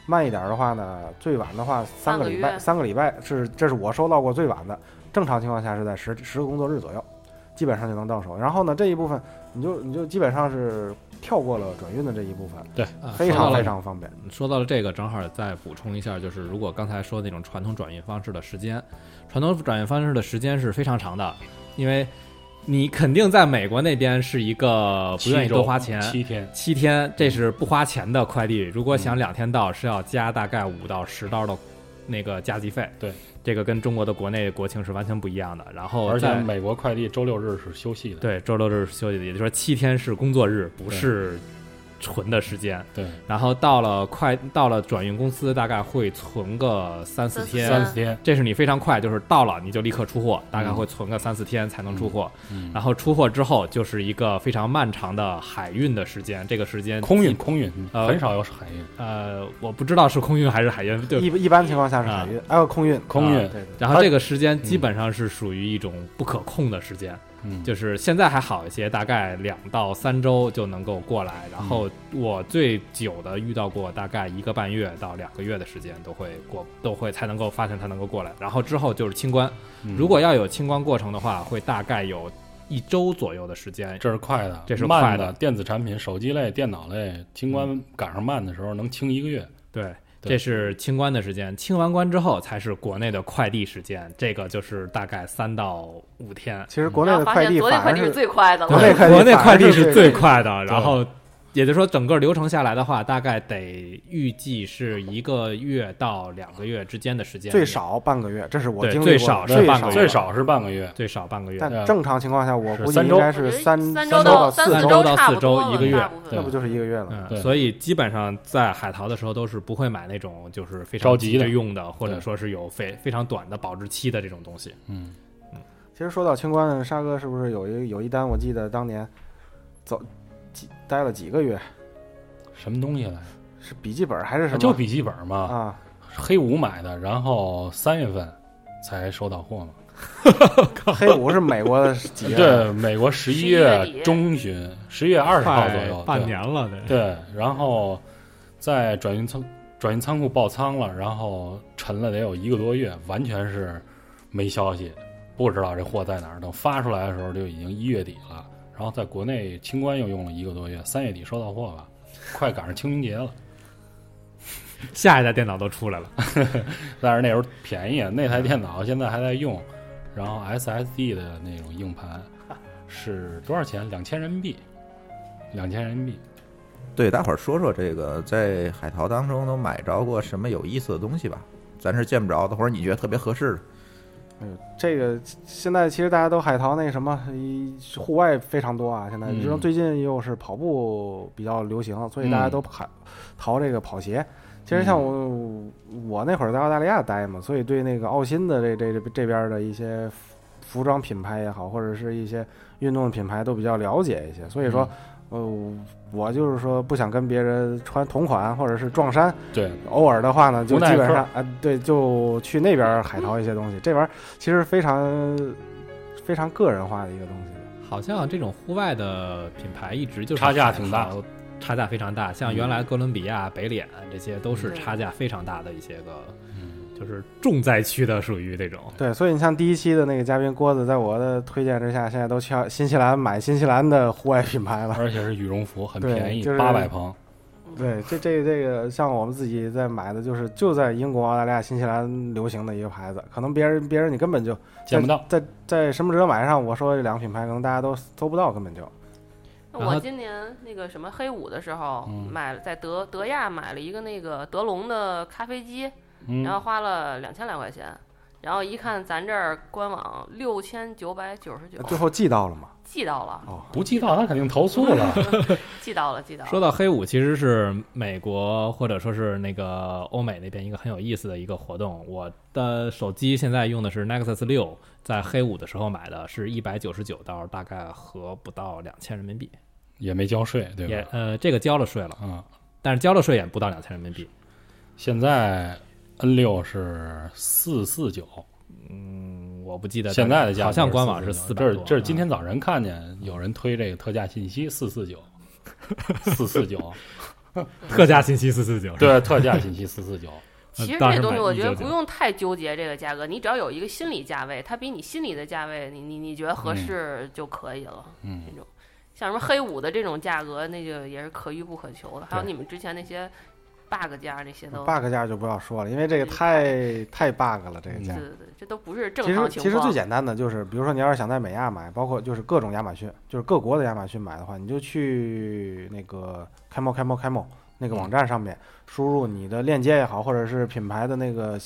[SPEAKER 5] 慢一点的话呢，最晚的话三个礼
[SPEAKER 6] 半个
[SPEAKER 5] 拜，
[SPEAKER 6] 月
[SPEAKER 5] 三个礼拜是这是我收到过最晚的。正常情况下是在十十个工作日左右，基本上就能到手。然后呢，这一部分你就你就基本上是跳过了转运的这一部分，
[SPEAKER 7] 啊
[SPEAKER 5] 嗯非
[SPEAKER 7] 说到
[SPEAKER 5] 常
[SPEAKER 7] 了
[SPEAKER 5] 非常方便。
[SPEAKER 7] 说到了这个，正好再补充一下，就是如果刚才说那种传统转运方式的时间，传统转运方式的时间是非常长的，因为你肯定在美国那边是一个不愿意
[SPEAKER 4] 七周
[SPEAKER 7] 多花钱，
[SPEAKER 4] 七天，
[SPEAKER 7] 七天，这是不花钱的快
[SPEAKER 4] 嗯
[SPEAKER 7] 递。如果想两天到，是要加大概五到十刀的那个加急费。
[SPEAKER 4] 对，
[SPEAKER 7] 这个跟中国的国内国情是完全不一样的。然后
[SPEAKER 4] 而且
[SPEAKER 7] 哦在
[SPEAKER 4] 美国快递周六日是休息的。
[SPEAKER 7] 对周六日是休息的，也就是说七天是工作日，不是纯的时间。
[SPEAKER 4] 对，
[SPEAKER 7] 然后到了快到了转运公司，大概会存个三四
[SPEAKER 6] 三四
[SPEAKER 7] 天。
[SPEAKER 4] 三四天，
[SPEAKER 7] 这是你非常快，就是到了你就立刻出货，大概
[SPEAKER 4] 嗯
[SPEAKER 7] 会存个三四天才能出货。
[SPEAKER 4] 嗯
[SPEAKER 7] 然后出货之后就是一个非常漫长的海运的时间，这个时间
[SPEAKER 4] 空
[SPEAKER 7] 基
[SPEAKER 4] 运空运
[SPEAKER 7] 呃
[SPEAKER 4] 很少有海运，
[SPEAKER 7] 呃，我不知道是空运还是海运，对。
[SPEAKER 5] 一一般情况下是海运，还有空运，
[SPEAKER 4] 空运
[SPEAKER 5] 啊对对。
[SPEAKER 7] 然后这个时间基本上是属于一种不可控的时间，
[SPEAKER 4] 嗯，
[SPEAKER 7] 就是现在还好一些，大概两到三周就能够过来。然后
[SPEAKER 4] 嗯
[SPEAKER 7] 我最久的遇到过大概一个半月到两个月的时间都会过，都会才能够发现它能够过来。然后之后就是清关，
[SPEAKER 4] 嗯
[SPEAKER 7] 如果要有清关过程的话，会大概有一周左右的时间。
[SPEAKER 4] 这是快的，
[SPEAKER 7] 这是
[SPEAKER 4] 慢
[SPEAKER 7] 快的
[SPEAKER 4] 的。电子产品、手机类、电脑类，清关赶上慢的时候能清一个月。
[SPEAKER 7] 对，
[SPEAKER 4] 对
[SPEAKER 7] 这是清关的时间，清完关之后才是国内的快递时间，这个就是大概三到五天。
[SPEAKER 5] 其实国内
[SPEAKER 6] 然
[SPEAKER 5] 的
[SPEAKER 6] 后发
[SPEAKER 5] 快
[SPEAKER 6] 现
[SPEAKER 5] 递
[SPEAKER 6] 昨天
[SPEAKER 5] 反
[SPEAKER 6] 快
[SPEAKER 5] 而
[SPEAKER 6] 递是
[SPEAKER 5] 是
[SPEAKER 6] 最快的
[SPEAKER 5] 国
[SPEAKER 6] 了。
[SPEAKER 5] 内快递
[SPEAKER 7] 国内
[SPEAKER 5] 反而
[SPEAKER 7] 快递
[SPEAKER 5] 是
[SPEAKER 7] 是
[SPEAKER 5] 最
[SPEAKER 7] 最快的，然
[SPEAKER 4] 对
[SPEAKER 7] 后也就是说整个流程下来的话，大概得预计是一个月到两个月之间的时间，
[SPEAKER 5] 最少半个月，这是我
[SPEAKER 7] 对
[SPEAKER 5] 经历
[SPEAKER 7] 最
[SPEAKER 5] 过的
[SPEAKER 7] 少是
[SPEAKER 5] 啊最
[SPEAKER 7] 半个
[SPEAKER 5] 少
[SPEAKER 7] 月
[SPEAKER 4] 最少是半个月。
[SPEAKER 7] 最少半个月，
[SPEAKER 5] 但正常情况下，我
[SPEAKER 4] 是
[SPEAKER 5] 估计
[SPEAKER 4] 三
[SPEAKER 5] 应
[SPEAKER 4] 周
[SPEAKER 5] 该是三
[SPEAKER 6] 三
[SPEAKER 5] 周
[SPEAKER 6] 到
[SPEAKER 5] 四
[SPEAKER 7] 三周
[SPEAKER 6] 周
[SPEAKER 5] 周，
[SPEAKER 7] 到
[SPEAKER 6] 差不
[SPEAKER 7] 四周
[SPEAKER 6] 多了
[SPEAKER 7] 一个月
[SPEAKER 6] 大部分
[SPEAKER 4] 对
[SPEAKER 5] 那不就是一个月了吗？
[SPEAKER 7] 嗯，
[SPEAKER 4] 对
[SPEAKER 7] 所以基本上在海淘的时候都是不会买那种就是非常
[SPEAKER 4] 着急的
[SPEAKER 7] 着用的，或者
[SPEAKER 4] 对
[SPEAKER 7] 说是有非非常短的保质期的这种东西。
[SPEAKER 4] 嗯，
[SPEAKER 5] 其实说到清关，沙哥是不是有一有一单？我记得当年走几待了几个月，
[SPEAKER 4] 什么东西来？
[SPEAKER 5] 是笔记本还是什么？
[SPEAKER 4] 啊就笔记本嘛，
[SPEAKER 5] 啊，
[SPEAKER 4] 黑五买的，然后三月份才收到货嘛。
[SPEAKER 5] 黑五是美国的几月？
[SPEAKER 4] 对，美国十一
[SPEAKER 6] 11月
[SPEAKER 4] 月
[SPEAKER 6] 底
[SPEAKER 4] 中旬，十一月二十号左
[SPEAKER 7] 快
[SPEAKER 4] 右，
[SPEAKER 7] 半
[SPEAKER 4] 对
[SPEAKER 7] 年了，得
[SPEAKER 4] 对，然后在转运仓转运仓库爆仓了，然后沉了得有一个多月，完全是没消息，不知道这货在哪儿。等发出来的时候就已经一月底了，然后在国内清关又用了一个多月，三月底收到货吧，快赶上清明节了。
[SPEAKER 7] 下一代电脑都出来了。
[SPEAKER 4] 但是那时候便宜，那台电脑现在还在用，然后 SSD 的那种硬盘是多少钱？两千人民币，两千人民币。
[SPEAKER 3] 对大伙儿说说这个在海淘当中都买着过什么有意思的东西吧，咱是见不着的，或者你觉得特别合适的。
[SPEAKER 5] 哎呦，这个现在其实大家都海淘那什么，一户外非常多啊。现在，
[SPEAKER 7] 嗯
[SPEAKER 5] 就像最近又是跑步比较流行，所以大家都海淘这个跑鞋。其实像我我那会儿在澳大利亚待嘛，所以对那个澳新的这这这这边的一些服服装品牌也好，或者是一些运动品牌都比较了解一些。所以说，呃，我就是说不想跟别人穿同款或者是撞衫，
[SPEAKER 4] 对，
[SPEAKER 5] 偶尔的话呢，就
[SPEAKER 4] 无奈
[SPEAKER 5] 基本
[SPEAKER 4] 克
[SPEAKER 5] 上啊、对，就去那边海淘一些东西。这玩意儿其实非常非常个人化的一个东西。
[SPEAKER 7] 好像这种户外的品牌一直就是
[SPEAKER 4] 差价挺大
[SPEAKER 7] 海
[SPEAKER 4] 嗯
[SPEAKER 7] 淘，差价非常大。像原来哥伦比亚、北脸这些都是
[SPEAKER 6] 嗯
[SPEAKER 7] 差价非常大的一些个，
[SPEAKER 5] 嗯
[SPEAKER 7] 就是重灾区的，属于这种。
[SPEAKER 5] 对，所以你像第一期的那个嘉宾郭子，在我的推荐之下，现在都去新西兰买新西兰的户外品牌了。
[SPEAKER 4] 而且是羽绒服，很
[SPEAKER 5] 对
[SPEAKER 4] 便宜
[SPEAKER 5] 就是，
[SPEAKER 4] 八百磅。
[SPEAKER 5] 对，这这这个像我们自己在买的，就是就在英国、澳大利亚、新西兰流行的一个牌子，可能别人别人你根本就
[SPEAKER 4] 见不到，
[SPEAKER 5] 在在在什么值得买上，我说这两个品牌可能大家都搜不到，根本就。
[SPEAKER 6] 那
[SPEAKER 7] 然后嗯
[SPEAKER 6] 我今年那个什么黑五的时候，买了在德德亚买了一个那个德龙的咖啡机，
[SPEAKER 4] 嗯
[SPEAKER 6] 然后花了两千来块钱，然后一看咱这儿官网六千九百九十九，
[SPEAKER 5] 啊最后寄到了嘛？
[SPEAKER 6] 寄到了，
[SPEAKER 4] 不寄到他肯定投诉了。
[SPEAKER 6] 寄到了，寄到
[SPEAKER 7] 说
[SPEAKER 6] 了。
[SPEAKER 7] 到黑五，其实是美国或者说是那个欧美那边一个很有意思的一个活动。我的手机现在用的是 Nexus 六，在黑五的时候买的是一百九十九刀，大概合不到两千人民币，
[SPEAKER 4] 也没交税，对
[SPEAKER 7] 也
[SPEAKER 4] 吧？
[SPEAKER 7] 呃这个交了税了，
[SPEAKER 4] 嗯，
[SPEAKER 7] 但是交了税也不到两千人民币。
[SPEAKER 4] 现在 N 六是四四九，
[SPEAKER 7] 嗯，我不记得
[SPEAKER 4] 现在的价
[SPEAKER 7] 好像
[SPEAKER 4] 格
[SPEAKER 7] 官网是
[SPEAKER 4] 449
[SPEAKER 7] 四百
[SPEAKER 4] 这
[SPEAKER 7] 多啊
[SPEAKER 4] 是，这是今天早晨看见有人推这个特价信息四
[SPEAKER 7] (laughs)
[SPEAKER 4] 四九，四四九，
[SPEAKER 7] 嗯特价信息四四九。，
[SPEAKER 4] 对，特价信息四四九，
[SPEAKER 6] 其实
[SPEAKER 7] 呃当时
[SPEAKER 6] 这东西
[SPEAKER 7] 买
[SPEAKER 6] 我觉得不
[SPEAKER 7] 199
[SPEAKER 6] 用太纠结这个价格，你只要有一个心理价位，它比你心里的价位，你你你觉得
[SPEAKER 7] 嗯
[SPEAKER 6] 合适就可以了。
[SPEAKER 4] 嗯，
[SPEAKER 6] 这种像什么黑五的这种价格，那就也是可遇不可求的。还有
[SPEAKER 7] 对
[SPEAKER 6] 你们之前那些 bug 价那些都，
[SPEAKER 5] bug 价就不要说了，因为这个太太 bug 了，这个
[SPEAKER 6] 对
[SPEAKER 5] 价
[SPEAKER 6] 对。对，这都不是正
[SPEAKER 5] 其
[SPEAKER 6] 常
[SPEAKER 5] 实
[SPEAKER 6] 情
[SPEAKER 5] 其实
[SPEAKER 6] 况
[SPEAKER 5] 最。简单的就是，比如说你要是想在美亚买，包括就是各种亚马逊，就是各国的亚马逊买的话，你就去那个开猫开猫开猫那个网站上面输入你的链接也好，或者是品牌的那个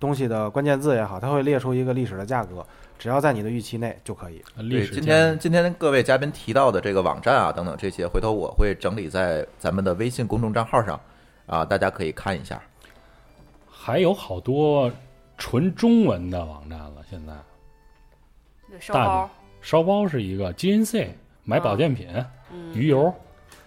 [SPEAKER 5] 东西的关键字也好，它会列出一个历史的价格，只要在你的预期内就可以。
[SPEAKER 4] 历
[SPEAKER 3] 对，
[SPEAKER 4] 史
[SPEAKER 3] 今
[SPEAKER 4] 建
[SPEAKER 3] 天
[SPEAKER 4] 筑
[SPEAKER 3] 今天各位嘉宾提到的这个网站啊等等这些，回头我会整理在咱们的微信公众账号上啊，大家可以看一下。
[SPEAKER 4] 还有好多纯中文的网站了，现在
[SPEAKER 6] 对烧
[SPEAKER 4] 大
[SPEAKER 6] 包
[SPEAKER 4] 的，烧包是一个，GNC 买
[SPEAKER 5] 啊
[SPEAKER 4] 保健品、
[SPEAKER 6] 嗯，
[SPEAKER 4] 鱼油，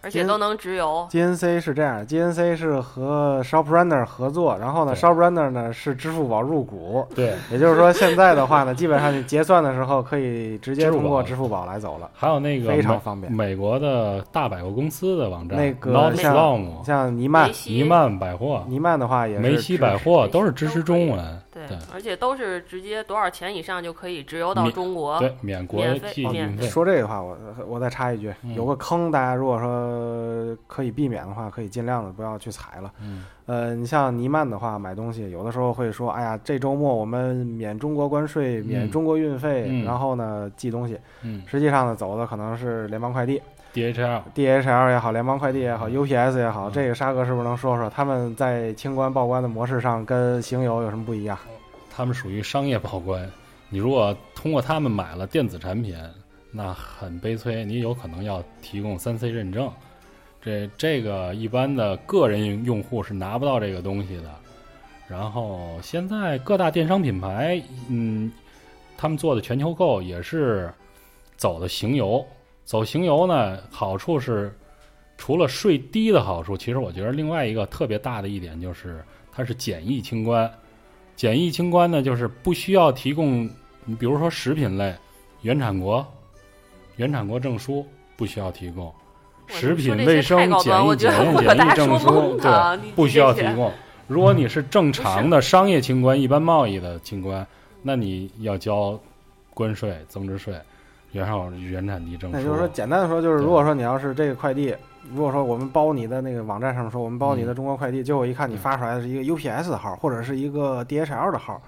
[SPEAKER 6] 而且都能直邮。
[SPEAKER 5] GNC 是这样，GNC 是和 ShopRunner 合作，然后呢
[SPEAKER 4] 对
[SPEAKER 5] ，ShopRunner 呢是支付宝入股，
[SPEAKER 4] 对，
[SPEAKER 5] 也就是说，现在的话呢，基本上你结算的时候可以直接通过
[SPEAKER 4] 支
[SPEAKER 5] 支付宝来走了。
[SPEAKER 4] 还有那个
[SPEAKER 5] 非常
[SPEAKER 4] 美
[SPEAKER 5] 方便
[SPEAKER 4] 美国的大百货公司的网站，
[SPEAKER 5] 那个
[SPEAKER 4] North
[SPEAKER 5] 像
[SPEAKER 4] Slum、
[SPEAKER 5] 像尼曼
[SPEAKER 6] 梅，西
[SPEAKER 4] 尼曼百货、
[SPEAKER 5] 尼曼的话也是
[SPEAKER 4] 梅西
[SPEAKER 5] 支
[SPEAKER 4] 百货都是支
[SPEAKER 6] 支
[SPEAKER 4] 持
[SPEAKER 6] 持
[SPEAKER 4] 中文，
[SPEAKER 6] 对
[SPEAKER 4] 对，
[SPEAKER 6] 而且都是直接多少钱以上就可以直邮到
[SPEAKER 4] 免
[SPEAKER 6] 中国。
[SPEAKER 4] 对，免国
[SPEAKER 6] 免费
[SPEAKER 4] 际
[SPEAKER 6] 免
[SPEAKER 4] 运费。
[SPEAKER 5] 说这个话，我我再插一句，
[SPEAKER 4] 嗯
[SPEAKER 5] 有个坑，大家如果说可以避免的话，可以尽量的不要去踩了。
[SPEAKER 4] 嗯，
[SPEAKER 5] 呃，你像尼曼的话，买东西有的时候会说，哎呀，这周末我们免中国关税，免
[SPEAKER 4] 嗯
[SPEAKER 5] 中国运费，
[SPEAKER 4] 嗯
[SPEAKER 5] 然后呢寄东西。
[SPEAKER 4] 嗯
[SPEAKER 5] 实际上呢，走的可能是联邦快递
[SPEAKER 4] ，DHL
[SPEAKER 5] ，DHL 也好，联邦快递也好，UPS 也
[SPEAKER 4] 嗯
[SPEAKER 5] 好，这个沙哥是不是能说说他们在清关报关的模式上跟行邮有什么不一样？
[SPEAKER 4] 他们属于商业报关，你如果通过他们买了电子产品，那很悲催，你有可能要提供三 C 认证。这这个一般的个人用户是拿不到这个东西的。然后现在各大电商品牌，嗯，他们做的全球购也是走的行邮，走行邮呢，好处是除了税低的好处，其实我觉得另外一个特别大的一点就是它是简易清关。简易清关呢，就是不需要提供，你比如说食品类，原产国、原产国证书不需要提供，
[SPEAKER 6] 我
[SPEAKER 4] 食
[SPEAKER 6] 说
[SPEAKER 4] 品
[SPEAKER 6] 这
[SPEAKER 4] 卫
[SPEAKER 6] 些
[SPEAKER 4] 生
[SPEAKER 6] 太高端
[SPEAKER 4] 检
[SPEAKER 6] 我
[SPEAKER 4] 疫
[SPEAKER 6] 觉
[SPEAKER 4] 检
[SPEAKER 6] 得
[SPEAKER 4] 验
[SPEAKER 6] 我
[SPEAKER 4] 检
[SPEAKER 6] 大
[SPEAKER 4] 疫
[SPEAKER 6] 说
[SPEAKER 4] 证书
[SPEAKER 6] 懵了
[SPEAKER 4] (laughs) 对
[SPEAKER 6] 你
[SPEAKER 4] 不
[SPEAKER 6] 这
[SPEAKER 4] 需要提
[SPEAKER 6] 些
[SPEAKER 4] 供。如果你是正常
[SPEAKER 5] 嗯
[SPEAKER 4] 的商业清关、一般贸易的清关，那你要交关税、增值税，然后原产地证书。
[SPEAKER 5] 那哎就是说，简单的说，就是
[SPEAKER 4] 对
[SPEAKER 5] 如果说你要是这个快递，如果说我们包你的那个网站上说
[SPEAKER 4] 嗯
[SPEAKER 5] 我们包你的中国快递，结果一看你发出来的是一个 UPS 的号或者是一个 DHL 的号，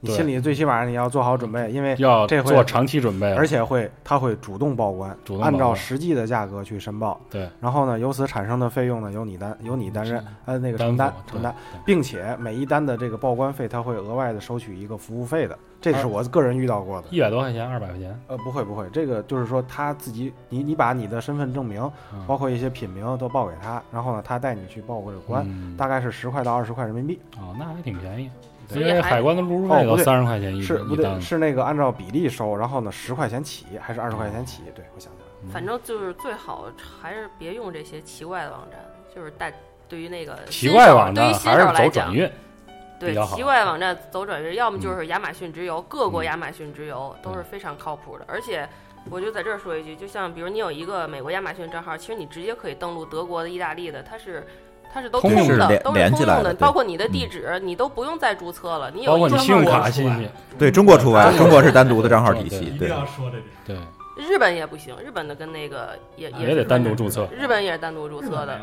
[SPEAKER 5] 你
[SPEAKER 4] 对
[SPEAKER 5] 心里最起码你要做好准备，因为
[SPEAKER 4] 要
[SPEAKER 5] 这回
[SPEAKER 4] 做长期准备了，
[SPEAKER 5] 而且会它会主动报关，
[SPEAKER 4] 主动报
[SPEAKER 5] 按照
[SPEAKER 4] 关
[SPEAKER 5] 实际的价格去申报。
[SPEAKER 4] 对，嗯
[SPEAKER 5] 然后呢，由此产生的费用呢，由你担由你担任，呃，那个
[SPEAKER 4] 担
[SPEAKER 5] 承担
[SPEAKER 4] 负对
[SPEAKER 5] 承担，并且每一单的这个报关费，它会额外的收取一个服务费的，这
[SPEAKER 4] 啊
[SPEAKER 5] 是我个人遇到过的。
[SPEAKER 4] 一百多块钱，二百块钱，
[SPEAKER 5] 呃，不会不会，这个就是说他自己，你你把你的身份证明，
[SPEAKER 4] 嗯
[SPEAKER 5] 包括一些品名都报给他，然后呢，他带你去报过这个关，
[SPEAKER 4] 嗯
[SPEAKER 5] 大概是十块到二十块人民币，
[SPEAKER 4] 哦，那还挺便宜，
[SPEAKER 6] 所
[SPEAKER 4] 因
[SPEAKER 6] 以
[SPEAKER 4] 为
[SPEAKER 6] 还
[SPEAKER 4] 海关的入
[SPEAKER 5] 哦
[SPEAKER 4] 费
[SPEAKER 5] 不
[SPEAKER 4] 都
[SPEAKER 5] 对
[SPEAKER 4] 三十块嗯钱一
[SPEAKER 5] 是不
[SPEAKER 4] 一
[SPEAKER 5] 对，
[SPEAKER 4] 单，
[SPEAKER 5] 是那个按照比例收，然后呢，十块钱起还是二十块钱
[SPEAKER 4] 哦
[SPEAKER 5] 起？对，我想想，
[SPEAKER 6] 反正就是最好还是别用这些奇怪的网站，就是大对于那个
[SPEAKER 4] 奇
[SPEAKER 6] 新
[SPEAKER 4] 怪
[SPEAKER 6] 手
[SPEAKER 4] 网
[SPEAKER 6] 对于
[SPEAKER 4] 站
[SPEAKER 6] 新
[SPEAKER 4] 还是
[SPEAKER 6] 手来
[SPEAKER 4] 走
[SPEAKER 6] 讲
[SPEAKER 4] 转，运，比
[SPEAKER 6] 对
[SPEAKER 4] 较好嗯
[SPEAKER 6] 奇怪的网站走转运，要么就是亚马逊直邮，各国亚马逊直邮都是非常靠谱的。而且，我就在这儿说一句，就像比如你有一个美国亚马逊账号，其实你直接可以登录德国的、意大利的，它是。它是都
[SPEAKER 4] 通
[SPEAKER 6] 通
[SPEAKER 4] 用
[SPEAKER 6] 的，
[SPEAKER 3] 是连
[SPEAKER 6] 都是
[SPEAKER 3] 连起
[SPEAKER 6] 通
[SPEAKER 3] 来
[SPEAKER 6] 用
[SPEAKER 3] 的
[SPEAKER 6] 的，
[SPEAKER 3] 对
[SPEAKER 6] 包括你的地址，你都不用再注册了。你有
[SPEAKER 4] 嗯包括
[SPEAKER 6] 一
[SPEAKER 4] 你
[SPEAKER 6] 个
[SPEAKER 4] 信用卡信
[SPEAKER 7] 中国
[SPEAKER 4] 息，
[SPEAKER 3] 对中国除外，中国是单独的账号体系
[SPEAKER 4] 一，
[SPEAKER 3] 对，
[SPEAKER 7] 说这点。
[SPEAKER 4] 对，
[SPEAKER 5] 啊
[SPEAKER 6] 日本也不行，日本的跟那个也
[SPEAKER 7] 啊
[SPEAKER 4] 也得单独注册，
[SPEAKER 6] 日本也是单独注册的，
[SPEAKER 4] 嗯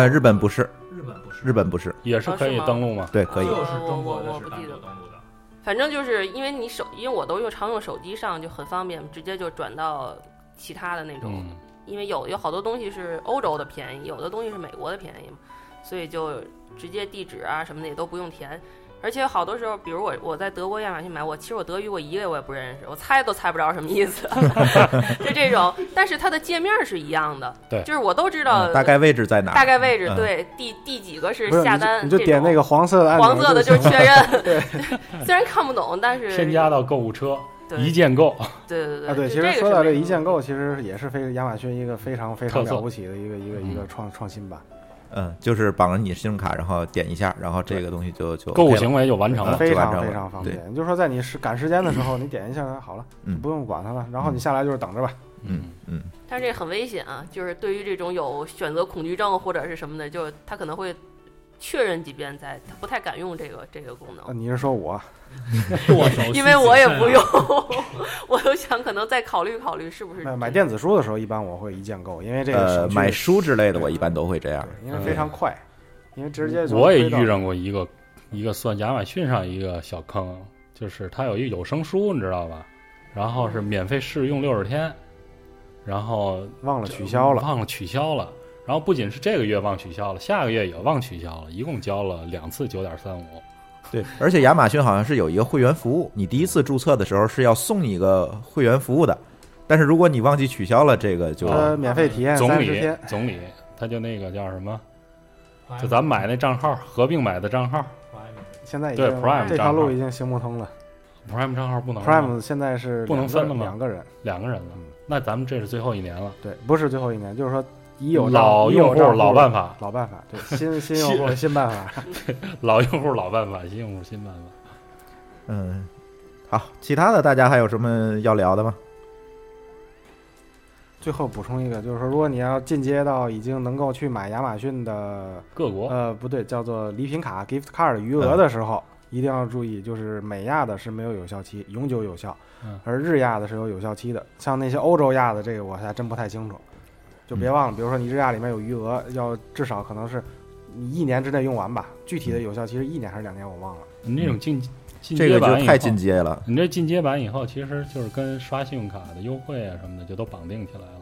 [SPEAKER 3] 呃，日本不是，
[SPEAKER 7] 日本不是
[SPEAKER 3] 日本不是，
[SPEAKER 4] 也是
[SPEAKER 6] 啊
[SPEAKER 4] 可
[SPEAKER 6] 是
[SPEAKER 4] 以
[SPEAKER 6] 吗
[SPEAKER 4] 登录嘛，
[SPEAKER 3] 对，可以
[SPEAKER 6] 哦，
[SPEAKER 7] 就是中国的
[SPEAKER 6] 我我
[SPEAKER 7] 是
[SPEAKER 6] 不
[SPEAKER 7] 单
[SPEAKER 6] 记
[SPEAKER 7] 独
[SPEAKER 6] 得
[SPEAKER 7] 登录的。
[SPEAKER 6] 反正就是因为你手，因为我都用常用手机上就很方便，直接就转到其他的那种。
[SPEAKER 4] 嗯，
[SPEAKER 6] 因为有有好多东西是欧洲的便宜，有的东西是美国的便宜嘛，所以就直接地址啊什么的也都不用填。而且好多时候，比如我我在德国亚马逊买，我其实我德语我一个我也不认识，我猜都猜不着什么意思， (laughs) 就这种。但是它的界面是一样的，
[SPEAKER 4] 对
[SPEAKER 6] 就是我都知道、
[SPEAKER 3] 嗯大概位置在哪儿？
[SPEAKER 6] 大概位置，
[SPEAKER 3] 嗯
[SPEAKER 6] 对第第几个是
[SPEAKER 5] 不是
[SPEAKER 6] 下
[SPEAKER 5] 你就
[SPEAKER 6] 单
[SPEAKER 5] 你就
[SPEAKER 6] 这
[SPEAKER 5] 点
[SPEAKER 6] 种
[SPEAKER 5] 那个黄色的按钮，
[SPEAKER 6] 黄色的就是
[SPEAKER 5] 行
[SPEAKER 6] 确认， (laughs) 虽然看不懂，但是
[SPEAKER 4] 添加到购物车，
[SPEAKER 6] 对
[SPEAKER 4] 一键购，
[SPEAKER 6] 对对对
[SPEAKER 5] 啊，对，其
[SPEAKER 6] 就
[SPEAKER 5] 实
[SPEAKER 6] 个
[SPEAKER 5] 说
[SPEAKER 6] 是
[SPEAKER 5] 到
[SPEAKER 6] 没
[SPEAKER 5] 这
[SPEAKER 6] 什
[SPEAKER 5] 一
[SPEAKER 6] 么
[SPEAKER 5] 键购，其实也是非亚马逊一个非常非常
[SPEAKER 4] 特色
[SPEAKER 5] 了不起的一个一个一个创创新吧，
[SPEAKER 3] 嗯，就是绑着你信用卡，然后点一下，然后这个东西就就
[SPEAKER 4] 购
[SPEAKER 3] OK
[SPEAKER 4] 物
[SPEAKER 3] 了
[SPEAKER 4] 行为就完成
[SPEAKER 3] 嗯
[SPEAKER 4] 了。
[SPEAKER 5] 非
[SPEAKER 3] 就完
[SPEAKER 5] 常
[SPEAKER 3] 成
[SPEAKER 5] 非
[SPEAKER 3] 了
[SPEAKER 5] 常方
[SPEAKER 3] 对
[SPEAKER 5] 便。你就说在你是赶时间的时候，你点一下好了，
[SPEAKER 3] 嗯
[SPEAKER 5] 不用管它了，然后你下来就是等着吧。
[SPEAKER 3] 嗯嗯，
[SPEAKER 6] 但是这很危险啊，就是对于这种有选择恐惧症或者是什么的，就他可能会确认几遍再，他不太敢用这个这个功
[SPEAKER 5] 啊
[SPEAKER 6] 能，
[SPEAKER 5] 你是说我？
[SPEAKER 7] 剁手，
[SPEAKER 6] 因为我也不用，我就想可能再考虑考虑是不是
[SPEAKER 5] 买买电子书的时候，一般我会一键购，因为这个
[SPEAKER 3] 呃，
[SPEAKER 5] 省去
[SPEAKER 3] 买嗯书之类的，我一般都会这样
[SPEAKER 5] 对，，因为非常快，因为直接就
[SPEAKER 4] 我也
[SPEAKER 5] 推到
[SPEAKER 4] 遇上过一个一个算亚马逊上一个小坑，就是它有一有声书，你知道吧？然后是免费试用六十天，然后
[SPEAKER 5] 忘了取消了，
[SPEAKER 4] 忘了取消了。然后不仅是这个月忘取消了，下个月也忘取消了，一共交了两次九点三五。
[SPEAKER 3] 对，而且亚马逊好像是有一个会员服务，你第一次注册的时候是要送你一个会员服务的，但是如果你忘记取消了，这个就
[SPEAKER 5] 呃，免费体验
[SPEAKER 4] 总
[SPEAKER 5] 三十
[SPEAKER 4] 理
[SPEAKER 5] 天，
[SPEAKER 4] 总理他就那个叫什么？就咱买那账号合并买的账号
[SPEAKER 5] 现在已
[SPEAKER 4] 对
[SPEAKER 5] 经
[SPEAKER 4] Prime
[SPEAKER 5] 这条
[SPEAKER 4] 账号
[SPEAKER 5] 路已经行不通了。
[SPEAKER 4] ，Prime 账号不能了
[SPEAKER 5] Prime 现在是
[SPEAKER 4] 不能
[SPEAKER 5] 两个
[SPEAKER 4] 分了吗
[SPEAKER 5] 两个人，
[SPEAKER 4] 两个人了
[SPEAKER 5] 嗯。
[SPEAKER 4] 那咱们这是最后一年了，
[SPEAKER 5] 对，不是最后一年，就是说已有账
[SPEAKER 4] 老
[SPEAKER 5] 已有
[SPEAKER 4] 用户
[SPEAKER 5] 账户
[SPEAKER 4] 老办法，
[SPEAKER 5] 老办法，
[SPEAKER 4] (laughs)
[SPEAKER 5] 对，新新用户新办法。 (laughs)
[SPEAKER 4] 老用户老办法，新用户新办法。
[SPEAKER 3] 嗯，好，其他的大家还有什么要聊的吗？
[SPEAKER 5] 最后补充一个，就是说，如果你要进阶到已经能够去买亚马逊的
[SPEAKER 4] 各国
[SPEAKER 5] 呃不对，叫做礼品卡 gift card 余额的时候，
[SPEAKER 4] 嗯
[SPEAKER 5] 一定要注意，就是美亚的是没有有效期，永久有效
[SPEAKER 4] 嗯，
[SPEAKER 5] 而日亚的是有有效期的。像那些欧洲亚的，这个我还真不太清楚。就别
[SPEAKER 4] 嗯
[SPEAKER 5] 忘了，比如说你日亚里面有余额，要至少可能是你一年之内用完吧，具
[SPEAKER 4] 嗯
[SPEAKER 5] 体的有效期是一年还是两年我忘了。
[SPEAKER 4] 你这种进进
[SPEAKER 3] 嗯这
[SPEAKER 4] 阶
[SPEAKER 3] 个
[SPEAKER 4] 版
[SPEAKER 3] 就
[SPEAKER 4] 以
[SPEAKER 3] 太
[SPEAKER 4] 后，
[SPEAKER 3] 进阶了，
[SPEAKER 4] 你这进阶版以后，其实就是跟刷信用卡的优惠啊什么的就都绑定起来了。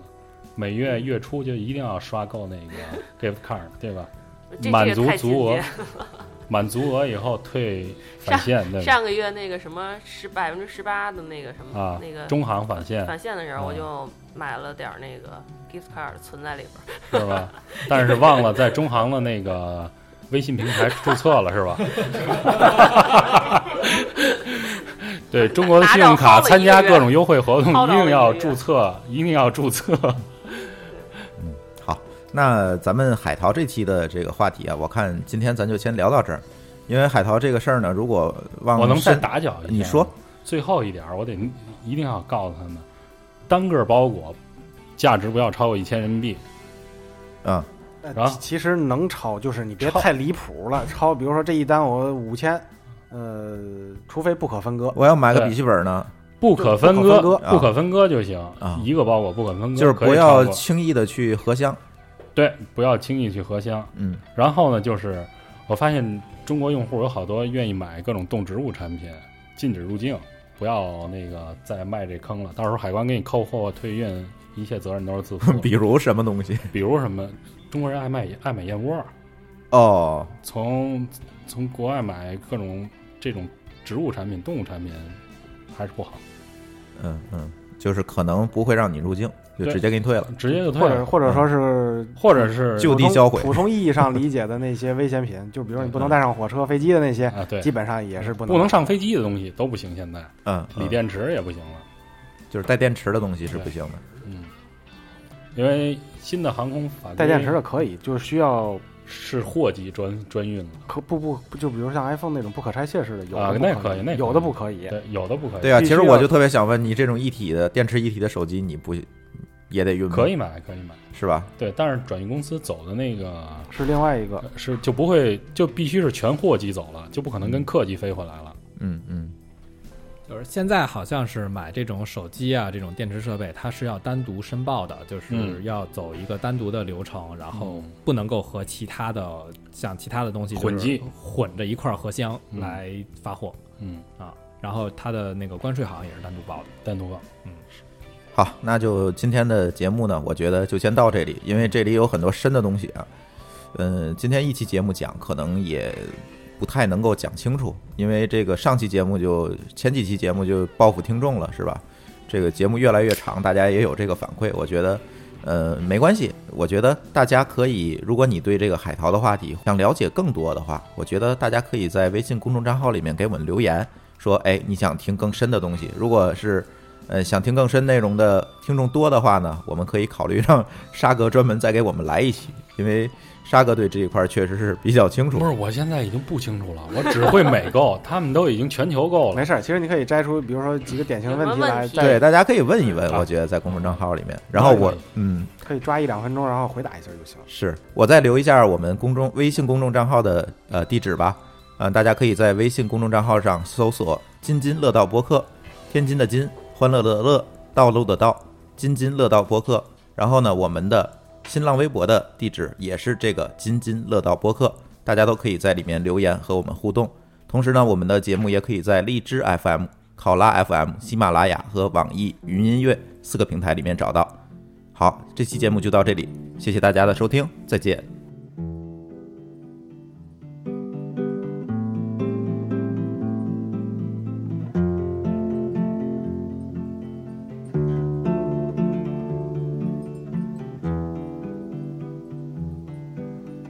[SPEAKER 4] 每月
[SPEAKER 3] 嗯
[SPEAKER 4] 月初就一定要刷够那个
[SPEAKER 3] (laughs)
[SPEAKER 4] gift card，对吧？
[SPEAKER 6] 这
[SPEAKER 4] 满
[SPEAKER 6] 这
[SPEAKER 4] 足
[SPEAKER 6] 个太
[SPEAKER 4] 足额
[SPEAKER 6] (laughs) 进阶。
[SPEAKER 4] 满足额以后退返现，对吧？
[SPEAKER 6] 上个月那个什么十百分之十八的那个什么、
[SPEAKER 4] 啊
[SPEAKER 6] 那个
[SPEAKER 4] 中行返现
[SPEAKER 6] 返现的时候，
[SPEAKER 4] 啊
[SPEAKER 6] 我就买了点儿那个 gift card 存在里边儿。
[SPEAKER 4] 是吧？但是忘了在中行的那个微信平台注册了，
[SPEAKER 6] (laughs)
[SPEAKER 4] 是吧？对中国的信用卡参加各种优惠活动，
[SPEAKER 6] 拿
[SPEAKER 4] 一
[SPEAKER 6] 着薅了一个月
[SPEAKER 4] 定要注册，一定要
[SPEAKER 3] (laughs)
[SPEAKER 4] 注册。
[SPEAKER 3] 嗯好，那咱们海淘这期的这个话题啊，我看今天咱就先聊到这儿，因为海淘这个事儿呢，如果忘
[SPEAKER 4] 我能再
[SPEAKER 3] 深
[SPEAKER 4] 打搅一下？
[SPEAKER 3] 你说，
[SPEAKER 4] 最后一点儿，我得一定要告诉他们，单个包裹价值不要超过一千人民币。
[SPEAKER 3] 啊、
[SPEAKER 5] 但
[SPEAKER 4] 啊
[SPEAKER 5] 其呃其实能超，就是你别
[SPEAKER 4] 超
[SPEAKER 5] 太离谱
[SPEAKER 4] (laughs)
[SPEAKER 5] 了，超，比如说这一单我五千，呃，除非不可分割。
[SPEAKER 3] 我要买个
[SPEAKER 4] 对
[SPEAKER 3] 笔记本呢，
[SPEAKER 4] 不可分
[SPEAKER 5] 不可
[SPEAKER 4] 割，
[SPEAKER 5] 分
[SPEAKER 3] 割
[SPEAKER 4] 不可分割就行，
[SPEAKER 3] 啊
[SPEAKER 4] 一个包裹不可分割，
[SPEAKER 3] 就是
[SPEAKER 4] 可以
[SPEAKER 3] 不要
[SPEAKER 4] 超过
[SPEAKER 3] 轻易的去合箱，
[SPEAKER 4] 对，不要轻易去合箱。
[SPEAKER 3] 嗯
[SPEAKER 4] 然后呢，就是我发现中国用户有好多愿意买各种动植物产品，禁止入境，不要那个再迈这坑了。到时候海关给你扣货、退运，一切责任都是自负
[SPEAKER 3] (laughs)。
[SPEAKER 4] (laughs)
[SPEAKER 3] 比如什么东西？
[SPEAKER 4] 比如什么，中国人爱买爱买燕窝，
[SPEAKER 3] 哦，
[SPEAKER 4] 从从国外买各种这种植物产品、动物产品还是不好，
[SPEAKER 3] 嗯嗯，就是可能不会让你入境，就
[SPEAKER 4] 对
[SPEAKER 3] 直接给你退了。
[SPEAKER 4] 直接就退
[SPEAKER 5] 或者或者
[SPEAKER 4] 了，
[SPEAKER 5] 说是
[SPEAKER 4] 或者是
[SPEAKER 3] 就
[SPEAKER 5] 普
[SPEAKER 3] 地
[SPEAKER 5] 通
[SPEAKER 3] 销毁
[SPEAKER 5] 普通意义上理解的那些危险品，就比如说你不能带上火车、飞机的那些，
[SPEAKER 4] 啊，对，
[SPEAKER 5] 基本上也是不能
[SPEAKER 4] 不能上飞机的东西都不行，现在
[SPEAKER 3] 嗯，嗯
[SPEAKER 4] 锂电池也不行了，
[SPEAKER 3] 就是带电池的东西是不行的。
[SPEAKER 4] 嗯，因为新的航空法规
[SPEAKER 5] 带电池的可以，就是需要
[SPEAKER 4] 是货机专专运了，
[SPEAKER 5] 可不不就比如像 iPhone 那种不可拆卸式的，有
[SPEAKER 4] 啊
[SPEAKER 5] 的
[SPEAKER 4] 那
[SPEAKER 5] 不可
[SPEAKER 4] 可以那可以
[SPEAKER 5] 有的不可以。
[SPEAKER 4] 对，有的不可以，
[SPEAKER 3] 对啊，
[SPEAKER 5] 必
[SPEAKER 3] 其
[SPEAKER 5] 须
[SPEAKER 3] 实我
[SPEAKER 5] 要
[SPEAKER 3] 就特别想问你，这种一体的电池一体的手机，你不也得运吗？
[SPEAKER 4] 可以买，可以买，
[SPEAKER 3] 是吧？
[SPEAKER 4] 对，但是转运公司走的那个
[SPEAKER 5] 是另外一个，
[SPEAKER 4] 是就不会就必须是全货机走了，就不可能跟客机飞回来了。
[SPEAKER 3] 嗯嗯，
[SPEAKER 7] 就是现在好像是买这种手机啊，这种电池设备，它是要单独申报的，就是
[SPEAKER 4] 嗯
[SPEAKER 7] 要走一个单独的流程，然后
[SPEAKER 4] 嗯
[SPEAKER 7] 不能够和其他的像其他的东西就是
[SPEAKER 4] 混机
[SPEAKER 7] 混着一块儿合箱
[SPEAKER 4] 嗯
[SPEAKER 7] 来发货
[SPEAKER 4] 嗯，
[SPEAKER 7] 啊。然后它的那个关税好像也是单独报的。
[SPEAKER 4] 单独报。
[SPEAKER 3] 好，那就今天的节目呢，我觉得就先到这里，因为这里有很多深的东西啊。嗯，今天一期节目讲可能也不太能够讲清楚，因为这个上期节目就前几期节目就报复听众了，是吧？这个节目越来越长，大家也有这个反馈，我觉得。呃，没关系，我觉得大家可以，如果你对这个海淘的话题想了解更多的话，我觉得大呃家可以在微信公众账号里面给我们留言，说，哎，你想听更深的东西。如果是呃想听更深内容的听众多的话呢，我们可以考虑让沙哥专门再给我们来一期，因为沙哥对这一块儿确实是比较清楚
[SPEAKER 4] 不。是，我现在已经不清楚了，我 (laughs) 只会美购，他们都已经全球购了
[SPEAKER 5] 没。事儿，其实你可以摘出，比如说几个典型问题来，
[SPEAKER 6] 有什么问题
[SPEAKER 3] 对，
[SPEAKER 5] 再
[SPEAKER 3] 大家可以问一问，
[SPEAKER 4] 啊
[SPEAKER 3] 我觉得在公众账号里面。然后我
[SPEAKER 4] 可以，
[SPEAKER 3] 嗯，
[SPEAKER 5] 可以抓一两分钟，然后回答一下就行。
[SPEAKER 3] 是我再留一下我们公众微信公众账号的呃地址吧。呃，大家可以在微信公众账号上搜索“津津乐道播客”，天津的津，欢乐的乐，道路的道，津津乐道播客。然后呢，我们的新浪微博的地址也是这个“津津乐道播客”，大家都可以在里面留言和我们互动。同时呢，我们的节目也可以在荔枝 FM、考拉 FM、喜马拉雅和网易云音乐四个平台里面找到。好，这期节目就到这里，谢谢大家的收听，再见。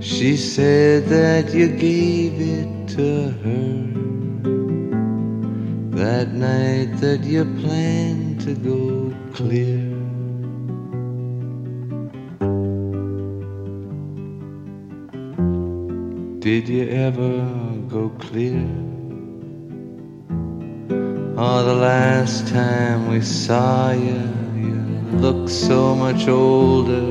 [SPEAKER 9] She said that you gave it to her that night that you planned to go clear. Did you ever go clear? Oh, the last time we saw you, you looked so much older.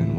[SPEAKER 9] And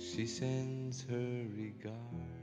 [SPEAKER 10] 谁
[SPEAKER 4] She sends her regards.